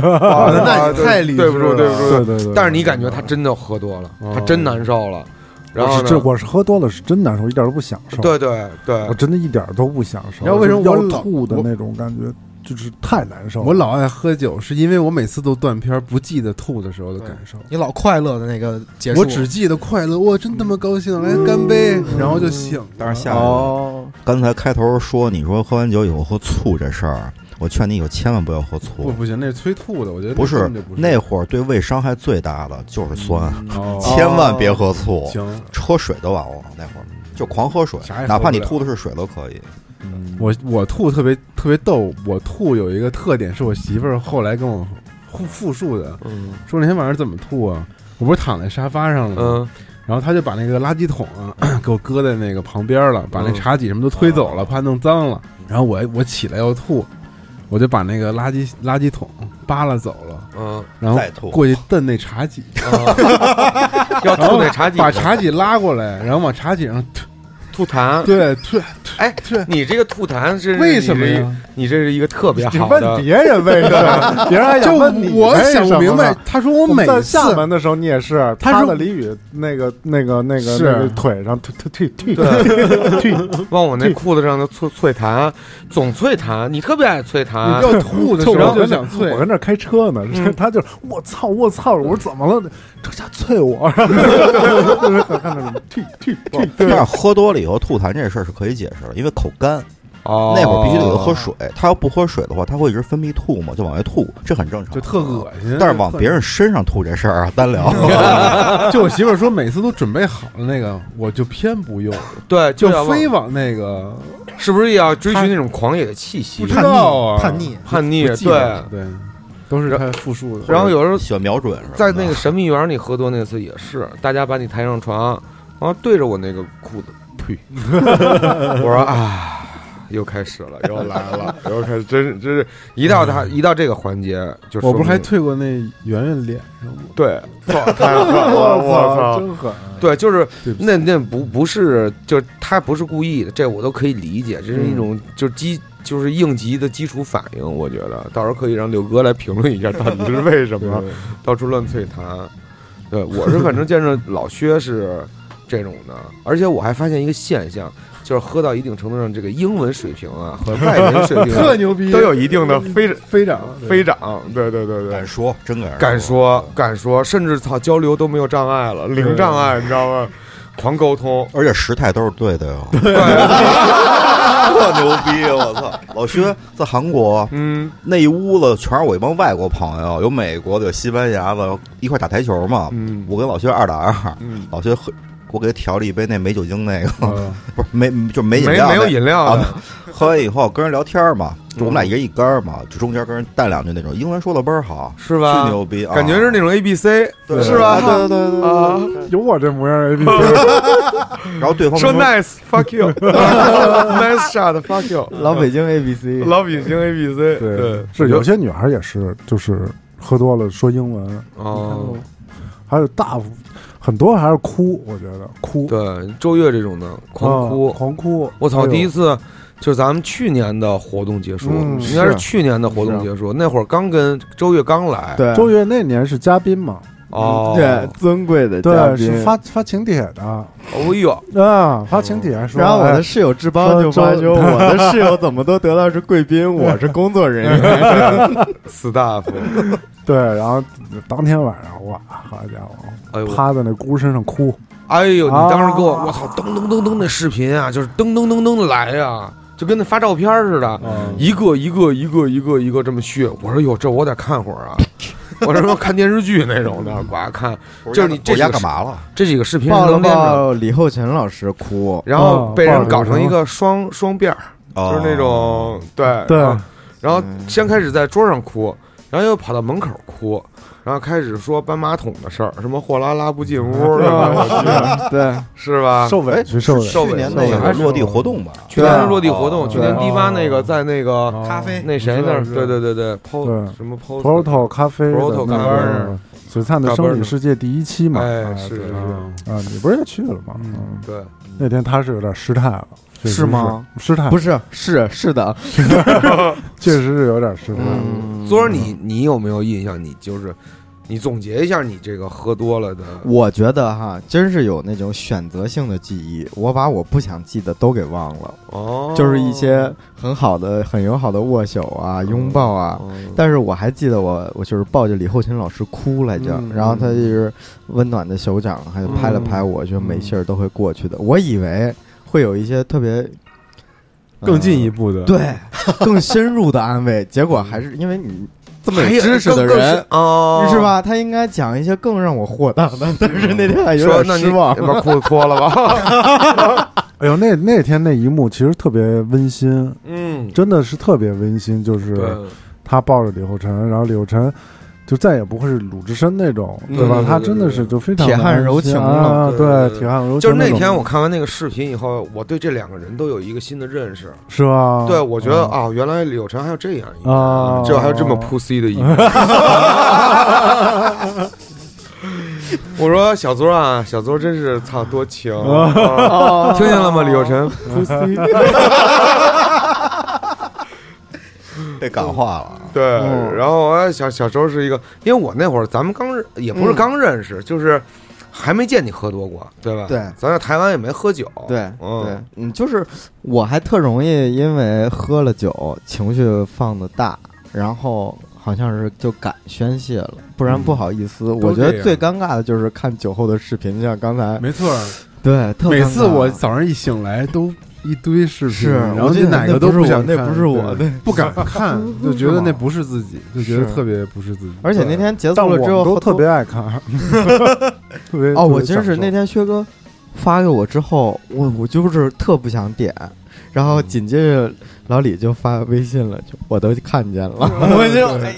Speaker 1: 意思啊
Speaker 5: 那你太理智
Speaker 1: 对不住
Speaker 5: 了
Speaker 1: 对不
Speaker 2: 对
Speaker 1: 住。
Speaker 2: 对对。
Speaker 1: 但是你感觉他真的喝多了，他真难受
Speaker 5: 哦
Speaker 1: 了，然
Speaker 2: 我
Speaker 1: 后
Speaker 2: 是这
Speaker 1: 呢？
Speaker 2: 我是喝多了，是真难受，一点都不享受。
Speaker 1: 对对对
Speaker 2: 我，真的一点儿都不享受。
Speaker 5: 你知道为什么
Speaker 2: 就是
Speaker 5: 我
Speaker 2: 要
Speaker 5: 老
Speaker 2: 吐的
Speaker 5: 我
Speaker 2: 那种感觉？就是太难受了。
Speaker 5: 我老爱喝酒，是因为我每次都断片儿，不记得吐的时候的感受。
Speaker 4: 你老快乐的那个结束，
Speaker 5: 我只记得快乐，哇，真他妈高兴，来干杯，
Speaker 1: 嗯
Speaker 5: 然后就醒了。
Speaker 3: 但是下来了
Speaker 6: 哦，
Speaker 3: 刚才开头说你说喝完酒以后喝醋这事儿，我劝你以后千万不要喝
Speaker 5: 不
Speaker 3: 醋。
Speaker 5: 不行，那是催吐的，我觉得
Speaker 3: 不
Speaker 5: 是
Speaker 3: 是那
Speaker 5: 那
Speaker 3: 会儿对胃伤害最大的就是酸，
Speaker 5: 哦，
Speaker 3: 千万别喝醋，
Speaker 5: 行，
Speaker 3: 喝水都完了。那会儿就狂喝水
Speaker 5: 啥也，喝
Speaker 3: 哪怕你
Speaker 5: 不了
Speaker 3: 吐的是水都可 以。
Speaker 5: 我我吐特别特别逗，我吐有一个特点是我媳妇儿后来跟我复复述的，说那天晚上怎么吐啊？我不是躺在沙发上了吗，
Speaker 1: 嗯，
Speaker 5: 然后她就把那个垃圾桶啊 给我搁在那个旁边了，把那茶几什么都推走了，怕弄脏了。然后我我起来要吐，我就把那个垃圾垃圾桶扒拉走了，
Speaker 1: 嗯，
Speaker 5: 然后
Speaker 3: 再吐
Speaker 5: 过去蹬那茶 几，
Speaker 1: 要
Speaker 5: 然后
Speaker 1: 吐那茶几，
Speaker 5: 把茶几拉过来，然后往茶几上 吐
Speaker 1: 吐痰。
Speaker 5: 对吐，
Speaker 1: 哎，你这个吐痰是
Speaker 5: 为什么呀？
Speaker 1: 你这是一个特别
Speaker 2: 你
Speaker 1: 好
Speaker 2: 问
Speaker 1: 的，
Speaker 2: 别人为 什么，别人还
Speaker 5: 就
Speaker 2: 想哎问你
Speaker 5: 我
Speaker 2: 为
Speaker 5: 想
Speaker 2: 什
Speaker 5: 不
Speaker 2: 么
Speaker 5: 明白
Speaker 2: 呢。，
Speaker 5: 他说我
Speaker 2: 我们
Speaker 5: 每
Speaker 2: 在
Speaker 5: 次
Speaker 2: 厦门的时候，你也是，
Speaker 5: 他
Speaker 2: 趴
Speaker 5: 是
Speaker 2: 在李宇那个、那个、那个、
Speaker 5: 是
Speaker 2: 那个腿上，退退退退退，
Speaker 1: 往我那裤子上的啐啐痰，总啐痰，你特别爱啐
Speaker 5: 你
Speaker 1: 痰。
Speaker 5: 要吐 的时
Speaker 2: 然
Speaker 5: 候
Speaker 2: 后
Speaker 5: 就
Speaker 2: 就
Speaker 5: 想啐嗯
Speaker 2: 我，跟那儿开车呢， 他就我操我操，我说怎么了？这家催我， 看那种退退退
Speaker 3: 但是喝多了以后吐痰这事儿是可以解释的，因为口干，
Speaker 1: 哦
Speaker 3: 那会儿必须得喝水。他要不喝水的话，他会一直分泌吐沫，就往外吐，这很正常。
Speaker 5: 就特恶心。
Speaker 3: 但是往别人身上吐这事儿啊，单聊。
Speaker 5: 就我媳妇儿说，每次都准备好了那个，我就偏不用，
Speaker 1: 对，
Speaker 5: 就
Speaker 6: 啊
Speaker 1: 要往
Speaker 5: 非往那 个
Speaker 1: 是不是也要追寻那种狂野的气息
Speaker 5: 不？知道啊，
Speaker 4: 叛逆，
Speaker 1: 叛逆，
Speaker 5: 不啊记
Speaker 1: 对
Speaker 5: 得，对，都是他复述的。
Speaker 1: 然后有时候
Speaker 3: 喜欢瞄准是啊吧？
Speaker 1: 在那个神秘园里喝多那次也是，大家把你抬上床，然后对着我那个裤子，呸！ 我说啊，又开始了，又来了，又开始，真是真是，一到他一到这个环节，就
Speaker 5: 嗯我不是还
Speaker 1: 说
Speaker 5: 退过那圆圆脸上吗？
Speaker 1: 明对，操，太 狠了，我操！
Speaker 2: 真狠！
Speaker 1: 对，就是
Speaker 5: 对不起
Speaker 1: 那那不不是，就是他不是故意的，这我都可以理解，这是一种就是基就是应急的基础反应，我觉得到时候可以让柳哥来评论一下，到底是为什么
Speaker 5: 对
Speaker 1: 到处乱啐痰。对我是反正见着老薛是这种的，而且我还发现一个现象，就是喝到一定程度上，这个英文水平啊和外文水 平啊
Speaker 5: 特牛逼，
Speaker 1: 都有一定的飞
Speaker 5: 飞长
Speaker 1: 飞涨。对对对对
Speaker 3: 敢。说，真敢
Speaker 1: 敢说敢说，甚至操交流都没有障碍了，零障碍，你知道吗？狂沟通，
Speaker 3: 而且时态都是对的哟，
Speaker 1: 对，
Speaker 3: 特牛逼！我操， 老薛在韩国
Speaker 1: 嗯
Speaker 3: 那一屋子全是我一帮外国朋友，有美国的，有西班牙的，一块打台球嘛。
Speaker 1: 嗯
Speaker 3: 我跟老薛二打二，
Speaker 1: 嗯，
Speaker 3: 老薛喝，我给他调了一杯那没酒精那个，
Speaker 5: 嗯
Speaker 3: 不是没就没
Speaker 1: 没
Speaker 3: 饮料那，
Speaker 1: 没有饮料嗯的，
Speaker 3: 喝完以后跟人聊天嘛，就我们俩一人一杆儿嘛，就中间跟人淡两句那种，英文说的倍儿好，
Speaker 1: 是吧
Speaker 3: 巨牛逼，啊
Speaker 1: 感觉是那种 A B C
Speaker 3: 对
Speaker 1: 是吧？
Speaker 3: 对对对对
Speaker 1: 啊，
Speaker 2: 有我这模样 A B C，
Speaker 3: 然后对方
Speaker 1: 说 nice fuck you，nice shot fuck you，
Speaker 6: 老北京 A B C，
Speaker 1: 老北京 A B C，对
Speaker 2: 对，是有些女孩也是，就是喝多了说英文，
Speaker 1: 哦，
Speaker 2: 还有大部很多还是哭，我觉得哭，
Speaker 1: 对，周越这种的狂
Speaker 2: 啊
Speaker 1: 哭，
Speaker 2: 狂哭，
Speaker 1: 我操，
Speaker 2: 哎呦
Speaker 1: 第一次。就是咱们去年的活动结束，
Speaker 2: 嗯
Speaker 1: 应该是
Speaker 2: 是
Speaker 1: 去年的活动结束。那会儿刚跟周越刚来，
Speaker 6: 对
Speaker 2: 周越那年是嘉宾嘛，
Speaker 1: 哦，
Speaker 6: 对，尊贵的嘉
Speaker 2: 对，
Speaker 6: 宾
Speaker 2: 是发发请帖的
Speaker 1: 哦呦，
Speaker 2: 啊，发请帖说，
Speaker 6: 然后我
Speaker 2: 哎
Speaker 6: 的室友志邦就
Speaker 2: 说
Speaker 6: 发
Speaker 2: 周
Speaker 6: 说，我的室友怎么都得到是贵宾，我是工作
Speaker 1: 嗯
Speaker 6: 人员。
Speaker 1: staff，
Speaker 2: 对，然后当天晚上，哇，好家伙，
Speaker 1: 哎呦，
Speaker 2: 趴在那姑身上哭，
Speaker 1: 哎呦，你当时给我，
Speaker 2: 啊
Speaker 1: 我操，噔噔噔噔那视频啊，就是噔噔噔噔的来呀、就跟那发照片似的，一个一个一个一个一个这么续。我说哟，这我得看会儿啊，我这他妈看电视剧那种的，我看就是你这
Speaker 3: 家
Speaker 1: 个
Speaker 3: 干嘛了？
Speaker 1: 这几个视频是
Speaker 6: 抱了
Speaker 1: 能连着，
Speaker 6: 抱李厚勤老师 哭，
Speaker 1: 然后
Speaker 2: 哦
Speaker 1: 被人
Speaker 2: 抱着
Speaker 1: 搞成
Speaker 2: 是
Speaker 1: 一
Speaker 2: 吗
Speaker 1: 个双双辫儿，
Speaker 3: 就
Speaker 1: 就是那种对
Speaker 2: 对，
Speaker 1: 然后然后
Speaker 6: 嗯
Speaker 1: 先开始在桌上哭，然后又跑到门口哭，然后开始说搬马桶的事儿，什么货拉拉不进屋，是吧 我记得
Speaker 6: 对，
Speaker 1: 是吧？
Speaker 2: 啊受委屈，受委屈，啊
Speaker 1: 受
Speaker 3: 哎去
Speaker 1: 委
Speaker 3: 年
Speaker 1: 屈
Speaker 3: 那
Speaker 1: 了
Speaker 3: 个落地活动吧，
Speaker 1: 去年是落地活动，
Speaker 3: 哦
Speaker 1: 去年迪吧那个在那个
Speaker 4: 咖啡
Speaker 1: 那谁那儿，
Speaker 5: 哦是
Speaker 1: 对对对对，PO
Speaker 2: 对
Speaker 1: 什么 PO
Speaker 2: Porto 咖啡的
Speaker 1: Porto
Speaker 2: 那
Speaker 1: 咖
Speaker 5: 啡
Speaker 2: 个璀璨的生理世界第一期嘛，
Speaker 1: 哎
Speaker 2: 啊
Speaker 1: 是
Speaker 2: 对
Speaker 1: 是
Speaker 5: 嗯
Speaker 2: 啊，你不是也去了吗？嗯，
Speaker 1: 对，
Speaker 2: 那天他是有点失态了，确实
Speaker 6: 是吗？
Speaker 2: 失态
Speaker 6: 不是，是是的，
Speaker 2: 确实是有点失态，
Speaker 1: 嗯
Speaker 5: 嗯
Speaker 1: 昨儿你你有没有印象？你就是你总结一下你这个喝多了的，
Speaker 6: 我觉得哈，真是有那种选择性的记忆，我把我不想记得都给忘了，
Speaker 1: 哦，
Speaker 6: 就是一些很好的、很友好的握手啊、拥抱啊。
Speaker 1: 哦
Speaker 6: 但是我还记得我，我就是抱着李厚勤老师哭来着，
Speaker 5: 嗯
Speaker 6: 然后他就是温暖的手掌，还拍了拍我，就没事儿都会过去的。我以为会有一些特别
Speaker 5: 更进一
Speaker 6: 步，
Speaker 5: 步的，
Speaker 6: 对，更深入的安慰，结果还是因为你这么
Speaker 1: 还
Speaker 6: 有
Speaker 1: 有
Speaker 6: 知识的
Speaker 1: 更更
Speaker 6: 人
Speaker 1: 是，哦，
Speaker 6: 是？吧？他应该讲一些更让我豁达的，但是那天还有
Speaker 1: 说
Speaker 6: 点
Speaker 1: 那你
Speaker 6: 失望。
Speaker 1: 你把裤子脱了吧。
Speaker 2: 哎呦，那那天那一幕其实特别温馨，
Speaker 1: 嗯，
Speaker 2: 真的是特别温馨，就是
Speaker 1: 对，
Speaker 2: 他抱着李厚辰，然后李厚辰就再也不会是鲁智深那种，
Speaker 1: 嗯
Speaker 2: 对吧？
Speaker 1: 对对
Speaker 2: 他
Speaker 1: 对
Speaker 2: 真的
Speaker 1: 对
Speaker 2: 是就非常
Speaker 6: 铁汉
Speaker 2: 的
Speaker 6: 柔情
Speaker 2: 啊，
Speaker 1: 了对对对
Speaker 2: 铁汉柔情。
Speaker 1: 就是那天我，看完那个视频以后，我对这两个人都有一个新的认识。
Speaker 2: 是吧？
Speaker 1: 对，我觉得
Speaker 2: 啊，
Speaker 1: 啊，原来柳晨还有这样一
Speaker 2: 啊
Speaker 1: 面，这还有这么 pussy 的一面。我说小邹啊，小邹真是操多情，啊听见了吗？李有晨
Speaker 2: 嗯
Speaker 1: pussy，
Speaker 3: 被感化了。
Speaker 1: 对。然后我还想小周是一个，因为我那会儿咱们刚认，也不是刚认识，就是还没见你喝多过，对吧？
Speaker 6: 对
Speaker 1: 咱在台湾也没喝酒，
Speaker 6: 对，对
Speaker 1: 嗯，，
Speaker 6: 嗯，就是我还特容易因为喝了酒，情绪放的大，然后好像是就敢宣泄了，不然不好意思。我
Speaker 5: 这
Speaker 6: 觉得
Speaker 5: 样
Speaker 6: 最尴尬的就是看酒后的视频，像刚才
Speaker 5: 没错儿。
Speaker 6: 对，特
Speaker 5: 每
Speaker 6: 尴
Speaker 5: 次
Speaker 6: 尬
Speaker 5: 我早上一醒来都一堆视频，
Speaker 6: 是
Speaker 5: 然后
Speaker 6: 我觉
Speaker 5: 这
Speaker 6: 得
Speaker 5: 哪
Speaker 6: 那
Speaker 5: 个都
Speaker 6: 不是
Speaker 5: 想
Speaker 6: 我
Speaker 5: 看，
Speaker 6: 那不是我
Speaker 5: 对
Speaker 6: 对
Speaker 5: 不敢看，就觉得那不是自己，就觉得
Speaker 6: 是
Speaker 5: 特别不是自己。
Speaker 6: 而 且那天结
Speaker 2: 但
Speaker 6: 束
Speaker 2: 我
Speaker 6: 了之后
Speaker 2: 们都
Speaker 6: 喝
Speaker 2: 特
Speaker 6: 多
Speaker 2: 别爱 看，特别
Speaker 6: 哦，
Speaker 2: 特别
Speaker 6: 我真
Speaker 2: 享
Speaker 6: 是
Speaker 2: 受
Speaker 6: 那天薛哥发给我之后，我我就是特不想点，然后紧接着老李就发微信了，就我都看见了，我就哎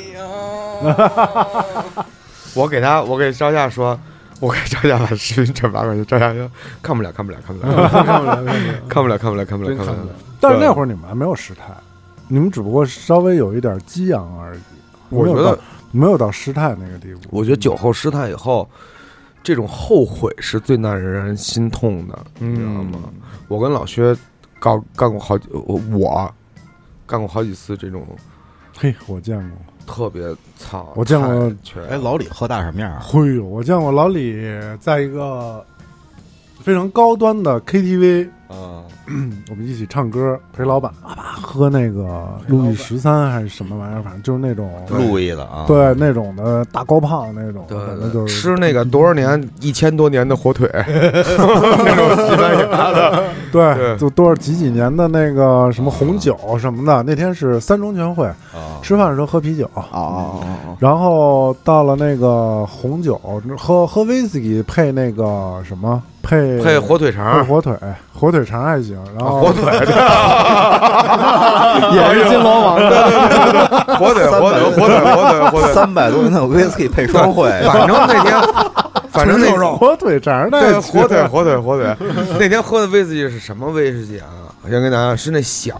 Speaker 1: 我给他，我给赵夏说，我给赵夏把视频转发过去，赵夏说看不了，看不了，看不了，
Speaker 5: 看不了，看不了
Speaker 1: 看不了，看不了，看不了，
Speaker 5: 真
Speaker 1: 看
Speaker 5: 看
Speaker 1: 不
Speaker 5: 不
Speaker 1: 了
Speaker 5: 了。。
Speaker 2: 但是那会儿你们还没有失态，你们只不过稍微有一点激昂而已。
Speaker 1: 我觉
Speaker 2: 没有
Speaker 1: 得
Speaker 2: 到没有到失态那个地步。
Speaker 1: 我觉得酒后失态以后，这种后悔是最让人心痛的，
Speaker 2: 嗯
Speaker 1: 你知道吗？我跟老薛干干过好几，我我干过好几次这种
Speaker 2: 嘿，我见过，
Speaker 1: 特别操，
Speaker 2: 我见过
Speaker 1: 太绝
Speaker 3: 哎，老李喝大什么样啊？
Speaker 2: 嘿哎呦，我见过老李在一个非常高端的 KTV，
Speaker 1: 啊，
Speaker 3: 嗯
Speaker 2: 我们一起唱歌，陪老板啊吧喝那个路易十三还是什么玩意儿，反正就是那种
Speaker 3: 路易的啊，
Speaker 2: 对那种的大高胖那种，
Speaker 1: 对
Speaker 2: 反
Speaker 1: 对
Speaker 2: 正就是
Speaker 1: 吃那个多少年一千多年的火 腿，那种西班牙的，对
Speaker 2: 对，就多少几几年的那个什么红酒什么的。那天是三中全会，
Speaker 3: 啊，
Speaker 2: 吃饭的时候喝啤酒，
Speaker 6: 哦哦
Speaker 2: 然后到了那个红酒，喝喝威士忌配那个什么配
Speaker 1: 配火腿
Speaker 2: 配
Speaker 1: 肠，
Speaker 2: 火腿，火腿肠还行。然后、
Speaker 1: 啊 火腿，
Speaker 6: 哦，也是金
Speaker 1: 哎
Speaker 6: 锣王的，
Speaker 1: 火腿，火腿，火腿，火腿，火腿，
Speaker 3: 三百多那威士忌配双汇，
Speaker 1: 反正那天，反正那
Speaker 2: 火腿肠
Speaker 1: 对，
Speaker 2: 那
Speaker 1: 火腿，火腿，火腿。 那天喝的威士忌是什么威士忌啊？我先跟大家是那响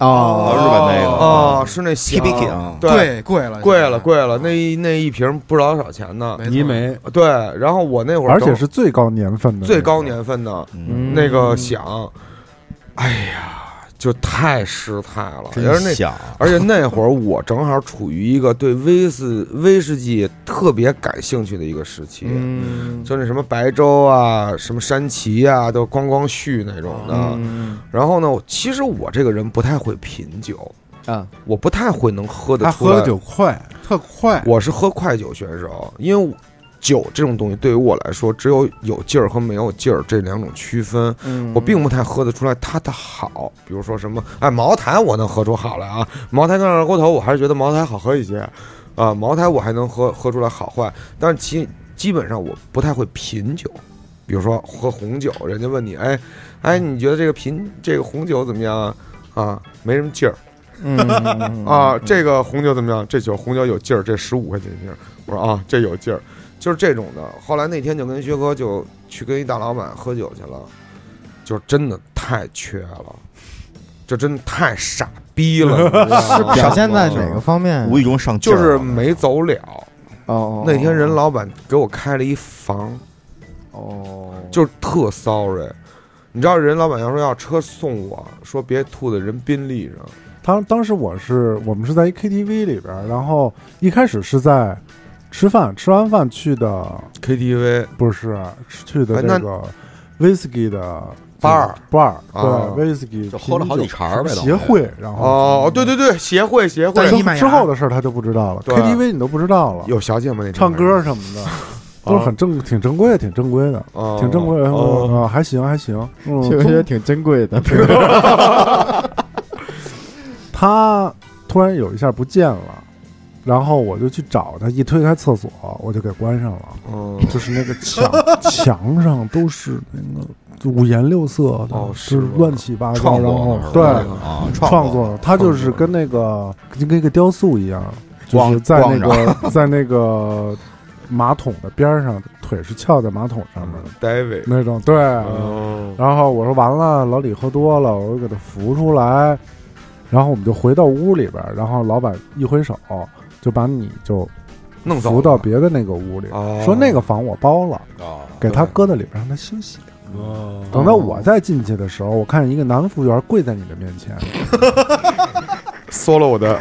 Speaker 3: 哦
Speaker 6: 哦，
Speaker 3: 日本那个
Speaker 1: 哦，是那响
Speaker 3: TBK 啊
Speaker 1: 对，
Speaker 4: 贵贵了，
Speaker 1: 贵了，贵了，那一那一瓶不知道多少钱呢
Speaker 4: 没。
Speaker 5: 泥煤，
Speaker 1: 对，然后我那会儿
Speaker 2: 而且
Speaker 1: 正
Speaker 2: 是最高年份的，
Speaker 1: 最高。年份的
Speaker 3: 嗯，
Speaker 1: 那个响，哎呀，就太失态了，而
Speaker 3: 真
Speaker 1: 那
Speaker 3: 香。
Speaker 1: 而且那会儿我正好处于一个对威士威士忌特别感兴趣的一个时期，
Speaker 6: 嗯，
Speaker 1: 就那什么白粥啊、什么山崎啊，都光光续那种的。
Speaker 6: 嗯
Speaker 1: 然后呢，其实我这个人不太会品酒，
Speaker 6: 啊，
Speaker 1: 我不太会能喝得
Speaker 5: 他
Speaker 1: 出
Speaker 5: 喝
Speaker 1: 来。
Speaker 5: 的酒快，特快，
Speaker 1: 我是喝快酒选手，因为我酒这种东西对于我来说，只有有劲儿和没有劲儿这两种区分。
Speaker 6: 嗯
Speaker 1: 我并不太喝得出来它的好，比如说什么，哎，茅台我能喝出好来啊，茅台跟二锅头我还是觉得茅台好喝一些，啊，茅台我还能喝喝出来好坏，但是其基本上我不太会品酒，比如说喝红酒，人家问你，哎，哎，你觉得这个品这个红酒怎么样啊？啊，没什么劲儿
Speaker 6: 嗯
Speaker 1: 啊，这个红酒怎么样？这酒红酒有劲儿，这十五块钱一瓶儿，我说啊，这有劲儿，就是这种的。后来那天就跟薛哥就去跟一大老板喝酒去了，就真的太缺了，就真的太傻逼 了，你知道
Speaker 6: 是
Speaker 1: 吗
Speaker 6: 表啊现在哪个方面？
Speaker 3: 无意中上劲
Speaker 1: 嗯就
Speaker 3: 儿
Speaker 1: 是
Speaker 3: 了
Speaker 1: 没走了。
Speaker 6: 哦，
Speaker 1: 那天人老板给我开了一房，
Speaker 6: 哦，
Speaker 1: 就是特 sorry。你知道人老板要说要车送我，说别吐在人宾利上，
Speaker 2: 当当时我是我们是在一 KTV 里边儿，然后一开始是在吃饭，吃完饭去的
Speaker 1: KTV
Speaker 2: 不是是去的
Speaker 1: 哎
Speaker 2: 这
Speaker 1: 那
Speaker 2: 个 whisky 的
Speaker 1: bar
Speaker 2: 伴
Speaker 1: 啊
Speaker 2: 儿，对 whisky
Speaker 3: 就喝了好几
Speaker 2: 啤酒
Speaker 3: 茬儿呗，
Speaker 2: 协会，然后
Speaker 1: 哦，对对对，协会协会
Speaker 4: 但
Speaker 2: 之
Speaker 4: 是
Speaker 2: 后
Speaker 4: 一买
Speaker 2: 之
Speaker 4: 牙
Speaker 2: 后的事儿他就不知道了
Speaker 1: 对
Speaker 2: ，KTV 你都不知道了，
Speaker 1: 有小姐吗？那
Speaker 2: 唱
Speaker 1: 地方
Speaker 2: 歌什么的 啊都是很正挺正规挺正规的，
Speaker 1: 哦
Speaker 2: 挺正规的
Speaker 1: 哦
Speaker 2: 啊，还行还行，嗯，
Speaker 6: 这个
Speaker 2: 中
Speaker 6: 也挺珍贵 的。
Speaker 2: 他突然有一下不见了，然后我就去找他，一推开厕所我就给关上了，
Speaker 1: 嗯，
Speaker 2: 就是那个墙墙上都是那个就五颜六色的，
Speaker 1: 哦
Speaker 2: 就是
Speaker 1: 吗
Speaker 2: 乱七八糟，
Speaker 3: 创
Speaker 2: 然
Speaker 3: 作
Speaker 2: 后
Speaker 3: 的
Speaker 2: 对
Speaker 3: 啊，
Speaker 2: 创
Speaker 3: 作
Speaker 2: 作的，他就是跟那个就跟一个雕塑一样，就是
Speaker 3: 光
Speaker 2: 在那
Speaker 3: 光
Speaker 2: 个在那个马桶的边儿上，腿是翘在马桶上面的
Speaker 1: David，
Speaker 2: 那种，对，
Speaker 1: 哦，
Speaker 2: 然后我说完了，老李喝多了，我就给他扶出来，然后我们就回到屋里边儿，然后老板一挥手就把你就
Speaker 1: 弄走
Speaker 2: 扶到别的那个屋里，
Speaker 1: 哦
Speaker 2: 说那个房我包了，
Speaker 3: 啊，
Speaker 2: 给他搁在里边儿让他休息。
Speaker 1: 哦
Speaker 2: 等到我再进去的时候，我看见一个男服务员跪在你的面前，
Speaker 1: 缩了我的，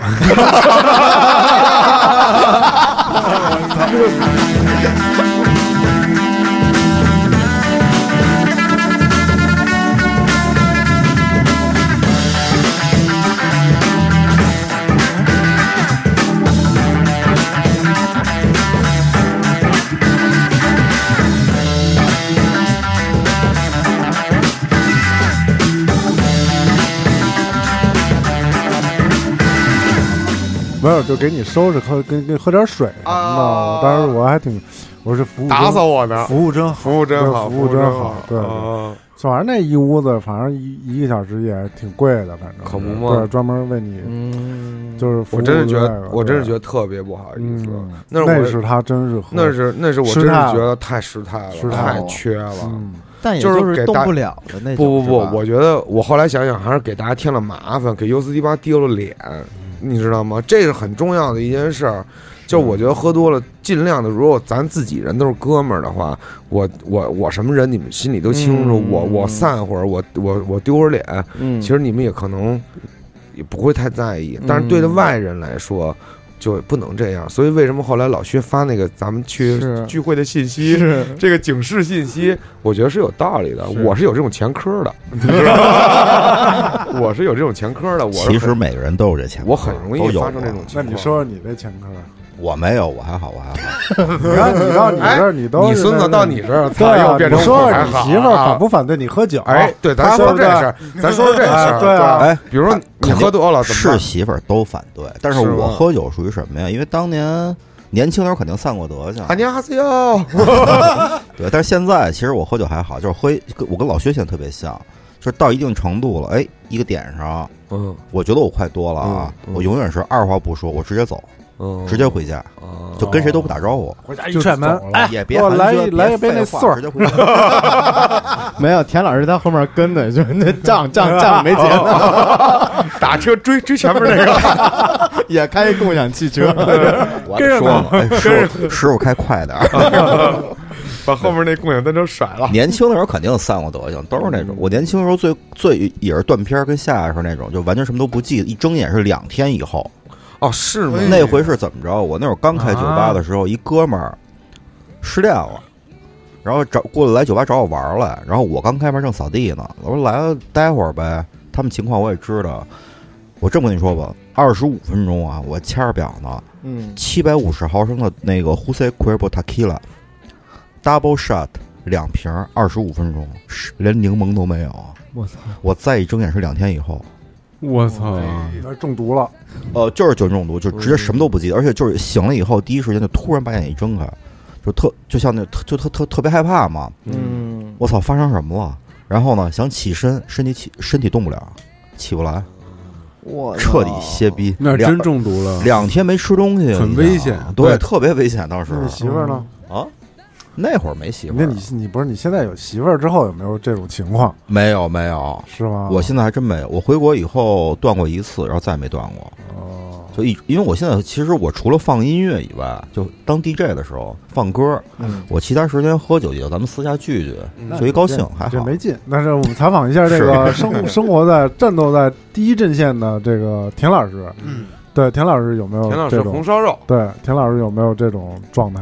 Speaker 2: 没有就给你收拾喝，给给喝点水什么的。
Speaker 1: 啊
Speaker 2: 我当时我还挺，我是服务
Speaker 1: 打
Speaker 2: 真
Speaker 1: 扫我呢，
Speaker 2: 服务真好，
Speaker 1: 服务真好，
Speaker 2: 对服务真好对
Speaker 1: 啊
Speaker 2: 反正那一屋子，反正一一个小时也挺贵的，反正
Speaker 1: 可不嘛
Speaker 2: 对，专门为你
Speaker 6: 嗯，
Speaker 2: 就是服务
Speaker 1: 我真是觉
Speaker 2: 之类
Speaker 1: 得
Speaker 2: 的，
Speaker 1: 我真是觉得
Speaker 2: 得，
Speaker 1: 特别不好意思，
Speaker 2: 嗯，
Speaker 1: 那是我
Speaker 2: 那是他真是喝
Speaker 1: 那是那是我真
Speaker 2: 失
Speaker 1: 是
Speaker 2: 态了
Speaker 1: 觉得太失态了，
Speaker 2: 失态
Speaker 1: 太
Speaker 2: 了
Speaker 1: 缺了。
Speaker 2: 嗯，
Speaker 6: 但也
Speaker 1: 就是
Speaker 6: 是
Speaker 1: 给
Speaker 6: 动
Speaker 1: 大
Speaker 6: 不了的那种。
Speaker 1: 不不
Speaker 6: 是
Speaker 1: 不
Speaker 6: 吧，
Speaker 1: 我觉得我后来想想，还是给大家添了麻烦，给尤斯蒂巴丢了脸，
Speaker 6: 嗯
Speaker 1: 你知道吗？这是很重要的一件事儿。就是
Speaker 6: 嗯
Speaker 1: 我觉得喝多了，尽量的，如果咱自己人都是哥们儿的话，我我我什么人，你们心里都清楚。
Speaker 6: 嗯
Speaker 1: 我我散会儿，我我我丢会儿脸，
Speaker 6: 嗯，
Speaker 1: 其实你们也可能也不会太在意，但是对着外人来说就不能这样。所以为什么后来老薛发那个咱们去
Speaker 6: 是
Speaker 1: 聚会的信息，这个警示信息，我觉得是有道理的。我是有这种前科 的，你知道吗我是有这种前科的。我是
Speaker 3: 其实
Speaker 1: 很
Speaker 3: 每个人都有这钱，
Speaker 1: 我很容
Speaker 3: 都
Speaker 1: 易
Speaker 3: 有
Speaker 1: 发生这种
Speaker 3: 过
Speaker 1: 情啊
Speaker 2: 那
Speaker 1: 况。
Speaker 2: 你说说你这前 科，
Speaker 3: 我没有，我还好，我还好。
Speaker 2: 你看你到你这儿，你都
Speaker 1: 你
Speaker 2: 是
Speaker 1: 孙子
Speaker 2: 那
Speaker 1: 到你这儿，
Speaker 2: 对
Speaker 1: 操，
Speaker 2: 啊，
Speaker 1: 又变成
Speaker 2: 你说
Speaker 1: 我
Speaker 2: 说
Speaker 1: 还
Speaker 2: 你
Speaker 1: 好
Speaker 2: 媳妇儿反
Speaker 1: 啊。
Speaker 2: 不反对你喝酒？
Speaker 1: 哎，对，咱
Speaker 2: 他
Speaker 1: 说说这
Speaker 2: 对不对
Speaker 1: 事儿，咱说说这事
Speaker 2: 哎
Speaker 1: 儿。
Speaker 2: 对啊
Speaker 1: 哎
Speaker 3: 哎，
Speaker 1: 比如说你喝多了怎么
Speaker 3: 是
Speaker 1: 办？
Speaker 3: 媳妇儿都反对，但是
Speaker 1: 是吗
Speaker 3: 我喝酒属于什么呀？因为当年年轻的时候肯定散过德去，
Speaker 1: 안녕하세요。
Speaker 3: 对。但是现在其实我喝酒还好，就是喝一，跟我跟老薛现在特别像，就是到一定程度了，哎，一个点上，
Speaker 1: 嗯
Speaker 3: 我觉得我快多了啊，
Speaker 1: 嗯嗯
Speaker 3: 我永远是二话不说，我直接走，
Speaker 1: 嗯
Speaker 3: 直接回家，
Speaker 1: 啊
Speaker 3: 就跟谁都不打招呼，
Speaker 2: 回家一踹门，哎，
Speaker 3: 哦也别
Speaker 2: 我
Speaker 3: 寒
Speaker 2: 来
Speaker 3: 暄
Speaker 2: 一来一杯
Speaker 3: 别
Speaker 2: 那
Speaker 3: 废话
Speaker 2: 穗儿
Speaker 3: 直接回家。
Speaker 6: 没有田老师在后面跟的，就是那仗仗 仗没结呢，
Speaker 1: 打车追追前面那个，
Speaker 6: 也开共享汽车。
Speaker 3: 我还得说嘛，哎师傅师傅开快点 儿。
Speaker 1: 把后面那共享单车甩了。
Speaker 3: 年轻的时候肯定散过德行，都是那种。我年轻的时候最最也是断片儿，跟夏夏是那种，就完全什么都不记，一睁眼是两天以后。
Speaker 1: 哦，是吗？
Speaker 3: 那回是怎么着？我那会儿刚开酒吧的时
Speaker 6: 啊
Speaker 3: 候，一哥们儿失恋了，然后找过来来酒吧找我玩儿来，然后我刚开门正扫地呢，我说来了待会儿呗，他们情况我也知道。我这么跟你说吧，二十五分钟啊，我掐着表呢，
Speaker 6: 嗯，
Speaker 3: 七百五十毫升的那个 h u s e c u e r b o Tequila Double Shot 两瓶，二十五分钟，是连柠檬都没有。啊
Speaker 6: 我操，
Speaker 3: 我再一睁眼是两天以后，
Speaker 5: 我操！
Speaker 2: 中毒了，
Speaker 3: 呃，就是酒精中毒，就直接什么都不记得，而且就是醒了以后，第一时间就突然把眼一睁开，就特就像那特就特特特别害怕嘛。
Speaker 6: 嗯，
Speaker 3: 我操，发生什么了？然后呢，想起身，身体起身体动不了，起不来，
Speaker 6: 我
Speaker 3: 彻底歇逼，
Speaker 5: 那
Speaker 3: 两
Speaker 5: 真中毒了，
Speaker 3: 两天没吃东西，
Speaker 5: 很
Speaker 3: 你想
Speaker 5: 危险
Speaker 3: 对，
Speaker 5: 对
Speaker 3: 特别危险。当时
Speaker 2: 那你媳妇儿
Speaker 1: 嗯
Speaker 2: 呢？
Speaker 3: 啊，那会儿没
Speaker 1: 啊
Speaker 3: 媳妇
Speaker 2: 那
Speaker 3: 儿
Speaker 2: 你，你不是你现在有媳妇儿之后有没有这种情况
Speaker 3: 没有没有，
Speaker 2: 是吗？
Speaker 3: 我现在还真没有，我回国以后断过一次，然后再也没断过。
Speaker 2: 哦，
Speaker 3: 就一，因为我现在其实我除了放音乐以外，就当 DJ 的时候放歌，
Speaker 6: 嗯
Speaker 3: 我其他时间喝酒也就咱们私下聚聚，就一高兴还
Speaker 2: 嗯这
Speaker 3: 好
Speaker 2: 没。劲。但是我们采访一下这个生生活在战斗在第一阵线的这个田老师，
Speaker 4: 嗯，
Speaker 2: 对，田老师有没有
Speaker 1: 田老师
Speaker 2: 这种
Speaker 1: 红烧肉，
Speaker 2: 对，田老师有没有这种状态？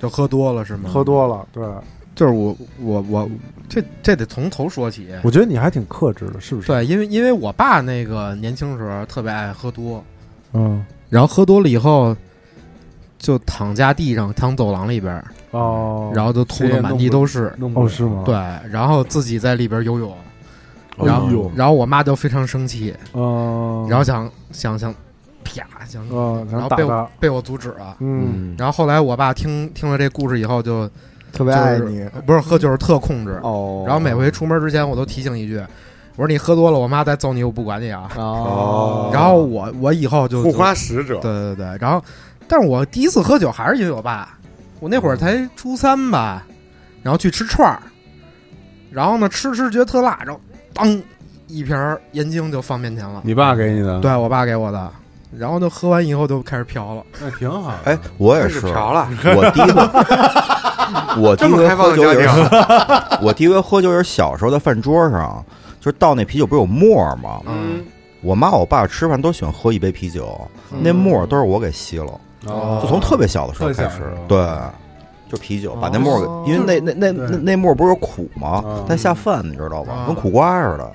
Speaker 4: 就喝多了是吗？
Speaker 2: 喝多了，对，
Speaker 4: 就是我我我这这得从头说起。
Speaker 2: 我觉得你还挺克制的，是不是？
Speaker 4: 对，因为因为我爸那个年轻时候特别爱喝多，
Speaker 2: 嗯，
Speaker 4: 然后喝多了以后就躺家地上，躺走廊里边儿，
Speaker 2: 哦，
Speaker 4: 嗯然后就吐
Speaker 5: 谁也
Speaker 4: 的
Speaker 5: 弄
Speaker 4: 满地
Speaker 5: 不
Speaker 4: 都是。
Speaker 5: 弄不
Speaker 2: 哦
Speaker 5: 了
Speaker 2: 是吗？
Speaker 4: 对，然后自己在里边游泳，然后、
Speaker 5: 哎呦
Speaker 4: 然后我妈就非常生气，
Speaker 2: 嗯，
Speaker 4: 然后想想想，啪想
Speaker 2: 嗯，
Speaker 4: 然
Speaker 2: 想
Speaker 4: 后
Speaker 2: 打
Speaker 4: 被
Speaker 2: 他
Speaker 4: 我，被我阻止了。
Speaker 2: 嗯，
Speaker 4: 然后后来我爸听听了这故事以后就，
Speaker 6: 特别
Speaker 4: 就
Speaker 6: 爱
Speaker 4: 是
Speaker 6: 你
Speaker 4: 不是喝就是特控制，
Speaker 6: 哦。
Speaker 4: 然后每回出门之前我都提醒一句，我说你喝多了，我妈再揍你我不管你啊。
Speaker 6: 哦，
Speaker 4: 然后我我以后就
Speaker 1: 护花使者
Speaker 4: 对，对对，然后但是我第一次喝酒还是因为我爸，我那会儿才初三吧，然后去吃串儿，然后呢吃吃觉得特辣，然后当一瓶儿盐精就放面前了，
Speaker 5: 你爸给你的，，
Speaker 4: 对我爸给我的，然后就喝完以后就开始飘了，
Speaker 5: 那挺好。
Speaker 3: 哎，，我也
Speaker 1: 开
Speaker 3: 是
Speaker 1: 始，嫖了，
Speaker 3: 我第 一个，我第
Speaker 1: 这
Speaker 3: 一
Speaker 1: 么
Speaker 3: 回
Speaker 1: 开放
Speaker 3: 喝
Speaker 1: 的啊
Speaker 3: 酒
Speaker 1: 家
Speaker 3: 也是，
Speaker 1: 庭，
Speaker 3: 我第一回喝酒也是小时候在饭桌上，就是倒那啤酒不是有沫儿吗？
Speaker 1: 嗯，
Speaker 3: 我妈我爸吃饭都喜欢喝一杯啤酒，
Speaker 2: 嗯
Speaker 3: 那沫儿都是我给吸了，
Speaker 5: 哦
Speaker 3: 就从特别小的时候
Speaker 5: 特小
Speaker 3: 开
Speaker 5: 的
Speaker 3: 始
Speaker 5: 时候，
Speaker 3: 对。就啤酒，把那沫儿给，因为那那那那
Speaker 5: 对
Speaker 3: 那沫儿不是有苦吗
Speaker 5: 嗯？
Speaker 3: 它下饭，你知道吧？
Speaker 4: 啊
Speaker 3: 跟苦瓜似的。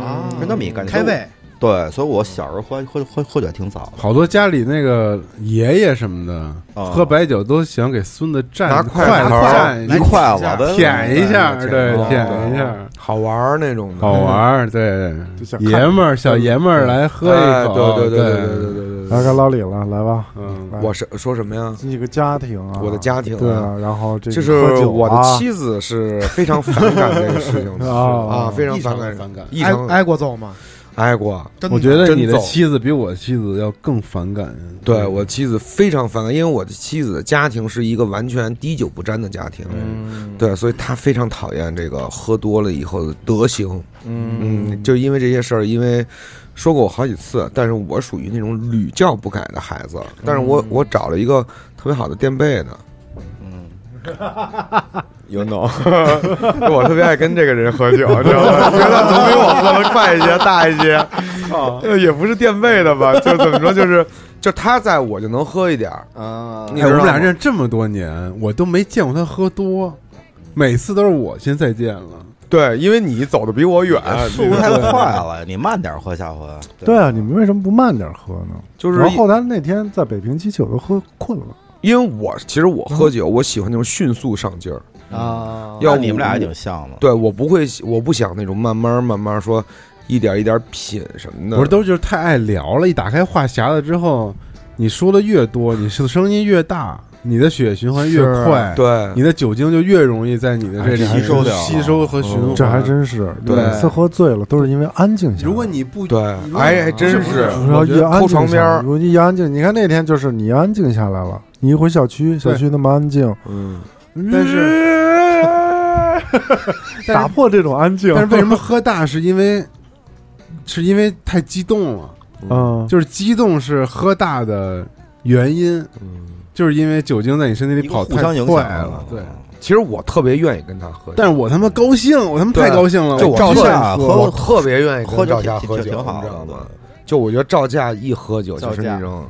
Speaker 4: 啊
Speaker 3: 是那么一感觉
Speaker 4: 开胃，
Speaker 3: 对，所以我小时候喝喝喝喝酒还挺早
Speaker 5: 好多家里那个爷爷什么的，
Speaker 3: 的，啊
Speaker 5: 喝白酒都想给孙子蘸
Speaker 1: 哦拿
Speaker 5: 筷
Speaker 1: 筷
Speaker 5: 子
Speaker 1: 子头
Speaker 5: 蘸
Speaker 3: 一筷子
Speaker 5: 舔一下，对，
Speaker 1: 哦嗯
Speaker 5: 舔一下，
Speaker 1: 好玩儿那种的，
Speaker 5: 好玩儿，对，
Speaker 2: 就想看
Speaker 5: 爷们儿小爷们儿来喝
Speaker 1: 嗯哎
Speaker 5: 一口，
Speaker 1: 对
Speaker 5: 对
Speaker 1: 对对对对对对
Speaker 2: 来
Speaker 1: 对。
Speaker 2: 该老李了，来吧，
Speaker 5: 嗯
Speaker 2: 来
Speaker 1: 我是说什么呀？
Speaker 2: 这个家庭啊，
Speaker 1: 我的家庭啊
Speaker 2: 对啊，然后这个
Speaker 1: 就是
Speaker 2: 喝酒啊
Speaker 1: 我的妻子是非常反感这个事情的
Speaker 2: 啊
Speaker 1: 啊，非常
Speaker 5: 异常
Speaker 1: 反感，
Speaker 5: 反感。
Speaker 1: 异
Speaker 4: 挨
Speaker 1: 常
Speaker 6: 哎
Speaker 4: 挨过揍吗？
Speaker 1: 挨过。
Speaker 4: 真
Speaker 5: 我
Speaker 4: 的
Speaker 5: 觉得
Speaker 1: 真
Speaker 5: 你的
Speaker 1: 揍
Speaker 5: 妻子比我妻子要更反感。
Speaker 1: 对我妻子非常反感，因为我的妻子的家庭是一个完全滴酒不沾的家庭，对，所以她非常讨厌这个喝多了以后的德行。嗯，就因为这些事儿，因为说过我好几次，但是我属于那种屡教不改的孩子。但是我我找了一个特别好的垫背的，You know，我特别爱跟这个人喝酒，知道吗？觉得总比我喝的快一些、大一些，呃也不是垫背的吧？就怎么说，就是就他在我就能喝一点儿，
Speaker 6: 啊，
Speaker 1: 你
Speaker 5: 哎，
Speaker 1: 知
Speaker 5: 我
Speaker 1: 道
Speaker 5: 们俩
Speaker 1: 吗
Speaker 5: 认识这么多年，我都没见过他喝多，每次都是我先再见了。
Speaker 1: 对，因为你走的比我远，
Speaker 3: 速度啊太快了，你慢点喝，下回。
Speaker 2: 对啊，你们为什么不慢点喝呢？
Speaker 1: 就是
Speaker 2: 然后后来那天在北平机器，我都喝困了。
Speaker 1: 因为我其实我喝酒，我喜欢那种迅速上劲儿，
Speaker 6: 啊，
Speaker 1: 要
Speaker 3: 那你们俩还
Speaker 1: 我
Speaker 3: 挺像的。
Speaker 1: 对我不会，我不想那种慢慢慢慢说一点一点品什么的，
Speaker 5: 不是，都就是太爱聊了，一打开话匣子之后，你说的越多，你是声音越大，你的血液循环越
Speaker 4: 是
Speaker 5: 快，，
Speaker 1: 对
Speaker 5: 你的酒精就越容易在你的这里
Speaker 3: 哎吸收掉了
Speaker 5: 吸收和循环。
Speaker 2: 嗯这还。真是，
Speaker 1: 对
Speaker 2: 每次喝醉了都是因为安静下来。
Speaker 5: 如果你不
Speaker 1: 对，哎，还真是
Speaker 5: 是
Speaker 2: 你要
Speaker 5: 我觉
Speaker 2: 一
Speaker 5: 得
Speaker 2: 安
Speaker 1: 抠
Speaker 2: 静
Speaker 1: 床
Speaker 2: 下
Speaker 1: 边
Speaker 2: 来，
Speaker 1: 儿
Speaker 2: 如果你一安静，你看那天就是你安静下来了，你一回小区，小区那么安静，
Speaker 1: 嗯，
Speaker 5: 但是
Speaker 2: 打破这种安静。
Speaker 5: 但是为什么喝大？是因为是因为太激动了，
Speaker 2: 嗯，
Speaker 5: 就是激动是喝大的原因，就是因为酒精在你身体
Speaker 3: 一
Speaker 5: 里
Speaker 3: 个
Speaker 5: 跑
Speaker 3: 互
Speaker 5: 太
Speaker 3: 相影响
Speaker 5: 快了，对。
Speaker 1: 其实我特别愿意跟他喝酒，
Speaker 5: 但是我他妈高兴，我他妈
Speaker 1: 对
Speaker 5: 太高兴了，
Speaker 1: 就我
Speaker 5: 照
Speaker 1: 特
Speaker 5: 相
Speaker 3: 喝
Speaker 1: 我特别愿意跟
Speaker 3: 喝酒
Speaker 1: 赵夏
Speaker 3: 挺
Speaker 1: 喝
Speaker 3: 挺
Speaker 1: 酒，
Speaker 3: 挺好
Speaker 1: 你知道
Speaker 3: 的嗯
Speaker 1: 吗？就我觉得赵夏一喝酒就是
Speaker 6: 赵
Speaker 1: 那
Speaker 6: 夏
Speaker 1: 种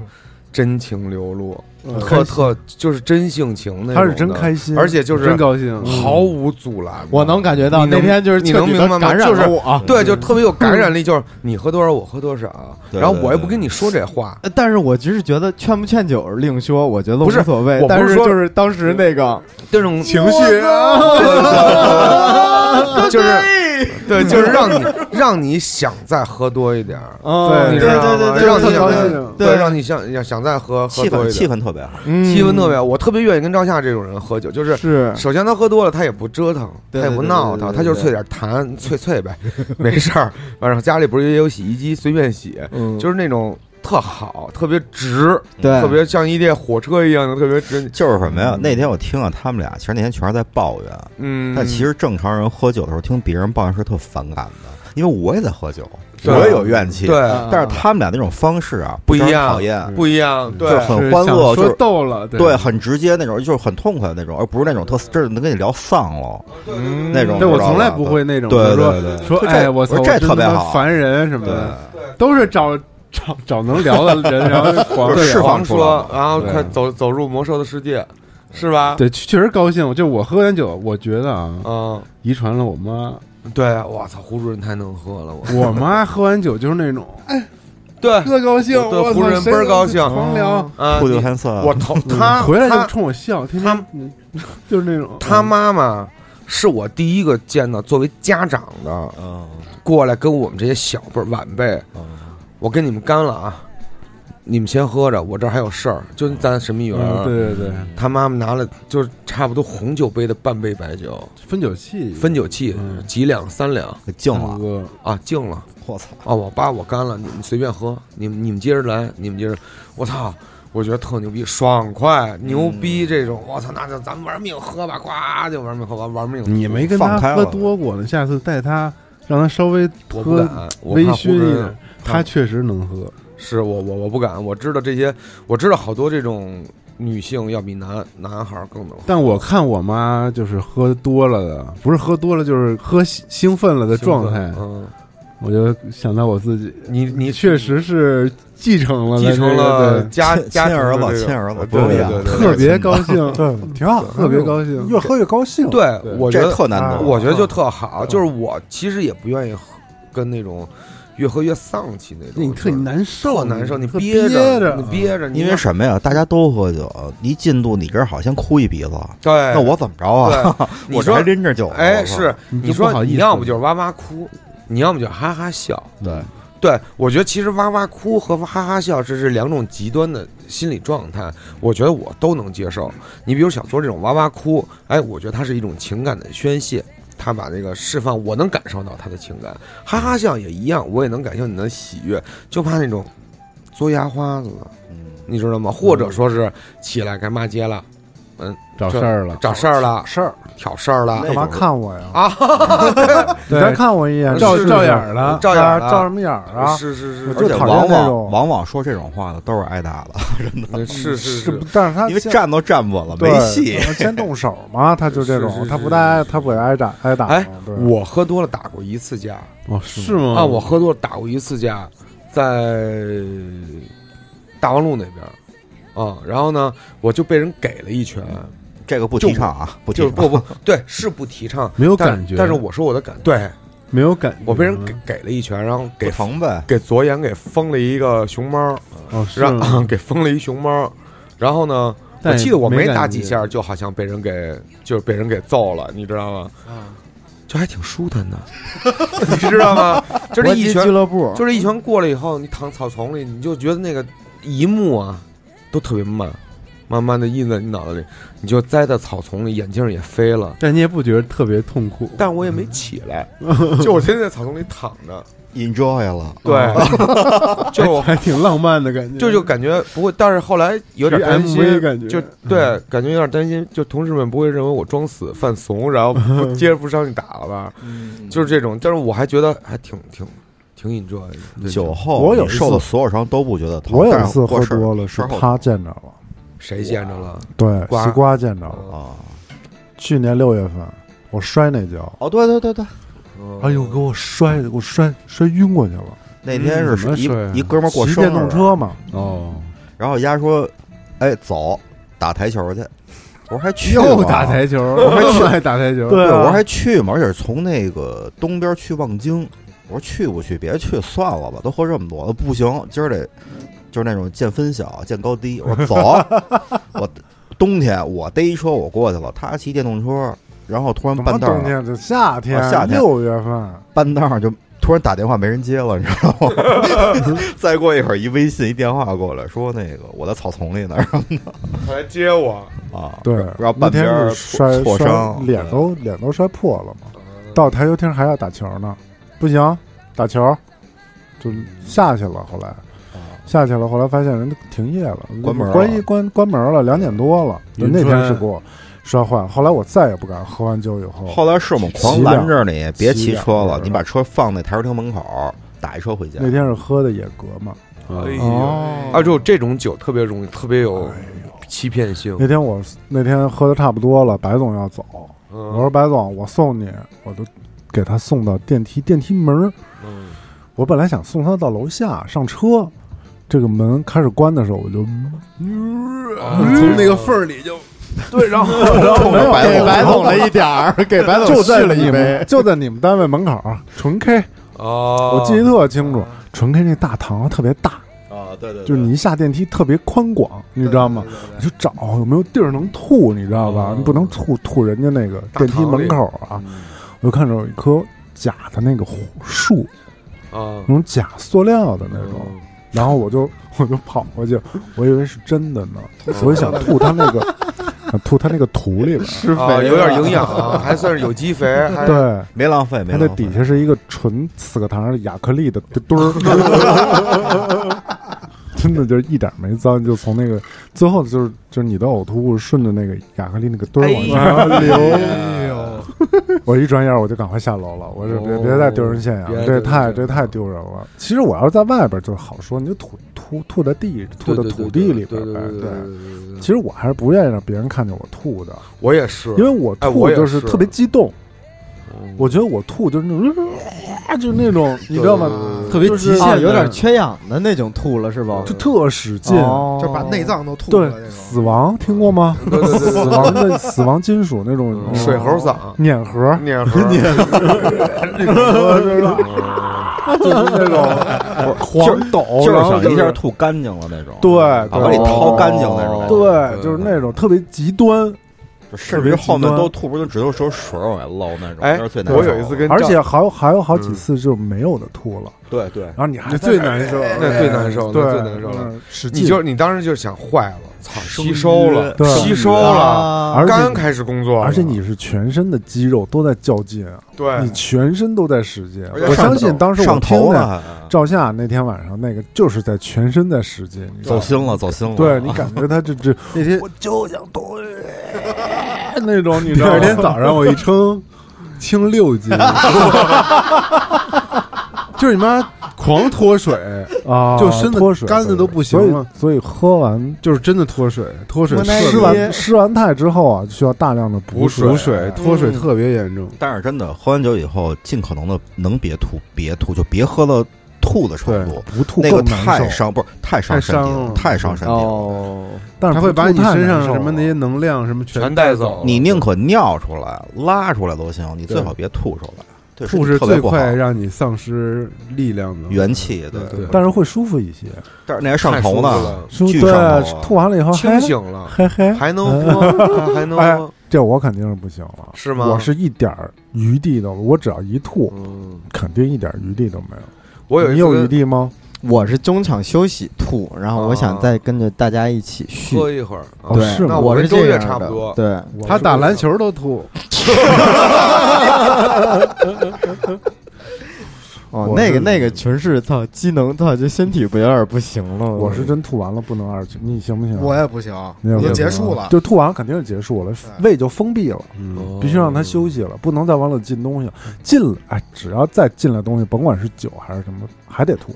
Speaker 1: 真情流露，
Speaker 2: 嗯
Speaker 1: 特特就是真性情那种的，
Speaker 2: 他是真开心，
Speaker 1: 而且就是
Speaker 5: 真高兴，嗯
Speaker 1: 毫无阻拦，
Speaker 6: 我能感觉到
Speaker 1: 你能
Speaker 6: 那天就是
Speaker 1: 你能
Speaker 6: 彻底
Speaker 1: 明
Speaker 6: 地
Speaker 1: 白吗
Speaker 6: 感染
Speaker 1: 就是
Speaker 6: 了我。啊
Speaker 1: 对，就特别有感
Speaker 6: 嗯
Speaker 1: 染力，就是你喝多少我喝多少，
Speaker 3: 对
Speaker 1: 然后
Speaker 3: 对
Speaker 1: 我也不
Speaker 3: 对
Speaker 1: 跟你说这话，
Speaker 6: 呃但是我只是觉得劝不劝酒另说，我觉得
Speaker 1: 不是
Speaker 6: 无所谓
Speaker 1: 我。不是
Speaker 6: 但
Speaker 1: 说
Speaker 6: 就是当时那个
Speaker 1: 这种
Speaker 5: 情绪啊，
Speaker 1: 就是对，就是让你让你想再喝多一点儿，
Speaker 6: 嗯，
Speaker 1: 你
Speaker 5: 对
Speaker 1: 知道吗
Speaker 6: 对对对
Speaker 1: 让
Speaker 6: 对
Speaker 1: 你
Speaker 6: 对
Speaker 1: 想
Speaker 6: 对嗯
Speaker 1: 再对，让你想想想再喝喝
Speaker 3: 气
Speaker 1: 多
Speaker 3: 氛
Speaker 1: 一
Speaker 3: 气
Speaker 1: 点，
Speaker 3: 氛特别好，
Speaker 1: 气氛特别好，我特别愿意跟赵夏这种人喝酒，就是
Speaker 6: 是
Speaker 1: 首先他喝多了，他也不折腾，他也
Speaker 6: 对
Speaker 1: 不闹腾，
Speaker 6: 对对对对
Speaker 1: 他就是啐点痰，啐啐呗， 没事儿。晚上家里不是也有洗衣机，随便洗，
Speaker 6: 嗯
Speaker 1: 就是那种特好，特别直，
Speaker 6: 对，
Speaker 1: 特别像一列火车一样的，特别直。
Speaker 3: 就是什么呀？那天我听了他们俩，其实那天全是在抱怨。
Speaker 1: 嗯，
Speaker 3: 但其实正常人喝酒的时候，听别人抱怨是特反感的，因为我也在喝酒，
Speaker 1: 对
Speaker 3: 我也有怨气。
Speaker 1: 对
Speaker 6: 啊
Speaker 3: 但是他们俩那种方式啊，
Speaker 1: 不一
Speaker 3: 招人
Speaker 1: 样
Speaker 3: 讨厌，
Speaker 1: 不一样，对
Speaker 3: 就很欢乐，就
Speaker 5: 呃说
Speaker 3: 是
Speaker 5: 逗了，对
Speaker 3: 对，很直接那种，就是很痛快的那种，而不是那种特这能跟你聊丧了
Speaker 1: 嗯
Speaker 3: 那种。
Speaker 5: 对我
Speaker 3: 知道吧
Speaker 5: 从来不会那种
Speaker 3: 对
Speaker 5: 说
Speaker 3: 对对对
Speaker 5: 说
Speaker 3: 这
Speaker 5: 哎我操，
Speaker 3: 我这
Speaker 5: 真
Speaker 3: 特别
Speaker 5: 他妈
Speaker 3: 好
Speaker 5: 烦人什么
Speaker 3: 对
Speaker 5: 的，都是找找找能聊的 人，然后狂
Speaker 1: 不
Speaker 5: 地
Speaker 1: 是释
Speaker 5: 聊
Speaker 1: 放出来，然后
Speaker 5: 对
Speaker 1: 快走走入魔兽的世界，是吧？
Speaker 5: 对，确确实高兴。就我喝点酒，我觉得啊，
Speaker 1: 嗯，
Speaker 5: 遗传了我妈。
Speaker 1: 对，啊我操，胡主任太能喝了，我
Speaker 5: 我妈喝完酒就是那 种，哎，
Speaker 1: 对，
Speaker 5: 特高兴，
Speaker 1: 对
Speaker 5: 我操
Speaker 1: 胡主任倍儿高兴
Speaker 5: 狂聊，
Speaker 1: 啊，
Speaker 3: 酷
Speaker 1: 你
Speaker 3: 就三色，
Speaker 1: 我头他
Speaker 5: 嗯回来就
Speaker 1: 他
Speaker 5: 冲我笑，天天嗯就是那种
Speaker 1: 他妈妈是我第一个见到作为家长的
Speaker 3: 嗯
Speaker 1: 过来跟我们这些小辈儿晚辈，
Speaker 3: 嗯
Speaker 1: 我跟你们干了啊！你们先喝着，我这儿还有事儿。就咱神秘园，
Speaker 5: 嗯对对对，
Speaker 1: 他妈妈拿了就是差不多红酒杯的半杯白酒，
Speaker 5: 分酒器，
Speaker 1: 分酒器、
Speaker 5: 嗯
Speaker 1: 几两三两
Speaker 3: 给净
Speaker 5: 大
Speaker 3: 了，
Speaker 5: 哥
Speaker 1: 啊，敬了
Speaker 3: 我操！
Speaker 1: 啊！我爸我干了，你们随便喝，你们你们接着来，你们接着，我操！我觉得特牛逼，爽快牛逼这种，我操，那就咱玩命喝吧，呱就玩命喝吧，玩命喝。
Speaker 5: 你没跟他
Speaker 3: 放开
Speaker 5: 喝
Speaker 3: 了
Speaker 5: 多过呢，下次带他，让他稍微
Speaker 1: 我不敢
Speaker 5: 喝，
Speaker 1: 我
Speaker 5: 微
Speaker 1: 怕胡
Speaker 5: 醺一
Speaker 1: 人
Speaker 5: 点。他确实能喝，
Speaker 1: 是我我我不敢，我知道这些，我知道好多这种女性要比男男孩儿更能
Speaker 5: 但我看我妈就是喝多了的，不是喝多了，就是喝兴兴奋了的状态
Speaker 1: 兴奋。嗯，
Speaker 5: 我就想到我自己，
Speaker 1: 你你
Speaker 5: 确实是继承了
Speaker 1: 继承了家
Speaker 3: 亲
Speaker 1: 家
Speaker 3: 亲儿
Speaker 1: 庭的这
Speaker 3: 子
Speaker 1: 个呃
Speaker 3: 亲儿子
Speaker 1: 对
Speaker 3: 不容易啊
Speaker 1: 对 对对
Speaker 5: 特别高兴，
Speaker 2: 对，挺好的，
Speaker 5: 特别高兴。
Speaker 2: 越喝越高兴。，
Speaker 1: 对
Speaker 5: 对
Speaker 1: 对，我觉
Speaker 3: 这
Speaker 1: 得嗯
Speaker 3: 特难
Speaker 5: 啊
Speaker 3: 嗯得，
Speaker 1: 我觉得就特好，就是我其实也不愿意喝跟那种越喝越丧气那种，
Speaker 5: 你
Speaker 1: 特
Speaker 5: 特难受，
Speaker 1: 特难受，你
Speaker 5: 特
Speaker 1: 憋
Speaker 5: 着，嗯
Speaker 1: 你憋着，你
Speaker 3: 因为什么呀？大家都喝酒，一进度你这儿好先哭一鼻子，
Speaker 1: 对，
Speaker 3: 那我怎么着啊？
Speaker 1: 哎 对，你
Speaker 3: 我这还
Speaker 1: 说
Speaker 3: 拎着酒呢，
Speaker 1: 哎
Speaker 3: 我操
Speaker 1: 是，
Speaker 5: 你就
Speaker 1: 你
Speaker 5: 不好
Speaker 1: 说
Speaker 5: 意
Speaker 1: 你
Speaker 5: 思
Speaker 1: 要不就是哇哇哭，你要么就哈哈笑。
Speaker 3: 对，
Speaker 1: 对，我觉得其实哇哇哭和哈哈笑这是两种极端的心理状态，我觉得我都能接受。你比如小作这种哇哇哭，哎，我觉得它是一种情感的宣泄，他把那个释放，我能感受到他的情感。哈哈笑也一样，我也能感受你的喜悦，就怕那种嘬牙花子了，
Speaker 3: 嗯
Speaker 1: 你知道吗？或者说是起来该骂街了，
Speaker 5: 找事儿了。
Speaker 1: 找事儿了，
Speaker 2: 事儿
Speaker 1: 挑事儿了
Speaker 2: 干嘛看我呀？
Speaker 1: 啊，
Speaker 2: 你再看我一眼，
Speaker 5: 照
Speaker 1: 是
Speaker 5: 照眼儿了，
Speaker 1: 照眼儿
Speaker 2: 啊
Speaker 1: 了
Speaker 2: 照什么眼儿 啊？
Speaker 1: 是 是是
Speaker 2: 我，
Speaker 3: 而
Speaker 2: 就
Speaker 3: 且
Speaker 2: 讨厌
Speaker 3: 往
Speaker 2: 那种
Speaker 3: 往往往说这种话的都是挨打的，
Speaker 1: 而且是是是
Speaker 2: 不，但是他
Speaker 3: 因为
Speaker 2: 现
Speaker 3: 站都站不稳了，没
Speaker 2: 对
Speaker 3: 戏。
Speaker 2: 先动手嘛，他就这
Speaker 1: 是是
Speaker 2: 种，
Speaker 1: 是
Speaker 2: 他不带他不给挨打挨打嘛。
Speaker 1: 哎
Speaker 2: 对
Speaker 1: 我喝多了打过一次架
Speaker 5: 哦，是吗？
Speaker 1: 啊，我喝多了打过一次架，在大望路那边儿啊，然后呢，我就被人给了一拳，
Speaker 3: 这个不
Speaker 1: 就
Speaker 3: 提倡啊，不提
Speaker 1: 就是
Speaker 3: 倡。
Speaker 1: 不不 对，是不提倡，
Speaker 5: 没有
Speaker 1: 但
Speaker 5: 感觉，
Speaker 1: 但是我说我的感，对
Speaker 5: 没有感觉，
Speaker 1: 我被人给给了一拳，然后
Speaker 3: 给
Speaker 5: 嗯
Speaker 1: 给
Speaker 3: 疼呗，
Speaker 1: 给左眼给封了一个熊猫，
Speaker 5: 哦，是
Speaker 1: 让、
Speaker 5: 吗？
Speaker 1: 给封了一熊猫，然后呢。我
Speaker 5: 但也
Speaker 1: 记得我
Speaker 5: 没
Speaker 1: 没
Speaker 5: 感
Speaker 1: 打
Speaker 5: 觉
Speaker 1: 几下，就好像被人给就是被人给揍了，你知道吗？就还挺舒 坦的，你知道吗？就这
Speaker 6: 搏
Speaker 1: 一
Speaker 6: 击
Speaker 1: 拳
Speaker 6: 俱乐部，
Speaker 1: 就是一拳过来以后，你躺草丛里，你就觉得那个一幕啊，都特别慢，慢慢的印在你脑子里，你就栽在草丛里，眼镜儿也飞了，
Speaker 5: 但你也不觉得特别痛苦，
Speaker 1: 但我也没起来， 就我天天在草丛里躺着，
Speaker 3: enjoy 了。
Speaker 1: 对， 就是我
Speaker 5: 还挺浪漫的感觉，
Speaker 1: 就就感觉不会， 但是后来有点担
Speaker 5: 是一 MV
Speaker 1: 心，
Speaker 5: 感觉
Speaker 1: 就对，感觉有点担心，就同事们不会认为我装死犯怂， 然后不接着不上去打了吧？就是这种，但是我还觉得还挺挺挺 enjoy 的。
Speaker 3: 酒后
Speaker 2: 我有一
Speaker 3: 你
Speaker 2: 次
Speaker 3: 受的所有伤都不觉得疼，
Speaker 2: 我有
Speaker 3: 但
Speaker 2: 一
Speaker 3: 是
Speaker 2: 次
Speaker 3: 过
Speaker 2: 喝
Speaker 3: 事儿
Speaker 2: 多了，是
Speaker 3: 事儿后
Speaker 2: 他见着了，
Speaker 1: 谁见着了？
Speaker 2: 对，
Speaker 1: 瓜
Speaker 2: 西瓜见着了。
Speaker 3: 啊，
Speaker 2: 去年六月份，我摔那跤，
Speaker 3: 哦，对对对对，嗯
Speaker 2: 哎呦，给我摔的，给我摔摔晕过去了。
Speaker 3: 那天
Speaker 5: 嗯
Speaker 3: 是
Speaker 5: 怎么
Speaker 3: 一
Speaker 5: 睡啊
Speaker 3: 一哥们儿过
Speaker 2: 骑
Speaker 3: 生
Speaker 2: 电动
Speaker 3: 日，
Speaker 2: 车嘛，
Speaker 5: 哦，
Speaker 3: 然后丫说：“哎，走，打台球去。”我说：“还去吗
Speaker 5: 又打台球，我
Speaker 3: 还去
Speaker 5: 还爱打台球，
Speaker 2: 对
Speaker 3: 对，
Speaker 2: 啊
Speaker 3: 我说还去吗？而且是从那个东边去望京，我说去不去？别去，算了吧，都喝这么多了，不行，今儿得就是那种见分晓，见高低。我说走，我冬天我逮一车我过去了，他骑电动车，然后突然
Speaker 2: 什么
Speaker 3: 半道
Speaker 2: 冬
Speaker 3: 儿
Speaker 2: 天就夏天，
Speaker 3: 啊夏天
Speaker 2: 六月份，
Speaker 3: 半道儿就突然打电话没人接了，你知道 吗？再过一会儿一微信一电话过来说那个我在草丛里呢，然后
Speaker 1: 后来接我，
Speaker 3: 啊，
Speaker 2: 对，
Speaker 3: 然
Speaker 2: 那
Speaker 3: 后半边
Speaker 2: 天
Speaker 3: 儿
Speaker 2: 是摔
Speaker 3: 挫挫
Speaker 2: 摔
Speaker 3: 伤，嗯
Speaker 2: 脸都脸都摔破了嘛。到台球厅还要打球呢，不行，打球就下去了。后来下去了，后来发现人都停业了，
Speaker 3: 哦关门了嗯
Speaker 2: 关一关关门了，两点多了。就
Speaker 5: 云
Speaker 2: 那天
Speaker 5: 川
Speaker 2: 是给我摔坏了，后来我再也不敢喝完酒以后，
Speaker 3: 后来是我们狂
Speaker 2: 哦骑辆
Speaker 3: 拦着你，别骑车
Speaker 2: 骑
Speaker 3: 了，
Speaker 2: 辆
Speaker 3: 你把车放那台球厅门口，打一车回家。
Speaker 2: 那天是喝的野格嘛，
Speaker 1: 哎
Speaker 5: 哦
Speaker 2: 哦
Speaker 1: 啊，就这种酒特别容易，特别有欺骗性。
Speaker 2: 那天我那天喝的差不多了，白总要走，我
Speaker 1: 嗯
Speaker 2: 说白总，我送你，我就给他送到电梯电梯门儿。
Speaker 1: 嗯
Speaker 2: 我本来想送他到楼下上车，这个门开始关的时候，我就
Speaker 5: 从那个缝儿里就
Speaker 2: 对，然后然后没有
Speaker 6: 给白
Speaker 2: 总
Speaker 6: 总了一点儿，给白总
Speaker 2: 就在
Speaker 6: 续了
Speaker 2: 你
Speaker 6: 一
Speaker 2: 们
Speaker 6: 杯。
Speaker 2: 就在你们单位门口儿纯 K，
Speaker 1: 哦，
Speaker 2: 我记得特清楚，纯 K 那大堂特别大，
Speaker 3: 啊，对对，
Speaker 2: 就是你一下电梯特别宽广，你知道吗？你就找有没有地儿能吐，你知道吧？
Speaker 1: 哦
Speaker 2: 你不能吐吐人家那个
Speaker 1: 大
Speaker 2: 电梯
Speaker 1: 堂里嗯
Speaker 2: 门口啊！我就看着有一棵假的那个树，
Speaker 1: 啊
Speaker 2: 那，种假塑料的那种，
Speaker 1: 嗯
Speaker 2: 然后我就我就跑过去，我以为是真的呢，我就想吐它那个， 想吐它那个土里边儿。
Speaker 6: 施
Speaker 1: 啊，有点营养，啊， 还算是有 机肥，还
Speaker 2: 对，
Speaker 3: 没浪费，没
Speaker 2: 它
Speaker 3: 浪费
Speaker 2: 那底下是一个纯死个糖的亚克力的墩儿， 真的就是一点没脏，就从那个最后就是就是你的呕吐物顺着那个亚克力那个墩儿往下
Speaker 1: 哎
Speaker 2: 流。我一转眼我就赶快下楼了，我说别
Speaker 1: 哦
Speaker 2: 别再丢人现眼
Speaker 1: 别
Speaker 2: 了，
Speaker 1: 再
Speaker 2: 这
Speaker 1: 丢人现
Speaker 2: 太
Speaker 1: 眼
Speaker 2: 这太丢人了。其实我要是在外边就好说，你就吐吐吐在地吐
Speaker 1: 对
Speaker 2: 在
Speaker 1: 对
Speaker 2: 土
Speaker 1: 对
Speaker 2: 地里
Speaker 1: 对
Speaker 2: 边
Speaker 1: 对
Speaker 2: 呗。
Speaker 1: 对
Speaker 2: 对，
Speaker 1: 对对
Speaker 2: 其实我还是不愿意让别人看见我吐的，
Speaker 1: 我也是，
Speaker 2: 因为我
Speaker 1: 哎
Speaker 2: 吐
Speaker 1: 我也
Speaker 2: 就是
Speaker 1: 是
Speaker 2: 特别激动。
Speaker 1: 嗯
Speaker 2: 我觉得我吐就是那种，呃就那种，你知道吗？
Speaker 1: 对
Speaker 2: 特别极限
Speaker 6: 啊，
Speaker 2: 的
Speaker 6: 有点缺氧的那种吐了是吧？
Speaker 2: 就特使劲。
Speaker 6: 哦
Speaker 4: 就是把内脏都吐
Speaker 2: 对
Speaker 4: 了那，种。
Speaker 2: 死亡听 过吗？
Speaker 1: 对对对对
Speaker 2: 死亡的死亡金属那种
Speaker 1: 嗯水猴嗓，
Speaker 2: 碾 核，
Speaker 1: 碾 核，碾核，
Speaker 2: 就是那种狂抖，
Speaker 3: 就是
Speaker 2: 然后
Speaker 3: 想一下
Speaker 2: 是
Speaker 3: 吐干净了那种，
Speaker 2: 对
Speaker 3: 啊，把你
Speaker 2: 对
Speaker 3: 掏干净那种，啊
Speaker 2: 对，就是那种特别极端，
Speaker 3: 就甚至于后面都吐不出，只有说水往外漏那种，
Speaker 1: 哎
Speaker 3: 那是最，难受
Speaker 1: 我
Speaker 3: 的。
Speaker 1: 有一次跟嗯
Speaker 2: 而且
Speaker 1: 丈
Speaker 2: 还有还有好几次就是没有的吐了，
Speaker 3: 对对
Speaker 2: 然后你还
Speaker 5: 那最难受，
Speaker 2: 哎
Speaker 1: 那最嗯难受，
Speaker 2: 对
Speaker 1: 那最难受了。
Speaker 2: 嗯使劲，
Speaker 1: 你就你当时就想坏了，操，吸收
Speaker 3: 收
Speaker 1: 了
Speaker 2: 对，
Speaker 1: 吸收了，
Speaker 6: 啊
Speaker 2: 而且
Speaker 1: 刚开始工作，
Speaker 2: 而且你是全身的肌肉都在较劲啊，
Speaker 1: 对
Speaker 2: 你全身都在使劲。
Speaker 3: 而且
Speaker 2: 我
Speaker 3: 上
Speaker 2: 相信当时我
Speaker 3: 上
Speaker 2: 听
Speaker 3: 头
Speaker 2: 见
Speaker 3: 了，还
Speaker 2: 赵夏那天晚上那个就是在全身在使劲，你知道
Speaker 3: 走
Speaker 2: 吗
Speaker 3: 心了，走啊心了。
Speaker 2: 对你感觉他这 这
Speaker 6: 那天
Speaker 2: 我就想吐那种，你知
Speaker 5: 第
Speaker 2: 道吗
Speaker 5: 二天早上我一称，轻六斤， 就是你妈狂脱水，
Speaker 2: 啊，
Speaker 5: 就身子
Speaker 2: 脱水
Speaker 5: 干的都不行
Speaker 2: 所以
Speaker 5: 了
Speaker 2: 所以喝完
Speaker 5: 就是真的脱水，脱水
Speaker 6: 我
Speaker 5: 特别
Speaker 6: 那
Speaker 2: 吃完吃完菜之后啊，需要大量的补嗯
Speaker 5: 补水，脱水特别严重。
Speaker 3: 但是真的喝完酒以后，尽可能的能别吐别吐，就别喝到吐的程度，
Speaker 2: 不吐
Speaker 3: 那个
Speaker 2: 更难
Speaker 3: 太
Speaker 2: 受，
Speaker 3: 伤，不是太伤身
Speaker 5: 太
Speaker 3: 体
Speaker 5: 伤
Speaker 3: 了
Speaker 5: 了，
Speaker 3: 太伤身体了。
Speaker 6: 哦，
Speaker 2: 但是
Speaker 5: 它会把你
Speaker 2: 不吐太
Speaker 5: 身
Speaker 2: 难
Speaker 5: 上
Speaker 2: 受
Speaker 5: 什么那些能量什么
Speaker 1: 全
Speaker 5: 全
Speaker 1: 带走，
Speaker 3: 你宁可尿出来、拉出来都行，你最好别吐出来，对身
Speaker 5: 吐
Speaker 3: 体
Speaker 5: 是
Speaker 3: 特别
Speaker 5: 最
Speaker 3: 不好
Speaker 5: 快让你丧失力量的
Speaker 3: 元气。对
Speaker 5: 对对
Speaker 2: 但是会舒服一些，
Speaker 3: 但是那还上
Speaker 1: 太舒
Speaker 3: 头
Speaker 1: 服
Speaker 3: 呢
Speaker 1: 了，
Speaker 2: 舒
Speaker 3: 巨
Speaker 2: 对
Speaker 3: 上头啊。
Speaker 2: 吐完了以后
Speaker 1: 清醒了，
Speaker 2: 嘿嘿嘿，
Speaker 1: 还能喝，还能
Speaker 2: 嗯哎
Speaker 1: 喝，
Speaker 2: 这我肯定是不行了，
Speaker 1: 是吗
Speaker 2: 我是一点儿余地都，我只要一吐，
Speaker 1: 嗯，
Speaker 2: 肯定一点余地都没有。
Speaker 1: 我有
Speaker 2: 你
Speaker 1: 一
Speaker 2: 有余
Speaker 1: 次
Speaker 2: 地吗？
Speaker 6: 我是中场休息吐，然后我想
Speaker 1: 啊
Speaker 6: 再跟着大家一起续。
Speaker 1: 喝一会儿，啊
Speaker 2: 哦
Speaker 6: 对，
Speaker 2: 是吗
Speaker 1: 那
Speaker 6: 我
Speaker 1: 我
Speaker 6: 是
Speaker 1: 跟周
Speaker 6: 这
Speaker 1: 越
Speaker 6: 样
Speaker 1: 差不
Speaker 6: 的
Speaker 1: 多
Speaker 6: 对，
Speaker 5: 他打篮球都吐，
Speaker 6: 哦，
Speaker 2: 我
Speaker 6: 那个
Speaker 2: 是
Speaker 6: 那个全是操机能操，就身体不有点不行了。
Speaker 2: 我是真吐完了不能二去，你行不行？
Speaker 4: 我也不行，
Speaker 2: 你也
Speaker 4: 我
Speaker 2: 不
Speaker 4: 就
Speaker 2: 行
Speaker 4: 结束了。
Speaker 2: 就吐完了肯定是结束了，
Speaker 4: 对
Speaker 2: 胃就封闭了，
Speaker 5: 嗯，
Speaker 2: 必须让它休息了，不能再往里进东西了。进了，哎，只要再进来东西，甭管是酒还是什么，还得吐。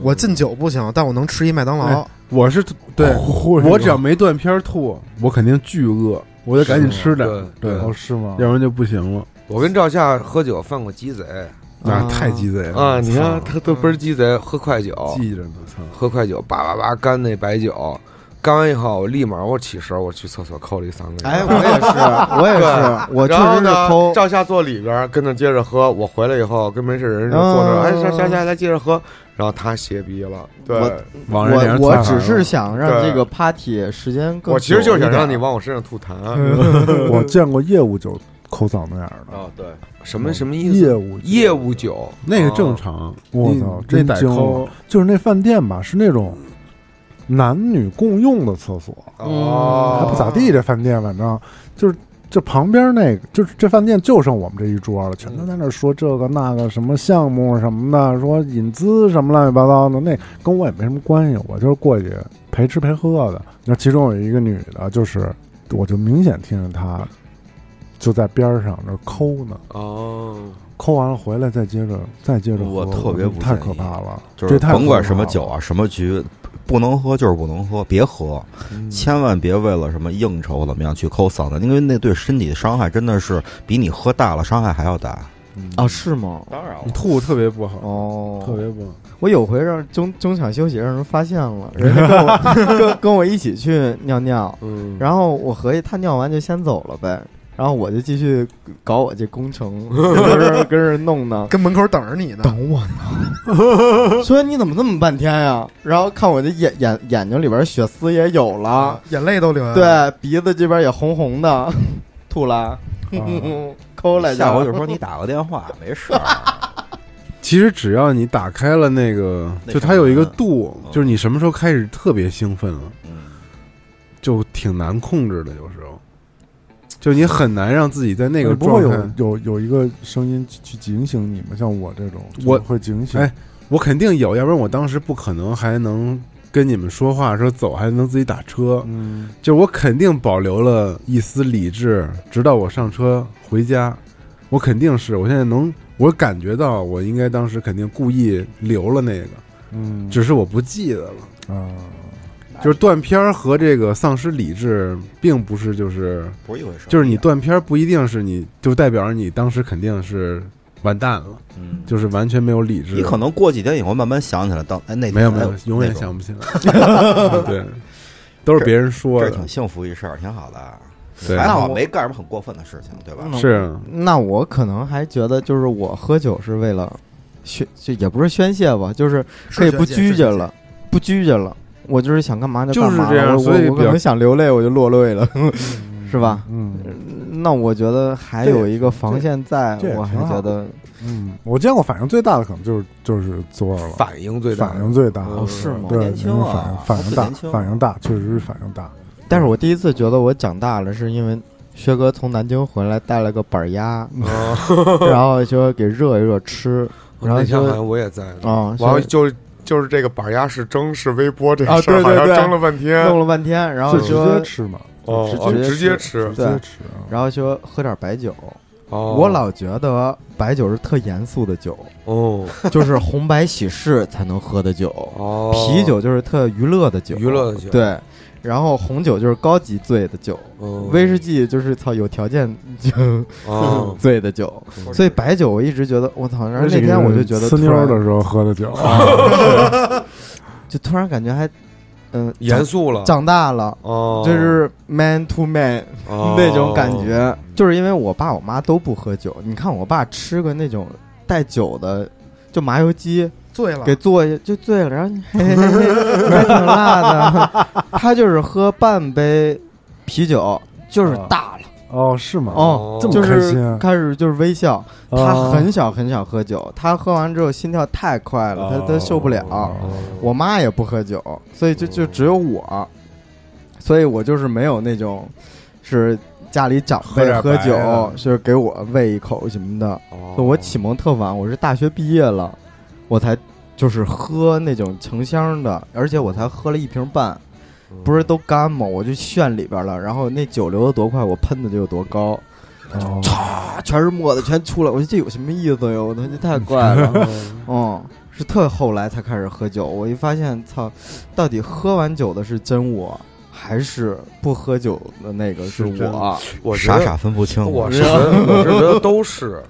Speaker 4: 我进酒不行，但我能吃一麦当劳。
Speaker 5: 我是吐对
Speaker 2: 或者
Speaker 5: 我只要没断片儿吐，我肯定巨饿，我得赶紧吃点儿，
Speaker 1: 对
Speaker 5: 对，
Speaker 2: 哦是吗？
Speaker 5: 要不然就不行了。
Speaker 1: 我跟赵夏喝酒犯过鸡贼
Speaker 5: 那太鸡贼了
Speaker 1: 啊！你看
Speaker 5: 操
Speaker 1: 他都倍儿鸡贼，喝快酒，
Speaker 5: 记着呢，操！
Speaker 1: 喝快酒，叭叭叭干那白酒，干完以后我立马我起身我去厕所抠了一嗓子眼。
Speaker 6: 哎，我也是，我也是，我确
Speaker 1: 然后
Speaker 6: 实是
Speaker 1: 呢
Speaker 6: 抠，。
Speaker 1: 赵夏坐里边儿跟着接着喝，我回来以后跟没事人似的坐那儿，
Speaker 6: 啊
Speaker 1: 哎，夏夏夏来接着喝，然后他歇逼了，对
Speaker 6: 我
Speaker 5: 往人脸
Speaker 6: 我
Speaker 5: 上
Speaker 6: 我
Speaker 5: 擦
Speaker 6: 只
Speaker 5: 汗
Speaker 6: 是想让
Speaker 1: 对
Speaker 6: 这个 party 时间更
Speaker 1: 我其实就是想
Speaker 6: 久一点
Speaker 1: 让你往我身上吐痰，啊
Speaker 2: 嗯我见过业务酒抠嗓子眼儿的，
Speaker 3: 啊，对，
Speaker 1: 什么什么意思？
Speaker 2: 业务
Speaker 1: 哦业务酒啊
Speaker 5: 那个正，常，
Speaker 2: 我
Speaker 5: 你
Speaker 2: 操，
Speaker 5: 那
Speaker 2: 真
Speaker 5: 得
Speaker 2: 惊
Speaker 5: 抠
Speaker 2: 了！。就是那饭店吧，是那种男女共用的厕所，
Speaker 1: 啊哦，
Speaker 2: 还不咋地。这饭店反正就是这旁边那个，就是这饭店就剩我们这一桌了，全都在那说这个那个什么项目什么的，说引资什么乱七八糟的，那跟我也没什么关系，我就是过去陪吃陪喝的。那其中有一个女的，就是我就明显听着她就在边上那抠呢，
Speaker 1: 哦，
Speaker 2: 抠完了回来再接着再接着喝，
Speaker 3: 我特别
Speaker 2: 觉得
Speaker 3: 不
Speaker 2: 太
Speaker 3: 建
Speaker 2: 可
Speaker 3: 议
Speaker 2: 怕了，
Speaker 3: 就是
Speaker 2: 这太
Speaker 3: 甭管
Speaker 2: 可
Speaker 3: 什么
Speaker 2: 怕
Speaker 3: 酒
Speaker 2: 了
Speaker 3: 啊，什么局，不能喝就是不能喝，别喝，
Speaker 5: 嗯
Speaker 3: 千万别为了什么应酬怎么样去抠嗓子，因为那对身体的伤害真的是比你喝大了伤害还要大。
Speaker 6: 啊，是吗？
Speaker 3: 当然了
Speaker 5: 你吐特别不好，
Speaker 6: 哦，
Speaker 5: 特别不好。
Speaker 6: 我有回让中中场休息让人发现了，人家跟 我跟跟我一起去尿尿，
Speaker 5: 嗯，
Speaker 6: 然后我合计他尿完就先走了呗，然后我就继续搞我这 工程，跟人跟人弄呢，
Speaker 4: 跟门口等着你呢。
Speaker 6: 等我 呢，说你怎么这么半天呀、然后看我这眼眼眼睛里边血丝也
Speaker 5: 啊
Speaker 6: 有了，
Speaker 4: 眼泪都流下来了。
Speaker 6: 对，鼻子这边也红红的，吐
Speaker 5: 啊
Speaker 6: 了，嗯抠了一嗯
Speaker 3: 下
Speaker 6: 下，
Speaker 3: 回就说你打个电话，没事 儿。
Speaker 5: 其实只要你打开了那个，
Speaker 3: 那
Speaker 5: 就
Speaker 3: 什
Speaker 5: 它有一个
Speaker 3: 么
Speaker 5: 度，
Speaker 3: 嗯
Speaker 5: 就是你什么时候开始特别兴奋了，
Speaker 3: 嗯
Speaker 5: 就挺难控制的。有时候，就你很难让自己在那个
Speaker 2: 不会
Speaker 5: 状
Speaker 2: 有
Speaker 5: 态。
Speaker 2: 有有一个声音去去警醒你们，像我这种，就
Speaker 5: 我
Speaker 2: 会警醒。
Speaker 5: 哎我肯定有，要不然我当时不可能还能跟你们说话，说走还能自己打车。
Speaker 2: 嗯，
Speaker 5: 就我肯定保留了一丝理智，直到我上车回家，我肯定是我现在能，我感觉到我应该当时肯定故意留了那个，
Speaker 2: 嗯，
Speaker 5: 只是我不记得了。
Speaker 2: 啊，
Speaker 5: 就是断片儿和这个丧失理智，并不是就是
Speaker 3: 不是一回事儿，
Speaker 5: 就是你断片儿不一定是你就代表着你当时肯定是完蛋了，
Speaker 3: 嗯，
Speaker 5: 就是完全没有理智。
Speaker 3: 你可能过几天以后慢慢想起来，当哎那
Speaker 5: 没有没
Speaker 3: 哎
Speaker 5: 有
Speaker 3: 那，
Speaker 5: 永远
Speaker 3: 种
Speaker 5: 想不 起来。对，都是别人说
Speaker 3: 这
Speaker 5: 的
Speaker 3: 挺。幸福一事儿，挺好的。
Speaker 5: 对
Speaker 3: 还好
Speaker 6: 那我
Speaker 3: 没干什么很过分的事情，对吧？
Speaker 6: 嗯
Speaker 5: 是
Speaker 6: 那我可能还觉得，就是我喝酒是为了宣，就也不是宣泄吧，就是可以不拘着了，不拘着了。我就是想干嘛就干嘛了，
Speaker 5: 就是这样
Speaker 6: 我
Speaker 5: 所以
Speaker 6: 我
Speaker 5: 比
Speaker 6: 我可
Speaker 5: 较
Speaker 6: 能想流泪，我就落泪了， 是吧？
Speaker 2: 嗯
Speaker 6: 那我觉得还有一个防线在
Speaker 2: 这也，
Speaker 6: 我还
Speaker 2: 挺好
Speaker 6: 觉得
Speaker 2: 嗯，我见过反应最大的可能就是就是左耳了，
Speaker 1: 反应最大，
Speaker 2: 反应最大。
Speaker 1: 嗯
Speaker 6: 哦是吗？
Speaker 2: 对，
Speaker 3: 年轻啊
Speaker 2: 反应反应大
Speaker 3: 还不年轻，
Speaker 2: 反应大，确实是反应大。
Speaker 6: 但是我第一次觉得我长大了，是因为薛哥从南京回来带了个板鸭， 然后说给热一热吃，然后
Speaker 1: 那天好
Speaker 6: 说
Speaker 1: 像我也在呢，
Speaker 6: 啊，
Speaker 1: 然后
Speaker 6: 说
Speaker 1: 就就是这个板鸭是蒸是微波这
Speaker 6: 啊
Speaker 1: 事儿，
Speaker 6: 对对
Speaker 1: 好像
Speaker 6: 对
Speaker 1: 争了半天，
Speaker 6: 弄了半天，然后
Speaker 2: 就直接
Speaker 6: 说
Speaker 2: 吃嘛，
Speaker 1: 哦，
Speaker 6: 直
Speaker 1: 哦
Speaker 6: 接
Speaker 1: 直接吃
Speaker 2: 直，
Speaker 6: 对
Speaker 2: 接吃啊。
Speaker 6: 然后说喝点白酒，
Speaker 1: 哦，
Speaker 6: 我老觉得白酒是特严肃的酒，
Speaker 1: 哦
Speaker 6: 就是红白喜事才能喝的酒，
Speaker 1: 哦，
Speaker 6: 啤酒就是特娱乐的酒，
Speaker 1: 娱乐的酒
Speaker 6: 对，然后红酒就是高级醉的酒，
Speaker 1: 嗯
Speaker 6: 威士忌就是操有条件就
Speaker 1: 哦
Speaker 6: 醉的酒，所以白酒我一直觉得我操，然后那天我就觉得
Speaker 2: 呲
Speaker 6: 突
Speaker 2: 妞儿
Speaker 6: 然
Speaker 2: 的时候喝的酒，
Speaker 6: 就突然感觉还嗯、
Speaker 1: 严肃了，
Speaker 6: 长长大了。
Speaker 1: 哦，
Speaker 6: 就是 man to man
Speaker 1: 哦
Speaker 6: 那种感觉，就是因为我爸我妈都不喝酒。你看我爸吃个那种带酒的，就麻油鸡
Speaker 4: 醉了
Speaker 6: 给，做一下就醉了，然后你 嘿嘿嘿嘿还挺辣的。他就是喝半杯啤酒， 就是大了
Speaker 2: 哦，是吗？
Speaker 6: 哦，
Speaker 1: 这么
Speaker 6: 就
Speaker 2: 开心
Speaker 6: 是
Speaker 2: 啊
Speaker 6: 开始就是微笑。他
Speaker 2: 哦
Speaker 6: 很小很小喝酒，他喝完之后心跳太快了，他他受不了。我妈也不喝酒，所以就就只有我，所以我就是没有那种是家里长辈
Speaker 5: 喝
Speaker 6: 喝
Speaker 5: 点白
Speaker 6: 酒，
Speaker 5: 啊
Speaker 6: 就是给我喂一口什么的。
Speaker 1: 哦
Speaker 6: 我启蒙特晚，我是大学毕业了，我才就是喝那种成箱的，而且我才喝了一瓶半，
Speaker 5: 嗯
Speaker 6: 不是都干吗？我就炫里边了，然后那酒流的多快，我喷的就有多高。
Speaker 2: 哦
Speaker 6: 啊，全是沫子，全出来。我说这有什么意思呀？我操，这太怪了。嗯，是特后来才开始喝酒，我一发现，操，到底喝完酒的是真我，还是不喝酒的那个是
Speaker 5: 是真
Speaker 6: 我？
Speaker 1: 我觉
Speaker 3: 傻
Speaker 1: 得
Speaker 3: 傻分不清。
Speaker 1: 我 是觉得我是觉得都是，
Speaker 6: 嗯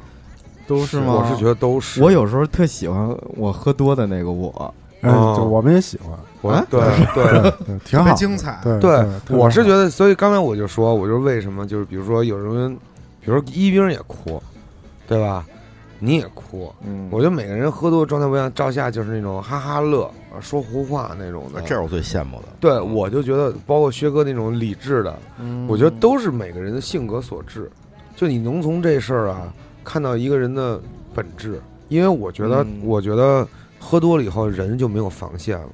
Speaker 6: 都是吗？
Speaker 1: 我是觉得都是，
Speaker 6: 我有时候特喜欢我喝多的那个我，
Speaker 2: 哎，
Speaker 1: 哦
Speaker 2: 就我们也喜欢，
Speaker 1: 我
Speaker 6: 啊
Speaker 1: 对对。
Speaker 2: 对，挺
Speaker 4: 特别
Speaker 2: 好，
Speaker 4: 精彩。
Speaker 2: 对
Speaker 1: 对，我是觉
Speaker 2: 得
Speaker 1: 得，所以刚才我就说，我就是为什么就是比如说有人，比如说一冰也哭，对吧？你也哭，
Speaker 6: 嗯，
Speaker 1: 我觉得每个人喝多的状态不一样。赵夏就是那种哈哈乐、啊说胡话那种
Speaker 2: 啊
Speaker 1: 的，
Speaker 3: 这是我最羡慕的。
Speaker 1: 对我就觉得，包括薛哥那种理智的，
Speaker 6: 嗯
Speaker 1: 我觉得都是每个人的性格所致。就你能从这事儿啊看到一个人的本质，因为我觉得，
Speaker 6: 嗯
Speaker 1: 我觉得喝多了以后人就没有防线了，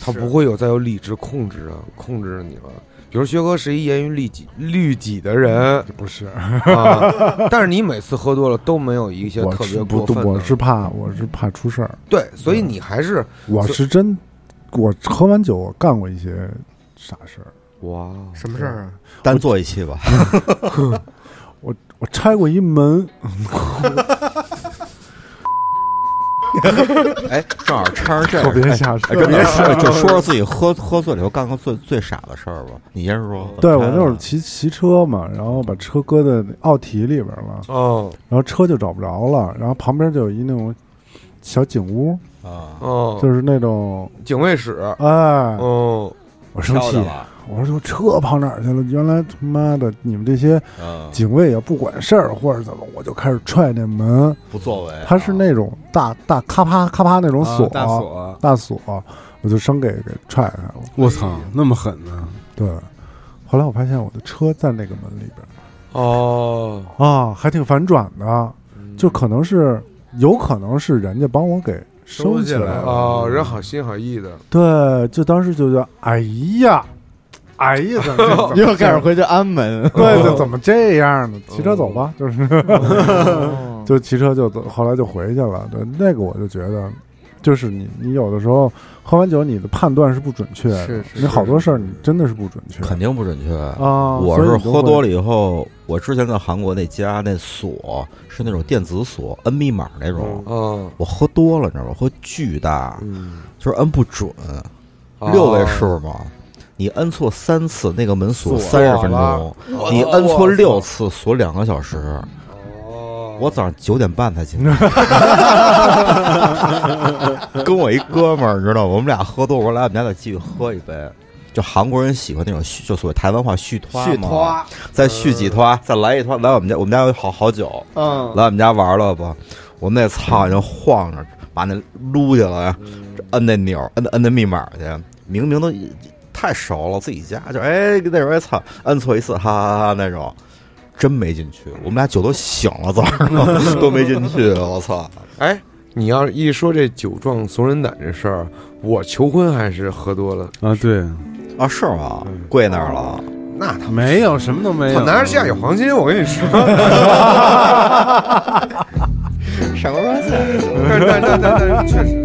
Speaker 1: 他不会有再有理智控制啊，控制着你了。比如薛哥是一严于律己、律己的人
Speaker 2: 不是，
Speaker 1: 啊，但是你每次喝多了都没有一些
Speaker 2: 我
Speaker 1: 特
Speaker 2: 是
Speaker 1: 别
Speaker 2: 不
Speaker 1: 过分，
Speaker 2: 我
Speaker 1: 的，
Speaker 2: 是怕，我是怕出事儿，
Speaker 1: 对，所以你还是
Speaker 2: 我是真，我喝完酒我干过一些傻事儿，
Speaker 1: 哇，
Speaker 4: 什么事儿啊？
Speaker 3: 单做一 期吧，
Speaker 2: 我拆过一门，
Speaker 3: 哎，正好掺上这
Speaker 2: 特
Speaker 3: 个，
Speaker 2: 别吓
Speaker 3: 哎
Speaker 2: 人，
Speaker 3: 真的说就说说自己喝喝醉了以后干过最最傻的事儿吧。你先说。
Speaker 2: 对我那会儿骑骑车嘛，然后把车搁在奥体里边了，
Speaker 1: 哦
Speaker 2: 然后车就找不着了，然后旁边就有一那种小警屋，
Speaker 3: 啊，
Speaker 1: 哦，
Speaker 2: 就是那种
Speaker 1: 警卫室，
Speaker 2: 哎，
Speaker 1: 哦，
Speaker 2: 我生气
Speaker 3: 飘着，了，
Speaker 2: 我说车跑哪儿去了？原来他妈的你们这些
Speaker 3: 嗯，
Speaker 2: 警卫也不管事儿或者怎么，我就开始踹那门，
Speaker 3: 不作为啊。
Speaker 2: 它是那种大大咔啪咔啪那种锁，
Speaker 5: 哎啊大锁，
Speaker 2: 大锁，我就生给给踹开了。
Speaker 5: 我操，那么狠呢？
Speaker 2: 对，后来我发现我的车在那个门里边
Speaker 1: 哦，
Speaker 2: 啊，还挺反转的，
Speaker 5: 嗯
Speaker 2: 就可能是有可能是人家帮我给收
Speaker 5: 收
Speaker 2: 起
Speaker 5: 起
Speaker 2: 来
Speaker 5: 来
Speaker 2: 了。
Speaker 5: 了
Speaker 1: 哦，人好心好意的，
Speaker 2: 对，就当时就觉得，哎呀，哎呀，怎 么。
Speaker 6: 又开始回去安门
Speaker 2: 对，就怎么这样呢？骑车走吧，
Speaker 5: 嗯
Speaker 2: 就是。
Speaker 6: 哦
Speaker 2: 就骑车就走，后来就回去了。对，那个我就觉得，就是你你有的时候喝完酒，你的判断是不准确的，
Speaker 6: 是是
Speaker 2: 你好多事儿你真的是不准确
Speaker 3: 肯定不准确。
Speaker 2: 啊。
Speaker 3: 我
Speaker 2: 所以
Speaker 3: 是
Speaker 2: 你就
Speaker 3: 喝多
Speaker 2: 会
Speaker 3: 了以后，我之前在韩国那家那锁是那种电子锁，摁密码那
Speaker 2: 嗯
Speaker 3: 种。
Speaker 1: 哦，
Speaker 3: 我喝多了，你知道吗？喝巨大，
Speaker 1: 嗯，
Speaker 3: 就是摁不准，
Speaker 1: 哦
Speaker 3: 六位数嘛。你摁错三次，那个门锁
Speaker 1: 锁
Speaker 3: 三十分
Speaker 1: 了
Speaker 3: 钟；你摁错六次，锁两个小时。
Speaker 1: 哦，
Speaker 3: 我早上九点半才进去， 跟我一哥们儿，你知道吗，我们俩喝多，我说来我们家再继续喝一杯。就韩国人喜欢那种续，就所谓台湾话续托
Speaker 6: 续
Speaker 3: 嘛，
Speaker 6: 托，
Speaker 3: 再续几托，再来一托，来我们家，我们家有好好酒，
Speaker 6: 嗯，
Speaker 3: 来我们家玩了吧。我们那操
Speaker 2: 嗯
Speaker 3: 人晃着，把那撸下来，这摁那钮儿，摁摁那密码去，明明都太熟了，自己家就哎那时候哎操，摁错一次，哈哈哈哈那种，真没进去。我们俩酒都醒了，早 上都都没进去，我操！
Speaker 1: 哎，你要一说这酒壮怂人胆这事儿，我求婚还是喝多了，
Speaker 5: 啊，对，
Speaker 3: 啊是吗？
Speaker 2: 嗯
Speaker 3: 跪那儿了，
Speaker 1: 那他
Speaker 5: 没有什么都没有，
Speaker 1: 我拿着下有黄金，我跟你说，
Speaker 3: 闪光灯
Speaker 1: 但但但但但确实，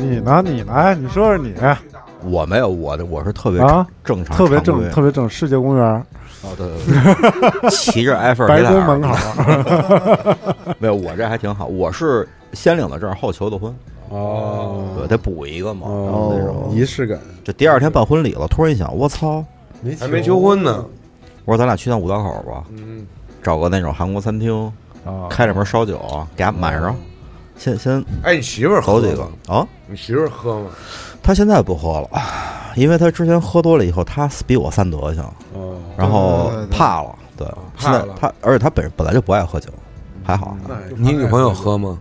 Speaker 2: 你你呢？你来，你说说你，
Speaker 3: 我没有，我的我是特别
Speaker 2: 啊
Speaker 3: 正常，
Speaker 2: 特别
Speaker 3: 常规
Speaker 2: 正，特别正，世界公园，
Speaker 3: 哦对对对，骑着埃菲尔
Speaker 2: 白
Speaker 3: 铁塔
Speaker 2: 宫门口，
Speaker 3: 没有，我这还挺好，我是先领的证，后求的婚，
Speaker 5: 哦
Speaker 3: 对，得补一个嘛。那
Speaker 5: 哦，
Speaker 3: 种
Speaker 5: 仪式感，
Speaker 3: 这第二天办婚礼了，突然一想，我操！
Speaker 5: 没
Speaker 1: 还没求婚呢，
Speaker 3: 我说咱俩去趟五道口吧，
Speaker 1: 嗯，
Speaker 3: 找个那种韩国餐厅，
Speaker 2: 啊，
Speaker 3: 开着门烧酒，给他买上，先先
Speaker 1: 哎，你媳妇儿
Speaker 3: 走
Speaker 1: 哦喝
Speaker 3: 几个
Speaker 1: 吗？
Speaker 3: 啊。
Speaker 1: 你媳妇儿喝吗？
Speaker 3: 他现在不喝了，因为他之前喝多了以后，他比我散德行，
Speaker 5: 哦，
Speaker 3: 然后
Speaker 6: 对对对
Speaker 3: 怕了，对，现
Speaker 1: 怕
Speaker 3: 在
Speaker 1: 了嗯
Speaker 3: 他而且他本本来就不爱喝酒，还好。啊
Speaker 5: 那也
Speaker 1: 你女朋友喝吗？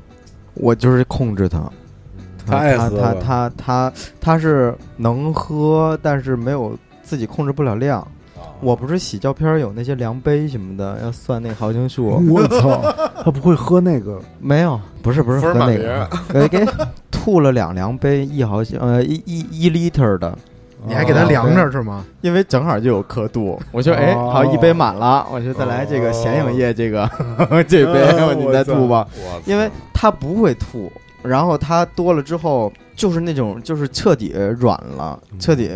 Speaker 6: 我就是控制他。嗯
Speaker 5: 他爱喝
Speaker 6: 他
Speaker 5: 吧
Speaker 6: 他他他是能喝，但是没有自己控制不了量。我不是洗照片儿有那些量杯什么的，要算那个毫升 数。
Speaker 2: 我操，他不会喝那个
Speaker 6: 没有，不是不是
Speaker 1: 分
Speaker 6: 喝
Speaker 1: 儿满
Speaker 6: 那个， 给给吐了两量杯，一毫升呃一一一 liter 的，
Speaker 4: 你还给
Speaker 2: 啊
Speaker 4: 他量着是吗？
Speaker 6: 因为正好就有刻度。我就哎，
Speaker 2: 哦
Speaker 6: 好一杯满了，我就再来这个显影液这个这杯，
Speaker 5: 哦
Speaker 6: 你
Speaker 5: 我
Speaker 6: 再
Speaker 5: 操
Speaker 6: 吐吧，
Speaker 3: 我
Speaker 6: 因为他不会吐，然后他多了之后就是那种就是彻底软了，彻底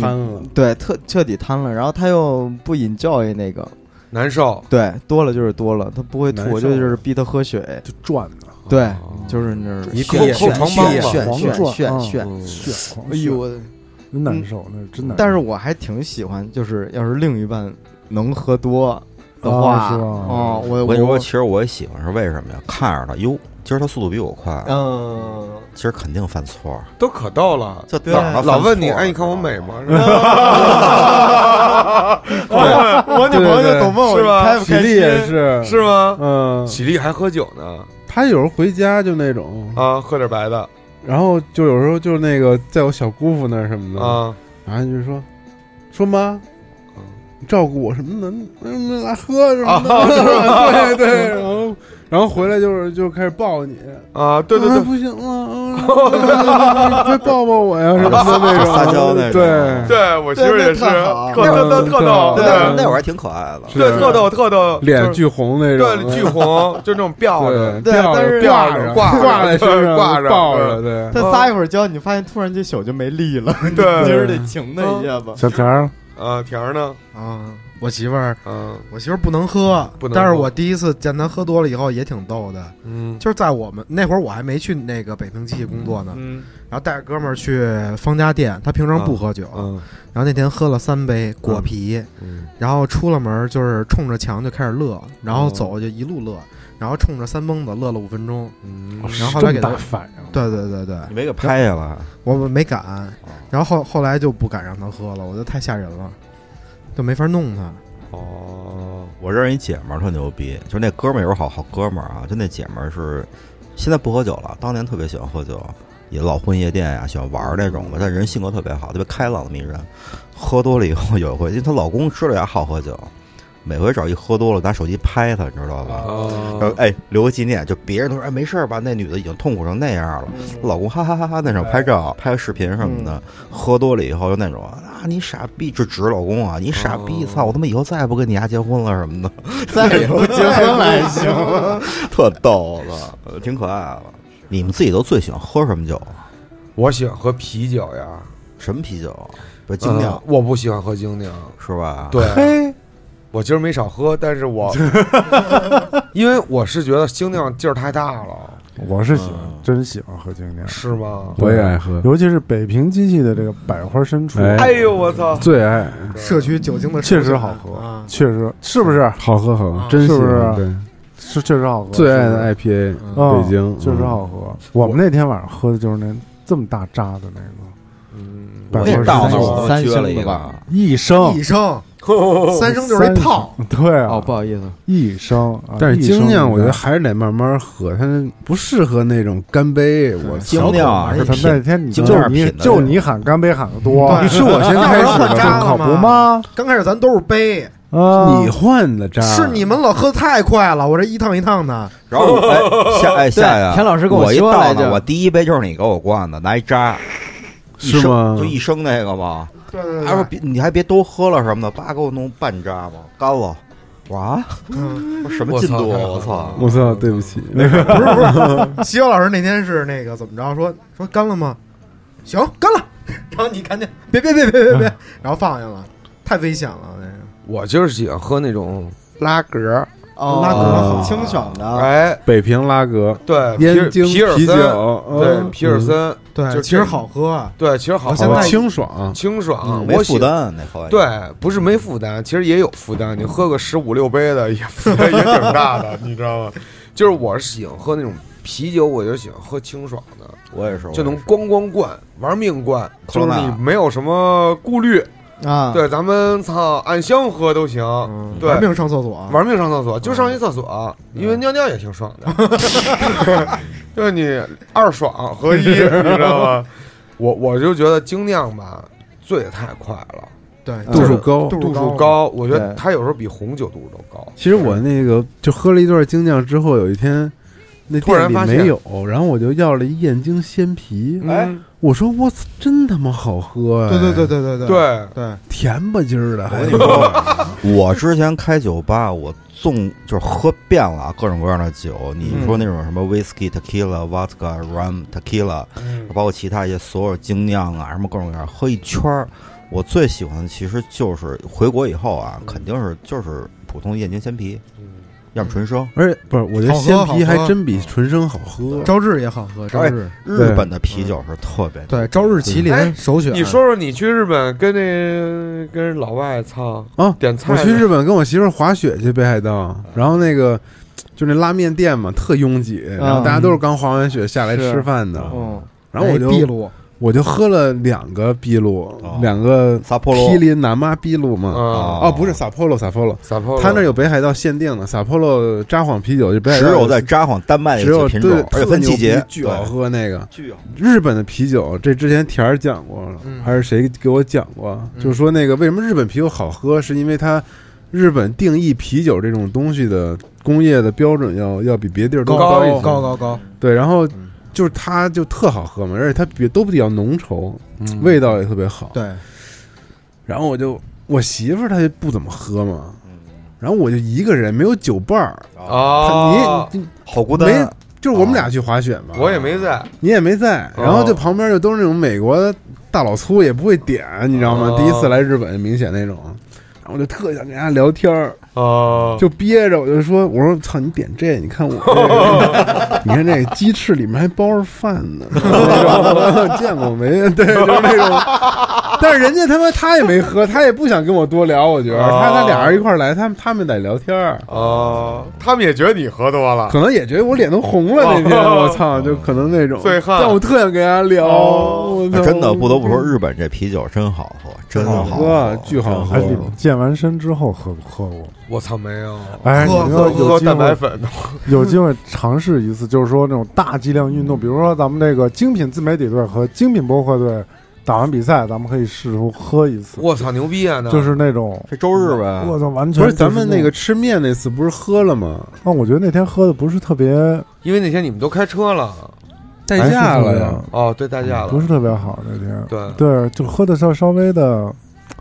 Speaker 5: 贪了，
Speaker 6: 对，特彻底瘫了，然后他又不 enjoy 那个，
Speaker 1: 难受，
Speaker 6: 对，多了就是多了，他不会
Speaker 5: 难
Speaker 6: 吐，
Speaker 5: 受
Speaker 6: 就就是逼他喝水，
Speaker 2: 就转呢，
Speaker 6: 对，就是那儿
Speaker 1: 一
Speaker 6: 炫
Speaker 1: 扣
Speaker 6: 炫
Speaker 1: 扣床
Speaker 6: 炫炫
Speaker 2: 帮吧
Speaker 6: 炫
Speaker 2: 黄钻
Speaker 6: 炫炫，
Speaker 1: 嗯
Speaker 2: 血狂，
Speaker 6: 哎呦，我的
Speaker 2: 真难受，那是真难受。
Speaker 6: 但是我还挺喜欢，就是要是另一半能喝多的
Speaker 2: 啊
Speaker 6: 话，
Speaker 2: 是吧
Speaker 6: 哦，我
Speaker 3: 我跟你说，其实我也喜欢是为什么呀？看着他，哟，今儿他速度比我快，
Speaker 6: 嗯，
Speaker 3: 今儿肯定犯错儿，
Speaker 1: 都可逗了。
Speaker 3: 就
Speaker 6: 对啊
Speaker 3: 哪儿都犯啊
Speaker 1: 老问
Speaker 3: 错
Speaker 1: 你，
Speaker 3: 儿
Speaker 1: 哎，你看我美？吗？是吧
Speaker 6: 我女朋友就总问我
Speaker 1: 是吧
Speaker 6: 开不
Speaker 5: 体
Speaker 6: 开
Speaker 5: 力
Speaker 6: 心，
Speaker 5: 也是，
Speaker 1: 是吗？
Speaker 5: 嗯，
Speaker 1: 喜力还喝酒呢，
Speaker 5: 他有时候回家就那种，
Speaker 1: 啊，喝点白的
Speaker 5: 然后就有时候就那个在我小姑父那儿什么的，
Speaker 1: 啊，
Speaker 5: 然后就说说妈，
Speaker 1: 嗯
Speaker 5: 你照顾我什么的，嗯，那来喝什
Speaker 1: 啊
Speaker 5: 么的，对对，然后然后回来就是就开始抱你，
Speaker 1: 啊，对对
Speaker 5: 啊
Speaker 1: 对，
Speaker 5: 不行了，啊 快抱抱我呀什么的那种，
Speaker 3: 撒娇那种
Speaker 5: 对，
Speaker 1: 对我媳妇儿也是，
Speaker 6: 对那特好
Speaker 1: 特特特特逗，
Speaker 5: 对
Speaker 3: 啊那
Speaker 1: 对
Speaker 3: 那会儿还挺可爱的。
Speaker 5: 是
Speaker 1: 对特逗特逗，
Speaker 5: 脸
Speaker 1: 就是
Speaker 5: 巨红那种，啊
Speaker 1: 对巨 红，就那种吊着
Speaker 5: 对，，吊
Speaker 6: 但
Speaker 5: 着
Speaker 6: 是
Speaker 5: 挂着
Speaker 1: 挂着
Speaker 5: 挂在身
Speaker 1: 对
Speaker 5: 上，
Speaker 1: 挂着
Speaker 5: 抱
Speaker 1: 对
Speaker 5: 着，对。
Speaker 6: 他撒一会儿娇，你发现突然这手就没力了，
Speaker 1: 对
Speaker 6: 今儿得停他一下子。
Speaker 2: 小田儿
Speaker 1: 啊，甜儿呢，
Speaker 4: 啊，我媳妇儿，
Speaker 1: 嗯
Speaker 4: 我媳妇儿不能喝，
Speaker 1: 不能喝
Speaker 4: 但是我第一次见她喝多了以后也挺逗的，
Speaker 1: 嗯
Speaker 4: 就是在我们那会儿我还没去那个北平机器工作呢，
Speaker 1: 嗯
Speaker 4: 然后带着哥们儿去方家店，他平常不喝酒，
Speaker 1: 嗯
Speaker 4: 然后那天喝了三杯果啤，
Speaker 1: 嗯
Speaker 4: 然后出了门儿就是冲着墙就开始乐，然后
Speaker 1: 哦
Speaker 4: 走就一路乐，然后冲着三蹦子乐了五分钟，
Speaker 1: 嗯
Speaker 4: 然后后来给
Speaker 2: 哦这么
Speaker 4: 他
Speaker 2: 大，反应，
Speaker 4: 对对对对，
Speaker 3: 你没给拍下来，哦
Speaker 4: 我们没敢，然后后后来就不敢让他喝了，我觉得太吓人了，就没法弄他。
Speaker 1: 哦，
Speaker 3: 我认识一姐们儿特牛逼，就是那哥们儿有时候好好哥们儿啊，就那姐们儿是现在不喝酒了，当年特别喜欢喝酒，也老混夜店呀、喜欢玩儿那种的，但人性格特别好，特别开朗的迷人。喝多了以后有一回，因为她老公知道她好喝酒，每回只要一喝多了，拿手机拍她，你知道吧？然后
Speaker 1: 哦，
Speaker 3: 哎，留个纪念，就别人都说哎没事儿吧，那女的已经痛苦成那样了，老公哈哈哈哈那种拍照、拍个视频什么的，喝多了以后就那种啊你傻逼，就指老公啊，你傻逼，
Speaker 1: 哦
Speaker 3: 操我他妈以后再也不跟你丫结婚了什么的，
Speaker 6: 再也不结婚了 还行，
Speaker 3: 特逗了，挺可爱了。你们自己都最喜欢喝什么酒？啊
Speaker 1: 我喜欢喝啤酒呀，
Speaker 3: 什么啤酒？啊不是精酿
Speaker 1: 嗯我不喜欢喝精酿，
Speaker 3: 是吧？，
Speaker 1: 对，啊 我今儿没少喝，但 是我因为我是觉得精酿劲儿太大了，
Speaker 2: 我是喜欢
Speaker 3: 嗯，
Speaker 2: 真喜欢喝精酿，
Speaker 1: 是吗？
Speaker 5: 我也爱喝，
Speaker 2: 尤其是北平机器的这个百花深处，
Speaker 5: 哎
Speaker 1: 哎呦我操！
Speaker 5: 最爱
Speaker 1: 嗯
Speaker 4: 摄取酒精的
Speaker 2: 嗯确实
Speaker 4: 手
Speaker 2: 好
Speaker 4: 感
Speaker 2: 喝
Speaker 4: 啊，，
Speaker 2: 确实是不是？
Speaker 5: 好喝好
Speaker 4: 啊
Speaker 5: 喝，真
Speaker 2: 是
Speaker 5: 喜
Speaker 2: 不是
Speaker 5: 欢对
Speaker 2: 是确实好喝，
Speaker 5: 最爱
Speaker 1: 啊
Speaker 2: 是不是
Speaker 5: 的 IPA，
Speaker 2: 嗯
Speaker 5: 北京
Speaker 2: 确实好喝。我们那天晚上喝的就是那这么大扎的那个
Speaker 1: 嗯，
Speaker 2: 百
Speaker 3: 我
Speaker 2: 花深
Speaker 3: 那
Speaker 2: 处，
Speaker 3: 到那我
Speaker 6: 三
Speaker 3: 撅了
Speaker 6: 星
Speaker 3: 一
Speaker 6: 的
Speaker 3: 个啊
Speaker 6: 吧，
Speaker 2: 一升
Speaker 4: 一升
Speaker 1: 哦
Speaker 4: 三升就是一泡，
Speaker 2: 对啊
Speaker 6: 哦，，不好意思，
Speaker 2: 一升。啊
Speaker 5: 但是
Speaker 2: 一升
Speaker 5: 精酿
Speaker 2: 一
Speaker 5: 我觉得
Speaker 2: 扎
Speaker 5: 还是得慢慢喝，它不适合那种干杯。
Speaker 4: 嗯
Speaker 5: 我
Speaker 3: 精酿啊是
Speaker 2: 他那
Speaker 3: 品，
Speaker 2: 天你
Speaker 3: 精
Speaker 2: 就
Speaker 3: 酿
Speaker 2: 你
Speaker 3: 品的
Speaker 2: 就
Speaker 3: 那
Speaker 2: 你喊干杯喊的多，
Speaker 4: 对
Speaker 5: 是 我先开
Speaker 4: 要
Speaker 5: 始
Speaker 4: 不
Speaker 5: 的，
Speaker 4: 然换渣
Speaker 2: 可
Speaker 4: 了
Speaker 2: 不
Speaker 4: 吗？
Speaker 2: 吗？
Speaker 4: 刚开始咱都是杯，
Speaker 2: 啊，
Speaker 5: 你换的渣
Speaker 4: 是你们老喝太快了，我这一趟一趟的，
Speaker 3: 然 后我哎夏哎
Speaker 6: 对
Speaker 3: 夏呀，
Speaker 6: 田老师跟
Speaker 3: 我
Speaker 6: 我
Speaker 3: 一
Speaker 6: 说
Speaker 3: 到
Speaker 6: 来
Speaker 3: 那，
Speaker 6: 着
Speaker 3: 我第一杯就是你给我灌的，拿一扎，一
Speaker 5: 是
Speaker 3: 升
Speaker 5: 吗
Speaker 3: 就一升那个吧。
Speaker 4: 对对
Speaker 3: 他说别，你还别多喝了什么的，叭给我弄半扎吧，干了。哇，
Speaker 4: 嗯
Speaker 3: 我什么进度啊？我
Speaker 1: 我
Speaker 3: 操
Speaker 1: 操！
Speaker 5: 我操，对不起，那
Speaker 4: 不是不是，西游老师那天是那个怎么着说说干了吗？行，干了。然后你赶紧别别别别别别，然后放下了，太危险了那个。
Speaker 1: 我就是喜欢喝那种拉格儿，
Speaker 6: 哦
Speaker 4: 拉格
Speaker 5: 好
Speaker 6: 清爽的，
Speaker 1: 哎，
Speaker 5: 北平拉格、
Speaker 1: 对，皮
Speaker 5: 啊燕
Speaker 1: 尔
Speaker 5: 京
Speaker 1: 皮尔
Speaker 5: 啤酒
Speaker 1: 森，，对，
Speaker 5: 嗯
Speaker 1: 皮尔，森，
Speaker 4: 对，
Speaker 1: 就
Speaker 4: 其实好喝啊，
Speaker 1: 对，其实好
Speaker 5: 嗯
Speaker 4: 现
Speaker 1: 喝
Speaker 5: 好
Speaker 4: 在，
Speaker 5: 清爽，
Speaker 1: 清爽，
Speaker 3: 嗯没
Speaker 1: 我喜
Speaker 3: 负。担啊那喝完。
Speaker 1: 对，不是没负担，其实也有负担。你喝个十五六杯的也负担也挺大的，你知道吗？就是我是喜欢喝那种啤酒，我就喜欢喝清爽的，
Speaker 3: 我也是，
Speaker 1: 就
Speaker 3: 我
Speaker 1: 能
Speaker 3: 也是
Speaker 1: 咣咣灌，玩命灌，
Speaker 3: 克
Speaker 1: 就
Speaker 3: 罗
Speaker 1: 是
Speaker 3: 纳
Speaker 1: 你没有什么顾虑。
Speaker 6: 啊，
Speaker 1: 对，咱们操按箱喝都行，
Speaker 3: 嗯
Speaker 1: 对
Speaker 4: 玩命上厕所，啊
Speaker 1: 玩命上厕所就上一厕所，因为尿尿也挺爽的， 就是你二爽合一，你知道吗？我我就觉得精酿吧醉得太快了，
Speaker 4: 对
Speaker 5: 度数高。
Speaker 4: 嗯度
Speaker 1: 度数
Speaker 4: 高，
Speaker 1: 高，我觉得
Speaker 6: 对
Speaker 1: 它有时候比红酒度数都高。
Speaker 5: 其实我那个就喝了一段精酿之后，有一天那
Speaker 1: 突然
Speaker 5: 店里
Speaker 1: 发现
Speaker 5: 没有，然后我就要了一燕京鲜啤，
Speaker 1: 哎，
Speaker 5: 我说我操，真他妈好喝啊！
Speaker 4: 嗯对对哎对，对对对
Speaker 1: 对，
Speaker 4: 对，
Speaker 5: 甜吧唧儿的，还
Speaker 3: 我跟你说，我之前开酒吧，我纵就是喝遍 了啊各种各样的酒。你说那种什么 whiskey、tequila、vodka、rum、tequila，包
Speaker 5: 嗯
Speaker 3: 括其他一些所有精酿啊，什么各种各样，喝一圈儿。我最喜欢的其实就是回国以后啊，肯定是就是普通燕京鲜啤，
Speaker 5: 嗯
Speaker 3: 要么纯生。
Speaker 5: 而且不是，我觉得
Speaker 4: 好喝
Speaker 5: 鲜
Speaker 4: 好
Speaker 5: 啤还
Speaker 4: 喝
Speaker 5: 真比纯生好喝。哎
Speaker 4: 朝日也好喝，朝日
Speaker 3: 日本的啤酒是特别
Speaker 4: 对朝日麒
Speaker 1: 哎
Speaker 4: 麟首选。
Speaker 1: 你说说你去日本跟那跟老外操
Speaker 5: 啊
Speaker 1: 点菜
Speaker 5: 我
Speaker 1: 呢，
Speaker 5: 去日本跟我媳妇儿滑雪去北海
Speaker 3: 嗯
Speaker 5: 道，然后那个就那拉面店嘛，特拥挤，然后大家都是刚滑完雪下来
Speaker 6: 是
Speaker 5: 吃饭的，
Speaker 6: 嗯，
Speaker 5: 然后我
Speaker 4: 哎秘
Speaker 5: 就
Speaker 4: 鲁
Speaker 5: 我就喝了两个秘鲁
Speaker 3: 哦，
Speaker 5: 两个
Speaker 3: 撒泼
Speaker 5: 毗
Speaker 3: 罗
Speaker 5: 邻南妈秘鲁嘛。
Speaker 1: 啊，
Speaker 5: 哦，不是撒泼罗，撒泼罗，
Speaker 1: 撒泡
Speaker 5: 他那有北海道限定的撒泼罗札幌啤酒，就北海
Speaker 3: 只
Speaker 5: 道
Speaker 3: 有在札幌丹麦
Speaker 5: 只
Speaker 3: 那个
Speaker 5: 有
Speaker 3: 品种
Speaker 5: 对，，
Speaker 3: 而且
Speaker 5: 特
Speaker 3: 分
Speaker 5: 牛
Speaker 3: 季
Speaker 5: 逼
Speaker 3: 节，
Speaker 5: 巨好喝那个。
Speaker 3: 巨好。
Speaker 5: 日本的啤酒，这之前田儿讲过了，
Speaker 1: 嗯
Speaker 5: 还是谁给我讲过？
Speaker 4: 嗯
Speaker 5: 就是说那个为什么日本啤酒好喝，是因为它日本定义啤酒这种东西的工业的标准要要比别地儿都
Speaker 4: 高
Speaker 5: 一些。
Speaker 4: 高嗯高高，
Speaker 5: 对，然后就是它就特好喝嘛，而且它比都比较浓稠，味道也特别好。
Speaker 4: 嗯对，
Speaker 5: 然后我就我媳妇儿她就不怎么喝嘛，
Speaker 4: 嗯
Speaker 5: 然后我就一个人没有酒伴儿，
Speaker 1: 啊，
Speaker 4: 哦
Speaker 5: 她你你
Speaker 3: 好孤
Speaker 5: 没
Speaker 3: 单，
Speaker 5: 就是我们俩去滑雪嘛，
Speaker 1: 哦我也没在，
Speaker 5: 你也没在，
Speaker 1: 哦
Speaker 5: 然后就旁边就都是那种美国大老粗，也不会点，你知道吗
Speaker 1: 哦？
Speaker 5: 第一次来日本，明显那种。然后我就特想跟人家聊天儿，
Speaker 1: 哦，
Speaker 5: 就憋着，我就说：“我说操，你点这，你看我这个， 你看这个鸡翅里面还包着饭呢， 那种 见过没？对，就是那种。 但是人家他妈他也没喝，他也不想跟我多聊。我觉得
Speaker 1: 哦
Speaker 5: 他他俩人一块儿来，他们他们得聊天儿，
Speaker 1: 哦，他们也觉得你喝多了，
Speaker 5: 可能也觉得我脸都红了那天，
Speaker 1: 哦
Speaker 5: 我 操，就可能那种
Speaker 1: 醉汉
Speaker 5: 但我特想跟人家聊，
Speaker 1: 哦
Speaker 5: 我操
Speaker 3: 哎真的不得不说，日本这啤酒真好喝，真好
Speaker 5: 好喝巨好
Speaker 3: 真
Speaker 5: 喝
Speaker 2: 哎，你们健完身之后喝喝过吗？
Speaker 1: 我操，没有，
Speaker 2: 哎，你
Speaker 4: 喝
Speaker 2: 要有
Speaker 1: 喝
Speaker 2: 机
Speaker 1: 蛋白
Speaker 2: 会
Speaker 1: 粉都
Speaker 2: 有机会尝试一次，就是说那种大剂量运动，比如说咱们这个精品自媒体队和精品播客队打完比赛，咱们可以试图喝一次，
Speaker 1: 我操，牛逼啊！那
Speaker 2: 就是那种
Speaker 3: 这周日呗，
Speaker 2: 嗯我操，完全
Speaker 5: 不是
Speaker 2: 就
Speaker 5: 咱们那个，吃面那次不是喝了吗？
Speaker 2: 那哦我觉得那天喝的不是特别
Speaker 1: 因为那天你们都开车了，
Speaker 5: 代驾了呀，
Speaker 1: 哦，对，大家了，
Speaker 2: 嗯不是特别好那天，
Speaker 1: 对
Speaker 2: 对，就喝的稍稍微的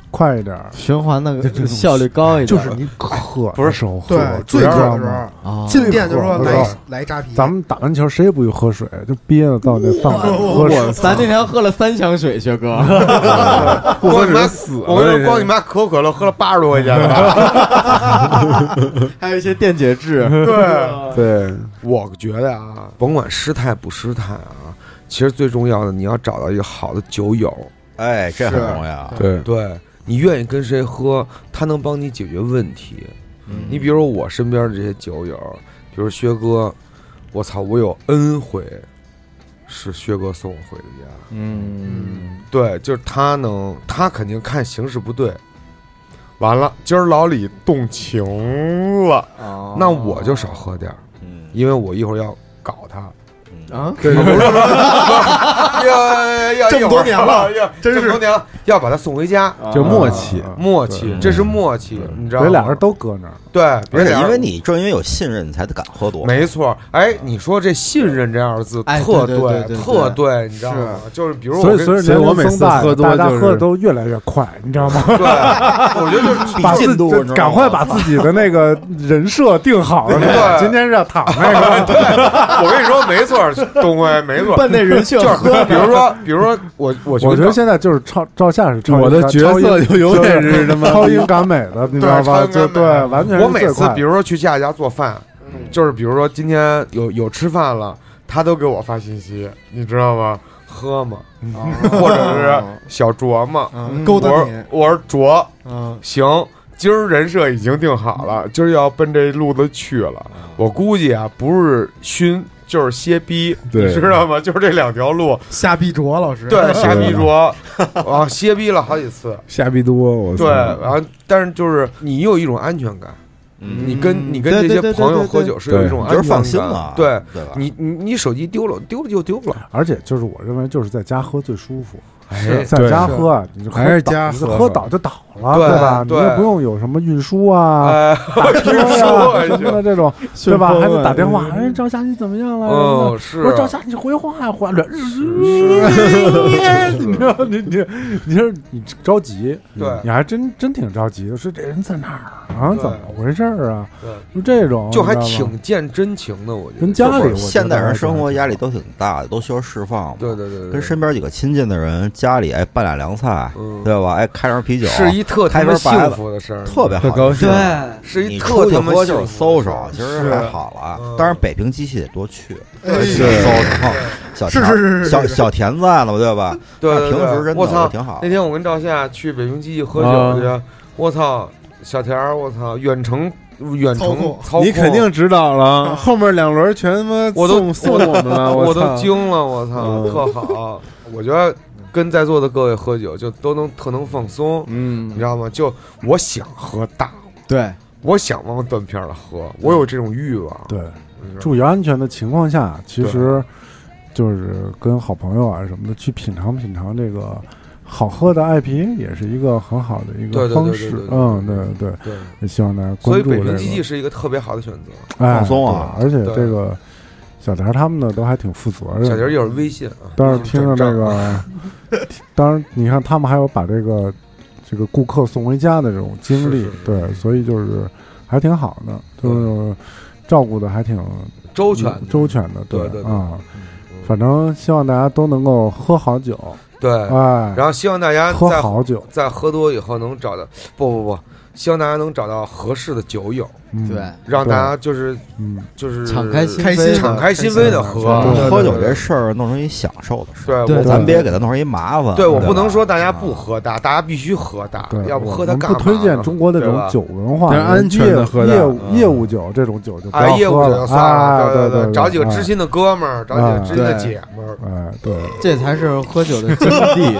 Speaker 2: 快一点儿，
Speaker 6: 循环
Speaker 2: 这这
Speaker 6: 的效率高一点，
Speaker 2: 就是你渴
Speaker 1: 不是
Speaker 2: 的时候喝
Speaker 4: 对，最
Speaker 2: 知
Speaker 4: 渴
Speaker 2: 道
Speaker 4: 的时
Speaker 2: 吗？
Speaker 4: 候，
Speaker 6: 啊，
Speaker 4: 进店就说
Speaker 2: 最
Speaker 4: 来
Speaker 2: 渴的时
Speaker 4: 一
Speaker 2: 候
Speaker 4: 来一扎啤，
Speaker 2: 咱们打完球谁也不许喝水，就憋着到那饭馆喝水。
Speaker 6: 咱那天喝了三箱水，薛哥，
Speaker 5: 不喝
Speaker 1: 光你妈
Speaker 5: 水死了。
Speaker 1: 我跟你
Speaker 5: 那
Speaker 1: 说，
Speaker 5: 天
Speaker 1: 光你妈可口可乐喝了八十多块钱吧。
Speaker 6: 还有一些电解质，
Speaker 5: 对，
Speaker 1: 我觉得啊，甭管失态不失态啊，其实最重要的，你要找到一个好的酒友，
Speaker 3: 哎，这很重要。
Speaker 5: 对
Speaker 1: 对你愿意跟谁喝，他能帮你解决问题。
Speaker 3: 嗯
Speaker 1: 你比如我身边的这些酒友，比如薛哥，我操，我有 N 回是薛哥送我回的家。
Speaker 6: 嗯，
Speaker 1: 对，就是他能，他肯定看形势不对。完了，今儿老李动情了，
Speaker 6: 哦
Speaker 1: 那我就少喝点儿，
Speaker 3: 嗯
Speaker 1: 因为我一会儿要搞他。
Speaker 6: 啊，
Speaker 5: 对 对 对，
Speaker 1: 要 要
Speaker 4: 这么多年了，
Speaker 1: 要
Speaker 4: 真
Speaker 1: 这么
Speaker 4: 是
Speaker 1: 多年了，要把他送回家。
Speaker 5: 就默契。
Speaker 1: 默契，
Speaker 3: 对
Speaker 1: 这是默契，你知道吗？
Speaker 2: 所以俩人都搁那儿，
Speaker 1: 对，别
Speaker 3: 而且
Speaker 1: 俩
Speaker 3: 因
Speaker 1: 人
Speaker 3: 为你正因为有信任，你才敢喝多。
Speaker 1: 没错。哎，你说这信任这二字
Speaker 6: 哎
Speaker 1: 特
Speaker 6: 对对对对对
Speaker 1: 特对，你知道吗？就是比如
Speaker 2: 所
Speaker 1: 我
Speaker 2: 以
Speaker 1: 跟
Speaker 2: 随着年
Speaker 5: 所以我
Speaker 2: 龄
Speaker 5: 每
Speaker 2: 增
Speaker 5: 次
Speaker 2: 大，
Speaker 5: 喝多
Speaker 2: 大家
Speaker 5: 就是啊
Speaker 2: 喝的都越来越快，你知道吗？
Speaker 1: 对， 我觉得就是
Speaker 3: 比
Speaker 2: 把自
Speaker 3: 进度
Speaker 2: 己，
Speaker 3: 你知道吗
Speaker 2: 赶快把自己的那个人设定好了。
Speaker 1: 对
Speaker 2: 今天是要躺 那个，
Speaker 1: 我跟你说， 没错，东辉没错，
Speaker 6: 奔那人设
Speaker 1: 就是
Speaker 6: 喝，
Speaker 1: 比如说，比如说我我去
Speaker 2: 我
Speaker 1: 跟
Speaker 2: 觉得
Speaker 1: 赵
Speaker 2: 现在就是超照相是超
Speaker 5: 我的角
Speaker 2: 超
Speaker 5: 色
Speaker 2: 英
Speaker 5: 就有点是他妈
Speaker 2: 超英赶美的，你知道吧？
Speaker 1: 超英赶
Speaker 2: 就
Speaker 1: 美
Speaker 2: 对，完全是
Speaker 1: 我每
Speaker 2: 最
Speaker 1: 次
Speaker 2: 快
Speaker 1: 比如说去佳佳做饭，
Speaker 4: 嗯
Speaker 1: 就是比如说今天有有吃饭了，他都给我发信息，你知道吗？喝吗？ 或者是小酌吗？
Speaker 4: 嗯勾搭
Speaker 1: 我
Speaker 4: 你
Speaker 1: 说，我说酌，
Speaker 4: 嗯，
Speaker 1: 行，今儿人设已经定好了，今儿要奔这路子去了。
Speaker 4: 嗯
Speaker 1: 我估计啊，不是熏就是歇逼，
Speaker 5: 对
Speaker 1: 你知道吗？就是这两条路，
Speaker 4: 下必卓老师，
Speaker 1: 对，瞎逼酌，啊，歇逼了好几次。
Speaker 5: 下逼多，我操
Speaker 1: 对，然后但是就是你有一种安全感，
Speaker 3: 嗯，
Speaker 1: 你跟你跟
Speaker 6: 对
Speaker 1: 这
Speaker 6: 对
Speaker 1: 些
Speaker 6: 对
Speaker 1: 朋友
Speaker 6: 对对
Speaker 1: 喝
Speaker 6: 对
Speaker 1: 酒是有一种
Speaker 3: 你
Speaker 1: 安
Speaker 3: 就
Speaker 1: 全
Speaker 3: 是
Speaker 1: 感，
Speaker 3: 放心了，
Speaker 1: 对
Speaker 3: 对吧？
Speaker 1: 你你你手机丢了，丢了就丢了，
Speaker 2: 而且就是我认为就是在家喝最舒服，
Speaker 1: 哎
Speaker 2: 在
Speaker 5: 对
Speaker 2: 家喝啊你就喝
Speaker 5: 还是
Speaker 2: 倒
Speaker 5: 家
Speaker 2: 你就
Speaker 5: 喝
Speaker 2: 喝
Speaker 5: 吧
Speaker 2: 倒就倒了，
Speaker 1: 对
Speaker 2: 吧？你
Speaker 1: 对
Speaker 2: 也不用有什么运输啊。
Speaker 1: 哎，
Speaker 2: 对
Speaker 1: 是
Speaker 2: 啊
Speaker 1: 说
Speaker 2: 什么的这种，对吧？
Speaker 6: 顺丰
Speaker 2: 还
Speaker 6: 啊
Speaker 2: 得打电话，哎，赵霞你怎么样了？
Speaker 1: 嗯，
Speaker 2: 我
Speaker 1: 是啊
Speaker 2: 说赵霞你回话呀，回了，你知道你你你说你着急，
Speaker 1: 对
Speaker 2: 你还真真挺着急，我说这人在哪儿啊？
Speaker 1: 对
Speaker 2: 怎么回事儿啊？
Speaker 3: 嗯
Speaker 1: 对
Speaker 2: 就这种，
Speaker 1: 就还
Speaker 2: 你知道吗
Speaker 1: 挺见真情的，我觉得
Speaker 2: 跟家里，我觉得
Speaker 3: 现代人生活压力都挺大的，都需要释放嘛。
Speaker 1: 对对对对，
Speaker 3: 跟
Speaker 1: 对
Speaker 3: 身边几个亲近的人，家里哎拌俩凉菜，
Speaker 1: 嗯
Speaker 3: 对吧？哎开瓶啤酒，
Speaker 1: 是一特他
Speaker 3: 开
Speaker 1: 妈
Speaker 3: 瓶白
Speaker 1: 幸
Speaker 3: 了，
Speaker 1: 福的事儿，
Speaker 3: 特别
Speaker 5: 特
Speaker 3: 好。
Speaker 5: 高兴。
Speaker 1: 是一
Speaker 3: 你
Speaker 1: 特
Speaker 3: 出去
Speaker 1: 他妈
Speaker 3: 喝就是
Speaker 1: 幸
Speaker 3: 啊
Speaker 1: 福
Speaker 3: social，
Speaker 1: 的
Speaker 3: 其
Speaker 1: 事儿
Speaker 3: 实还好了啊
Speaker 1: 嗯。
Speaker 3: 当然，北平机器得多去
Speaker 4: 哎
Speaker 5: 是
Speaker 3: social，小
Speaker 4: 是
Speaker 3: 田
Speaker 4: 是是是
Speaker 3: 小
Speaker 4: 是
Speaker 3: 小田在了嘛，对吧？
Speaker 1: 对对
Speaker 3: 平时
Speaker 1: 对，
Speaker 3: 真
Speaker 1: 我
Speaker 3: 的
Speaker 1: 操，
Speaker 3: 挺好
Speaker 1: 那。天我跟赵夏去北平机器喝
Speaker 2: 啊
Speaker 1: 酒去，我操，小田儿，我操，远程远
Speaker 4: 操
Speaker 1: 程
Speaker 4: 控
Speaker 1: 操控，
Speaker 5: 你肯定知道
Speaker 1: 啊
Speaker 5: 了，后面两轮全他妈
Speaker 1: 我都
Speaker 5: 送送我们了，
Speaker 1: 我
Speaker 5: 操
Speaker 1: 都惊了，我操，
Speaker 5: 嗯
Speaker 1: 特好。我觉得跟在座的各位喝酒，就都能特能放松，
Speaker 6: 嗯
Speaker 1: 你知道吗？就我想喝大，
Speaker 6: 对，
Speaker 1: 我想往断片儿了喝，我有这种欲望。
Speaker 2: 对，
Speaker 1: 你知道吗
Speaker 2: 注意安全的情况下，其实就是跟好朋友啊什么的去品尝品尝这个好喝的 IPA，也是一个很好的一
Speaker 1: 对对
Speaker 2: 个
Speaker 1: 对
Speaker 2: 方
Speaker 1: 对
Speaker 2: 式
Speaker 1: 对对。对
Speaker 2: 嗯，对对，
Speaker 1: 对，
Speaker 2: 也希望大家
Speaker 1: 所
Speaker 2: 关
Speaker 1: 以
Speaker 2: 注
Speaker 1: 北
Speaker 2: 这
Speaker 1: 平
Speaker 2: 个
Speaker 1: 基地是一个特别好的选择。
Speaker 2: 哎
Speaker 3: 放松啊
Speaker 2: 对而且
Speaker 1: 对
Speaker 2: 这个小达他们呢都还挺负责任。
Speaker 1: 小杰一会儿微信啊，
Speaker 2: 但是听着这
Speaker 1: 这个
Speaker 2: 个， 当然你看他们还有把这个这个顾客送回家的这种经历，
Speaker 1: 是是是
Speaker 2: 对，所以就是还挺好的，就是照顾的还挺
Speaker 1: 周全的
Speaker 2: 嗯周全的，
Speaker 1: 对对对
Speaker 2: 啊，
Speaker 1: 嗯
Speaker 2: 反正希望大家都能够喝好酒，
Speaker 1: 对。
Speaker 2: 哎，
Speaker 1: 然后希望大家
Speaker 2: 喝
Speaker 1: 在
Speaker 2: 好酒，
Speaker 1: 在喝多以后能找到不不不，希望大家能找到合适的酒友，
Speaker 2: 嗯
Speaker 6: 对，
Speaker 1: 让
Speaker 2: 对
Speaker 1: 大家就是
Speaker 2: 嗯，
Speaker 1: 就是
Speaker 6: 敞开心扉
Speaker 4: 开心
Speaker 6: 的
Speaker 1: 敞开心扉的喝
Speaker 2: 对对
Speaker 3: 喝酒这事儿弄成一享受的事儿，
Speaker 1: 对
Speaker 6: 对
Speaker 1: 我
Speaker 6: 对
Speaker 3: 咱别给它弄成一麻烦。
Speaker 1: 对我
Speaker 3: 吧嗯
Speaker 1: 不能说大家不喝大，大家必须喝大
Speaker 2: 对，，
Speaker 1: 啊要不喝它
Speaker 2: 我们
Speaker 1: 干
Speaker 2: 不
Speaker 1: 嘛呢？
Speaker 2: 推荐中国的这
Speaker 1: 对
Speaker 2: 种
Speaker 1: 吧
Speaker 2: 酒文化，
Speaker 5: 但是安全的喝大
Speaker 2: 业务
Speaker 1: 嗯
Speaker 2: 业务酒这种酒就不
Speaker 1: 哎，业
Speaker 2: 要
Speaker 1: 务
Speaker 2: 喝
Speaker 1: 就
Speaker 2: 了，
Speaker 1: 算了，
Speaker 2: 哎
Speaker 1: 对
Speaker 2: 对，啊
Speaker 1: 找几个知
Speaker 2: 哎
Speaker 1: 心的哥们儿，找几个知心的
Speaker 6: 对
Speaker 1: 姐们儿，
Speaker 2: 哎，对，
Speaker 6: 这才是喝酒的真 谛，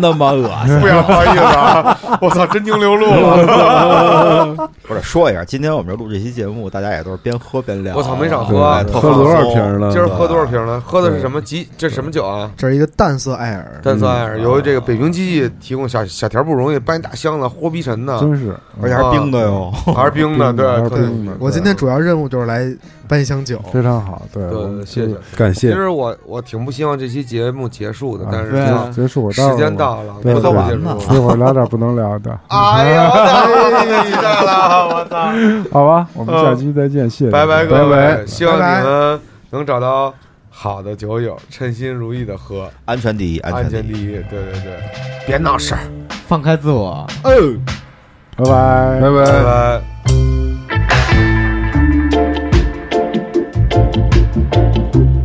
Speaker 6: 那么恶心。
Speaker 1: 不要不好意思啊， 我操，真情流露了，
Speaker 3: 不是说一下，今天我们这录这期节目，大家也都是边喝边聊。啊
Speaker 1: 我操没少
Speaker 3: 对
Speaker 1: 喝啊
Speaker 5: 喝
Speaker 3: 特放松
Speaker 5: 多少瓶了？
Speaker 1: 今儿喝多少瓶了？喝的是什么鸡？这是什么酒啊？
Speaker 4: 这是一个淡色艾尔，
Speaker 1: 淡色艾尔
Speaker 2: 嗯
Speaker 1: 由这个
Speaker 2: 啊
Speaker 1: 北平基地提供小小条不容易，搬一大箱子，豁逼沉呢，
Speaker 2: 真是，
Speaker 1: 嗯
Speaker 3: 而且还是冰的哟。
Speaker 1: 还是冰的，
Speaker 2: 冰
Speaker 1: 啊对
Speaker 2: 的还是，
Speaker 1: 特
Speaker 2: 冰的
Speaker 1: 对
Speaker 4: 我今天主要任务就是来搬一箱酒，
Speaker 2: 非常好，对，我们
Speaker 1: 对，谢谢。
Speaker 5: 感
Speaker 1: 其
Speaker 5: 谢。
Speaker 1: 实我我挺不希望这期节目结束的，但是
Speaker 6: 对啊
Speaker 2: 结束，
Speaker 1: 时间到了，啊
Speaker 2: 对
Speaker 1: 不得不
Speaker 2: 对
Speaker 1: 结束
Speaker 2: 一。会儿聊点不能聊的，
Speaker 1: 哎呀，我操！太期待了，我操！
Speaker 2: 好吧？我们下期再见，谢谢大
Speaker 1: 嗯拜
Speaker 2: 家，
Speaker 1: 拜各位，希望
Speaker 4: 拜拜
Speaker 1: 你们能找到好的酒友，称心如意的喝，
Speaker 3: 安全第一，
Speaker 1: 安
Speaker 3: 安
Speaker 1: 全
Speaker 3: 全
Speaker 1: 第
Speaker 3: 第一。
Speaker 1: 一。对对对，别闹事儿，
Speaker 6: 放开自我。
Speaker 2: 拜拜，拜拜。
Speaker 1: 拜拜。
Speaker 9: Thank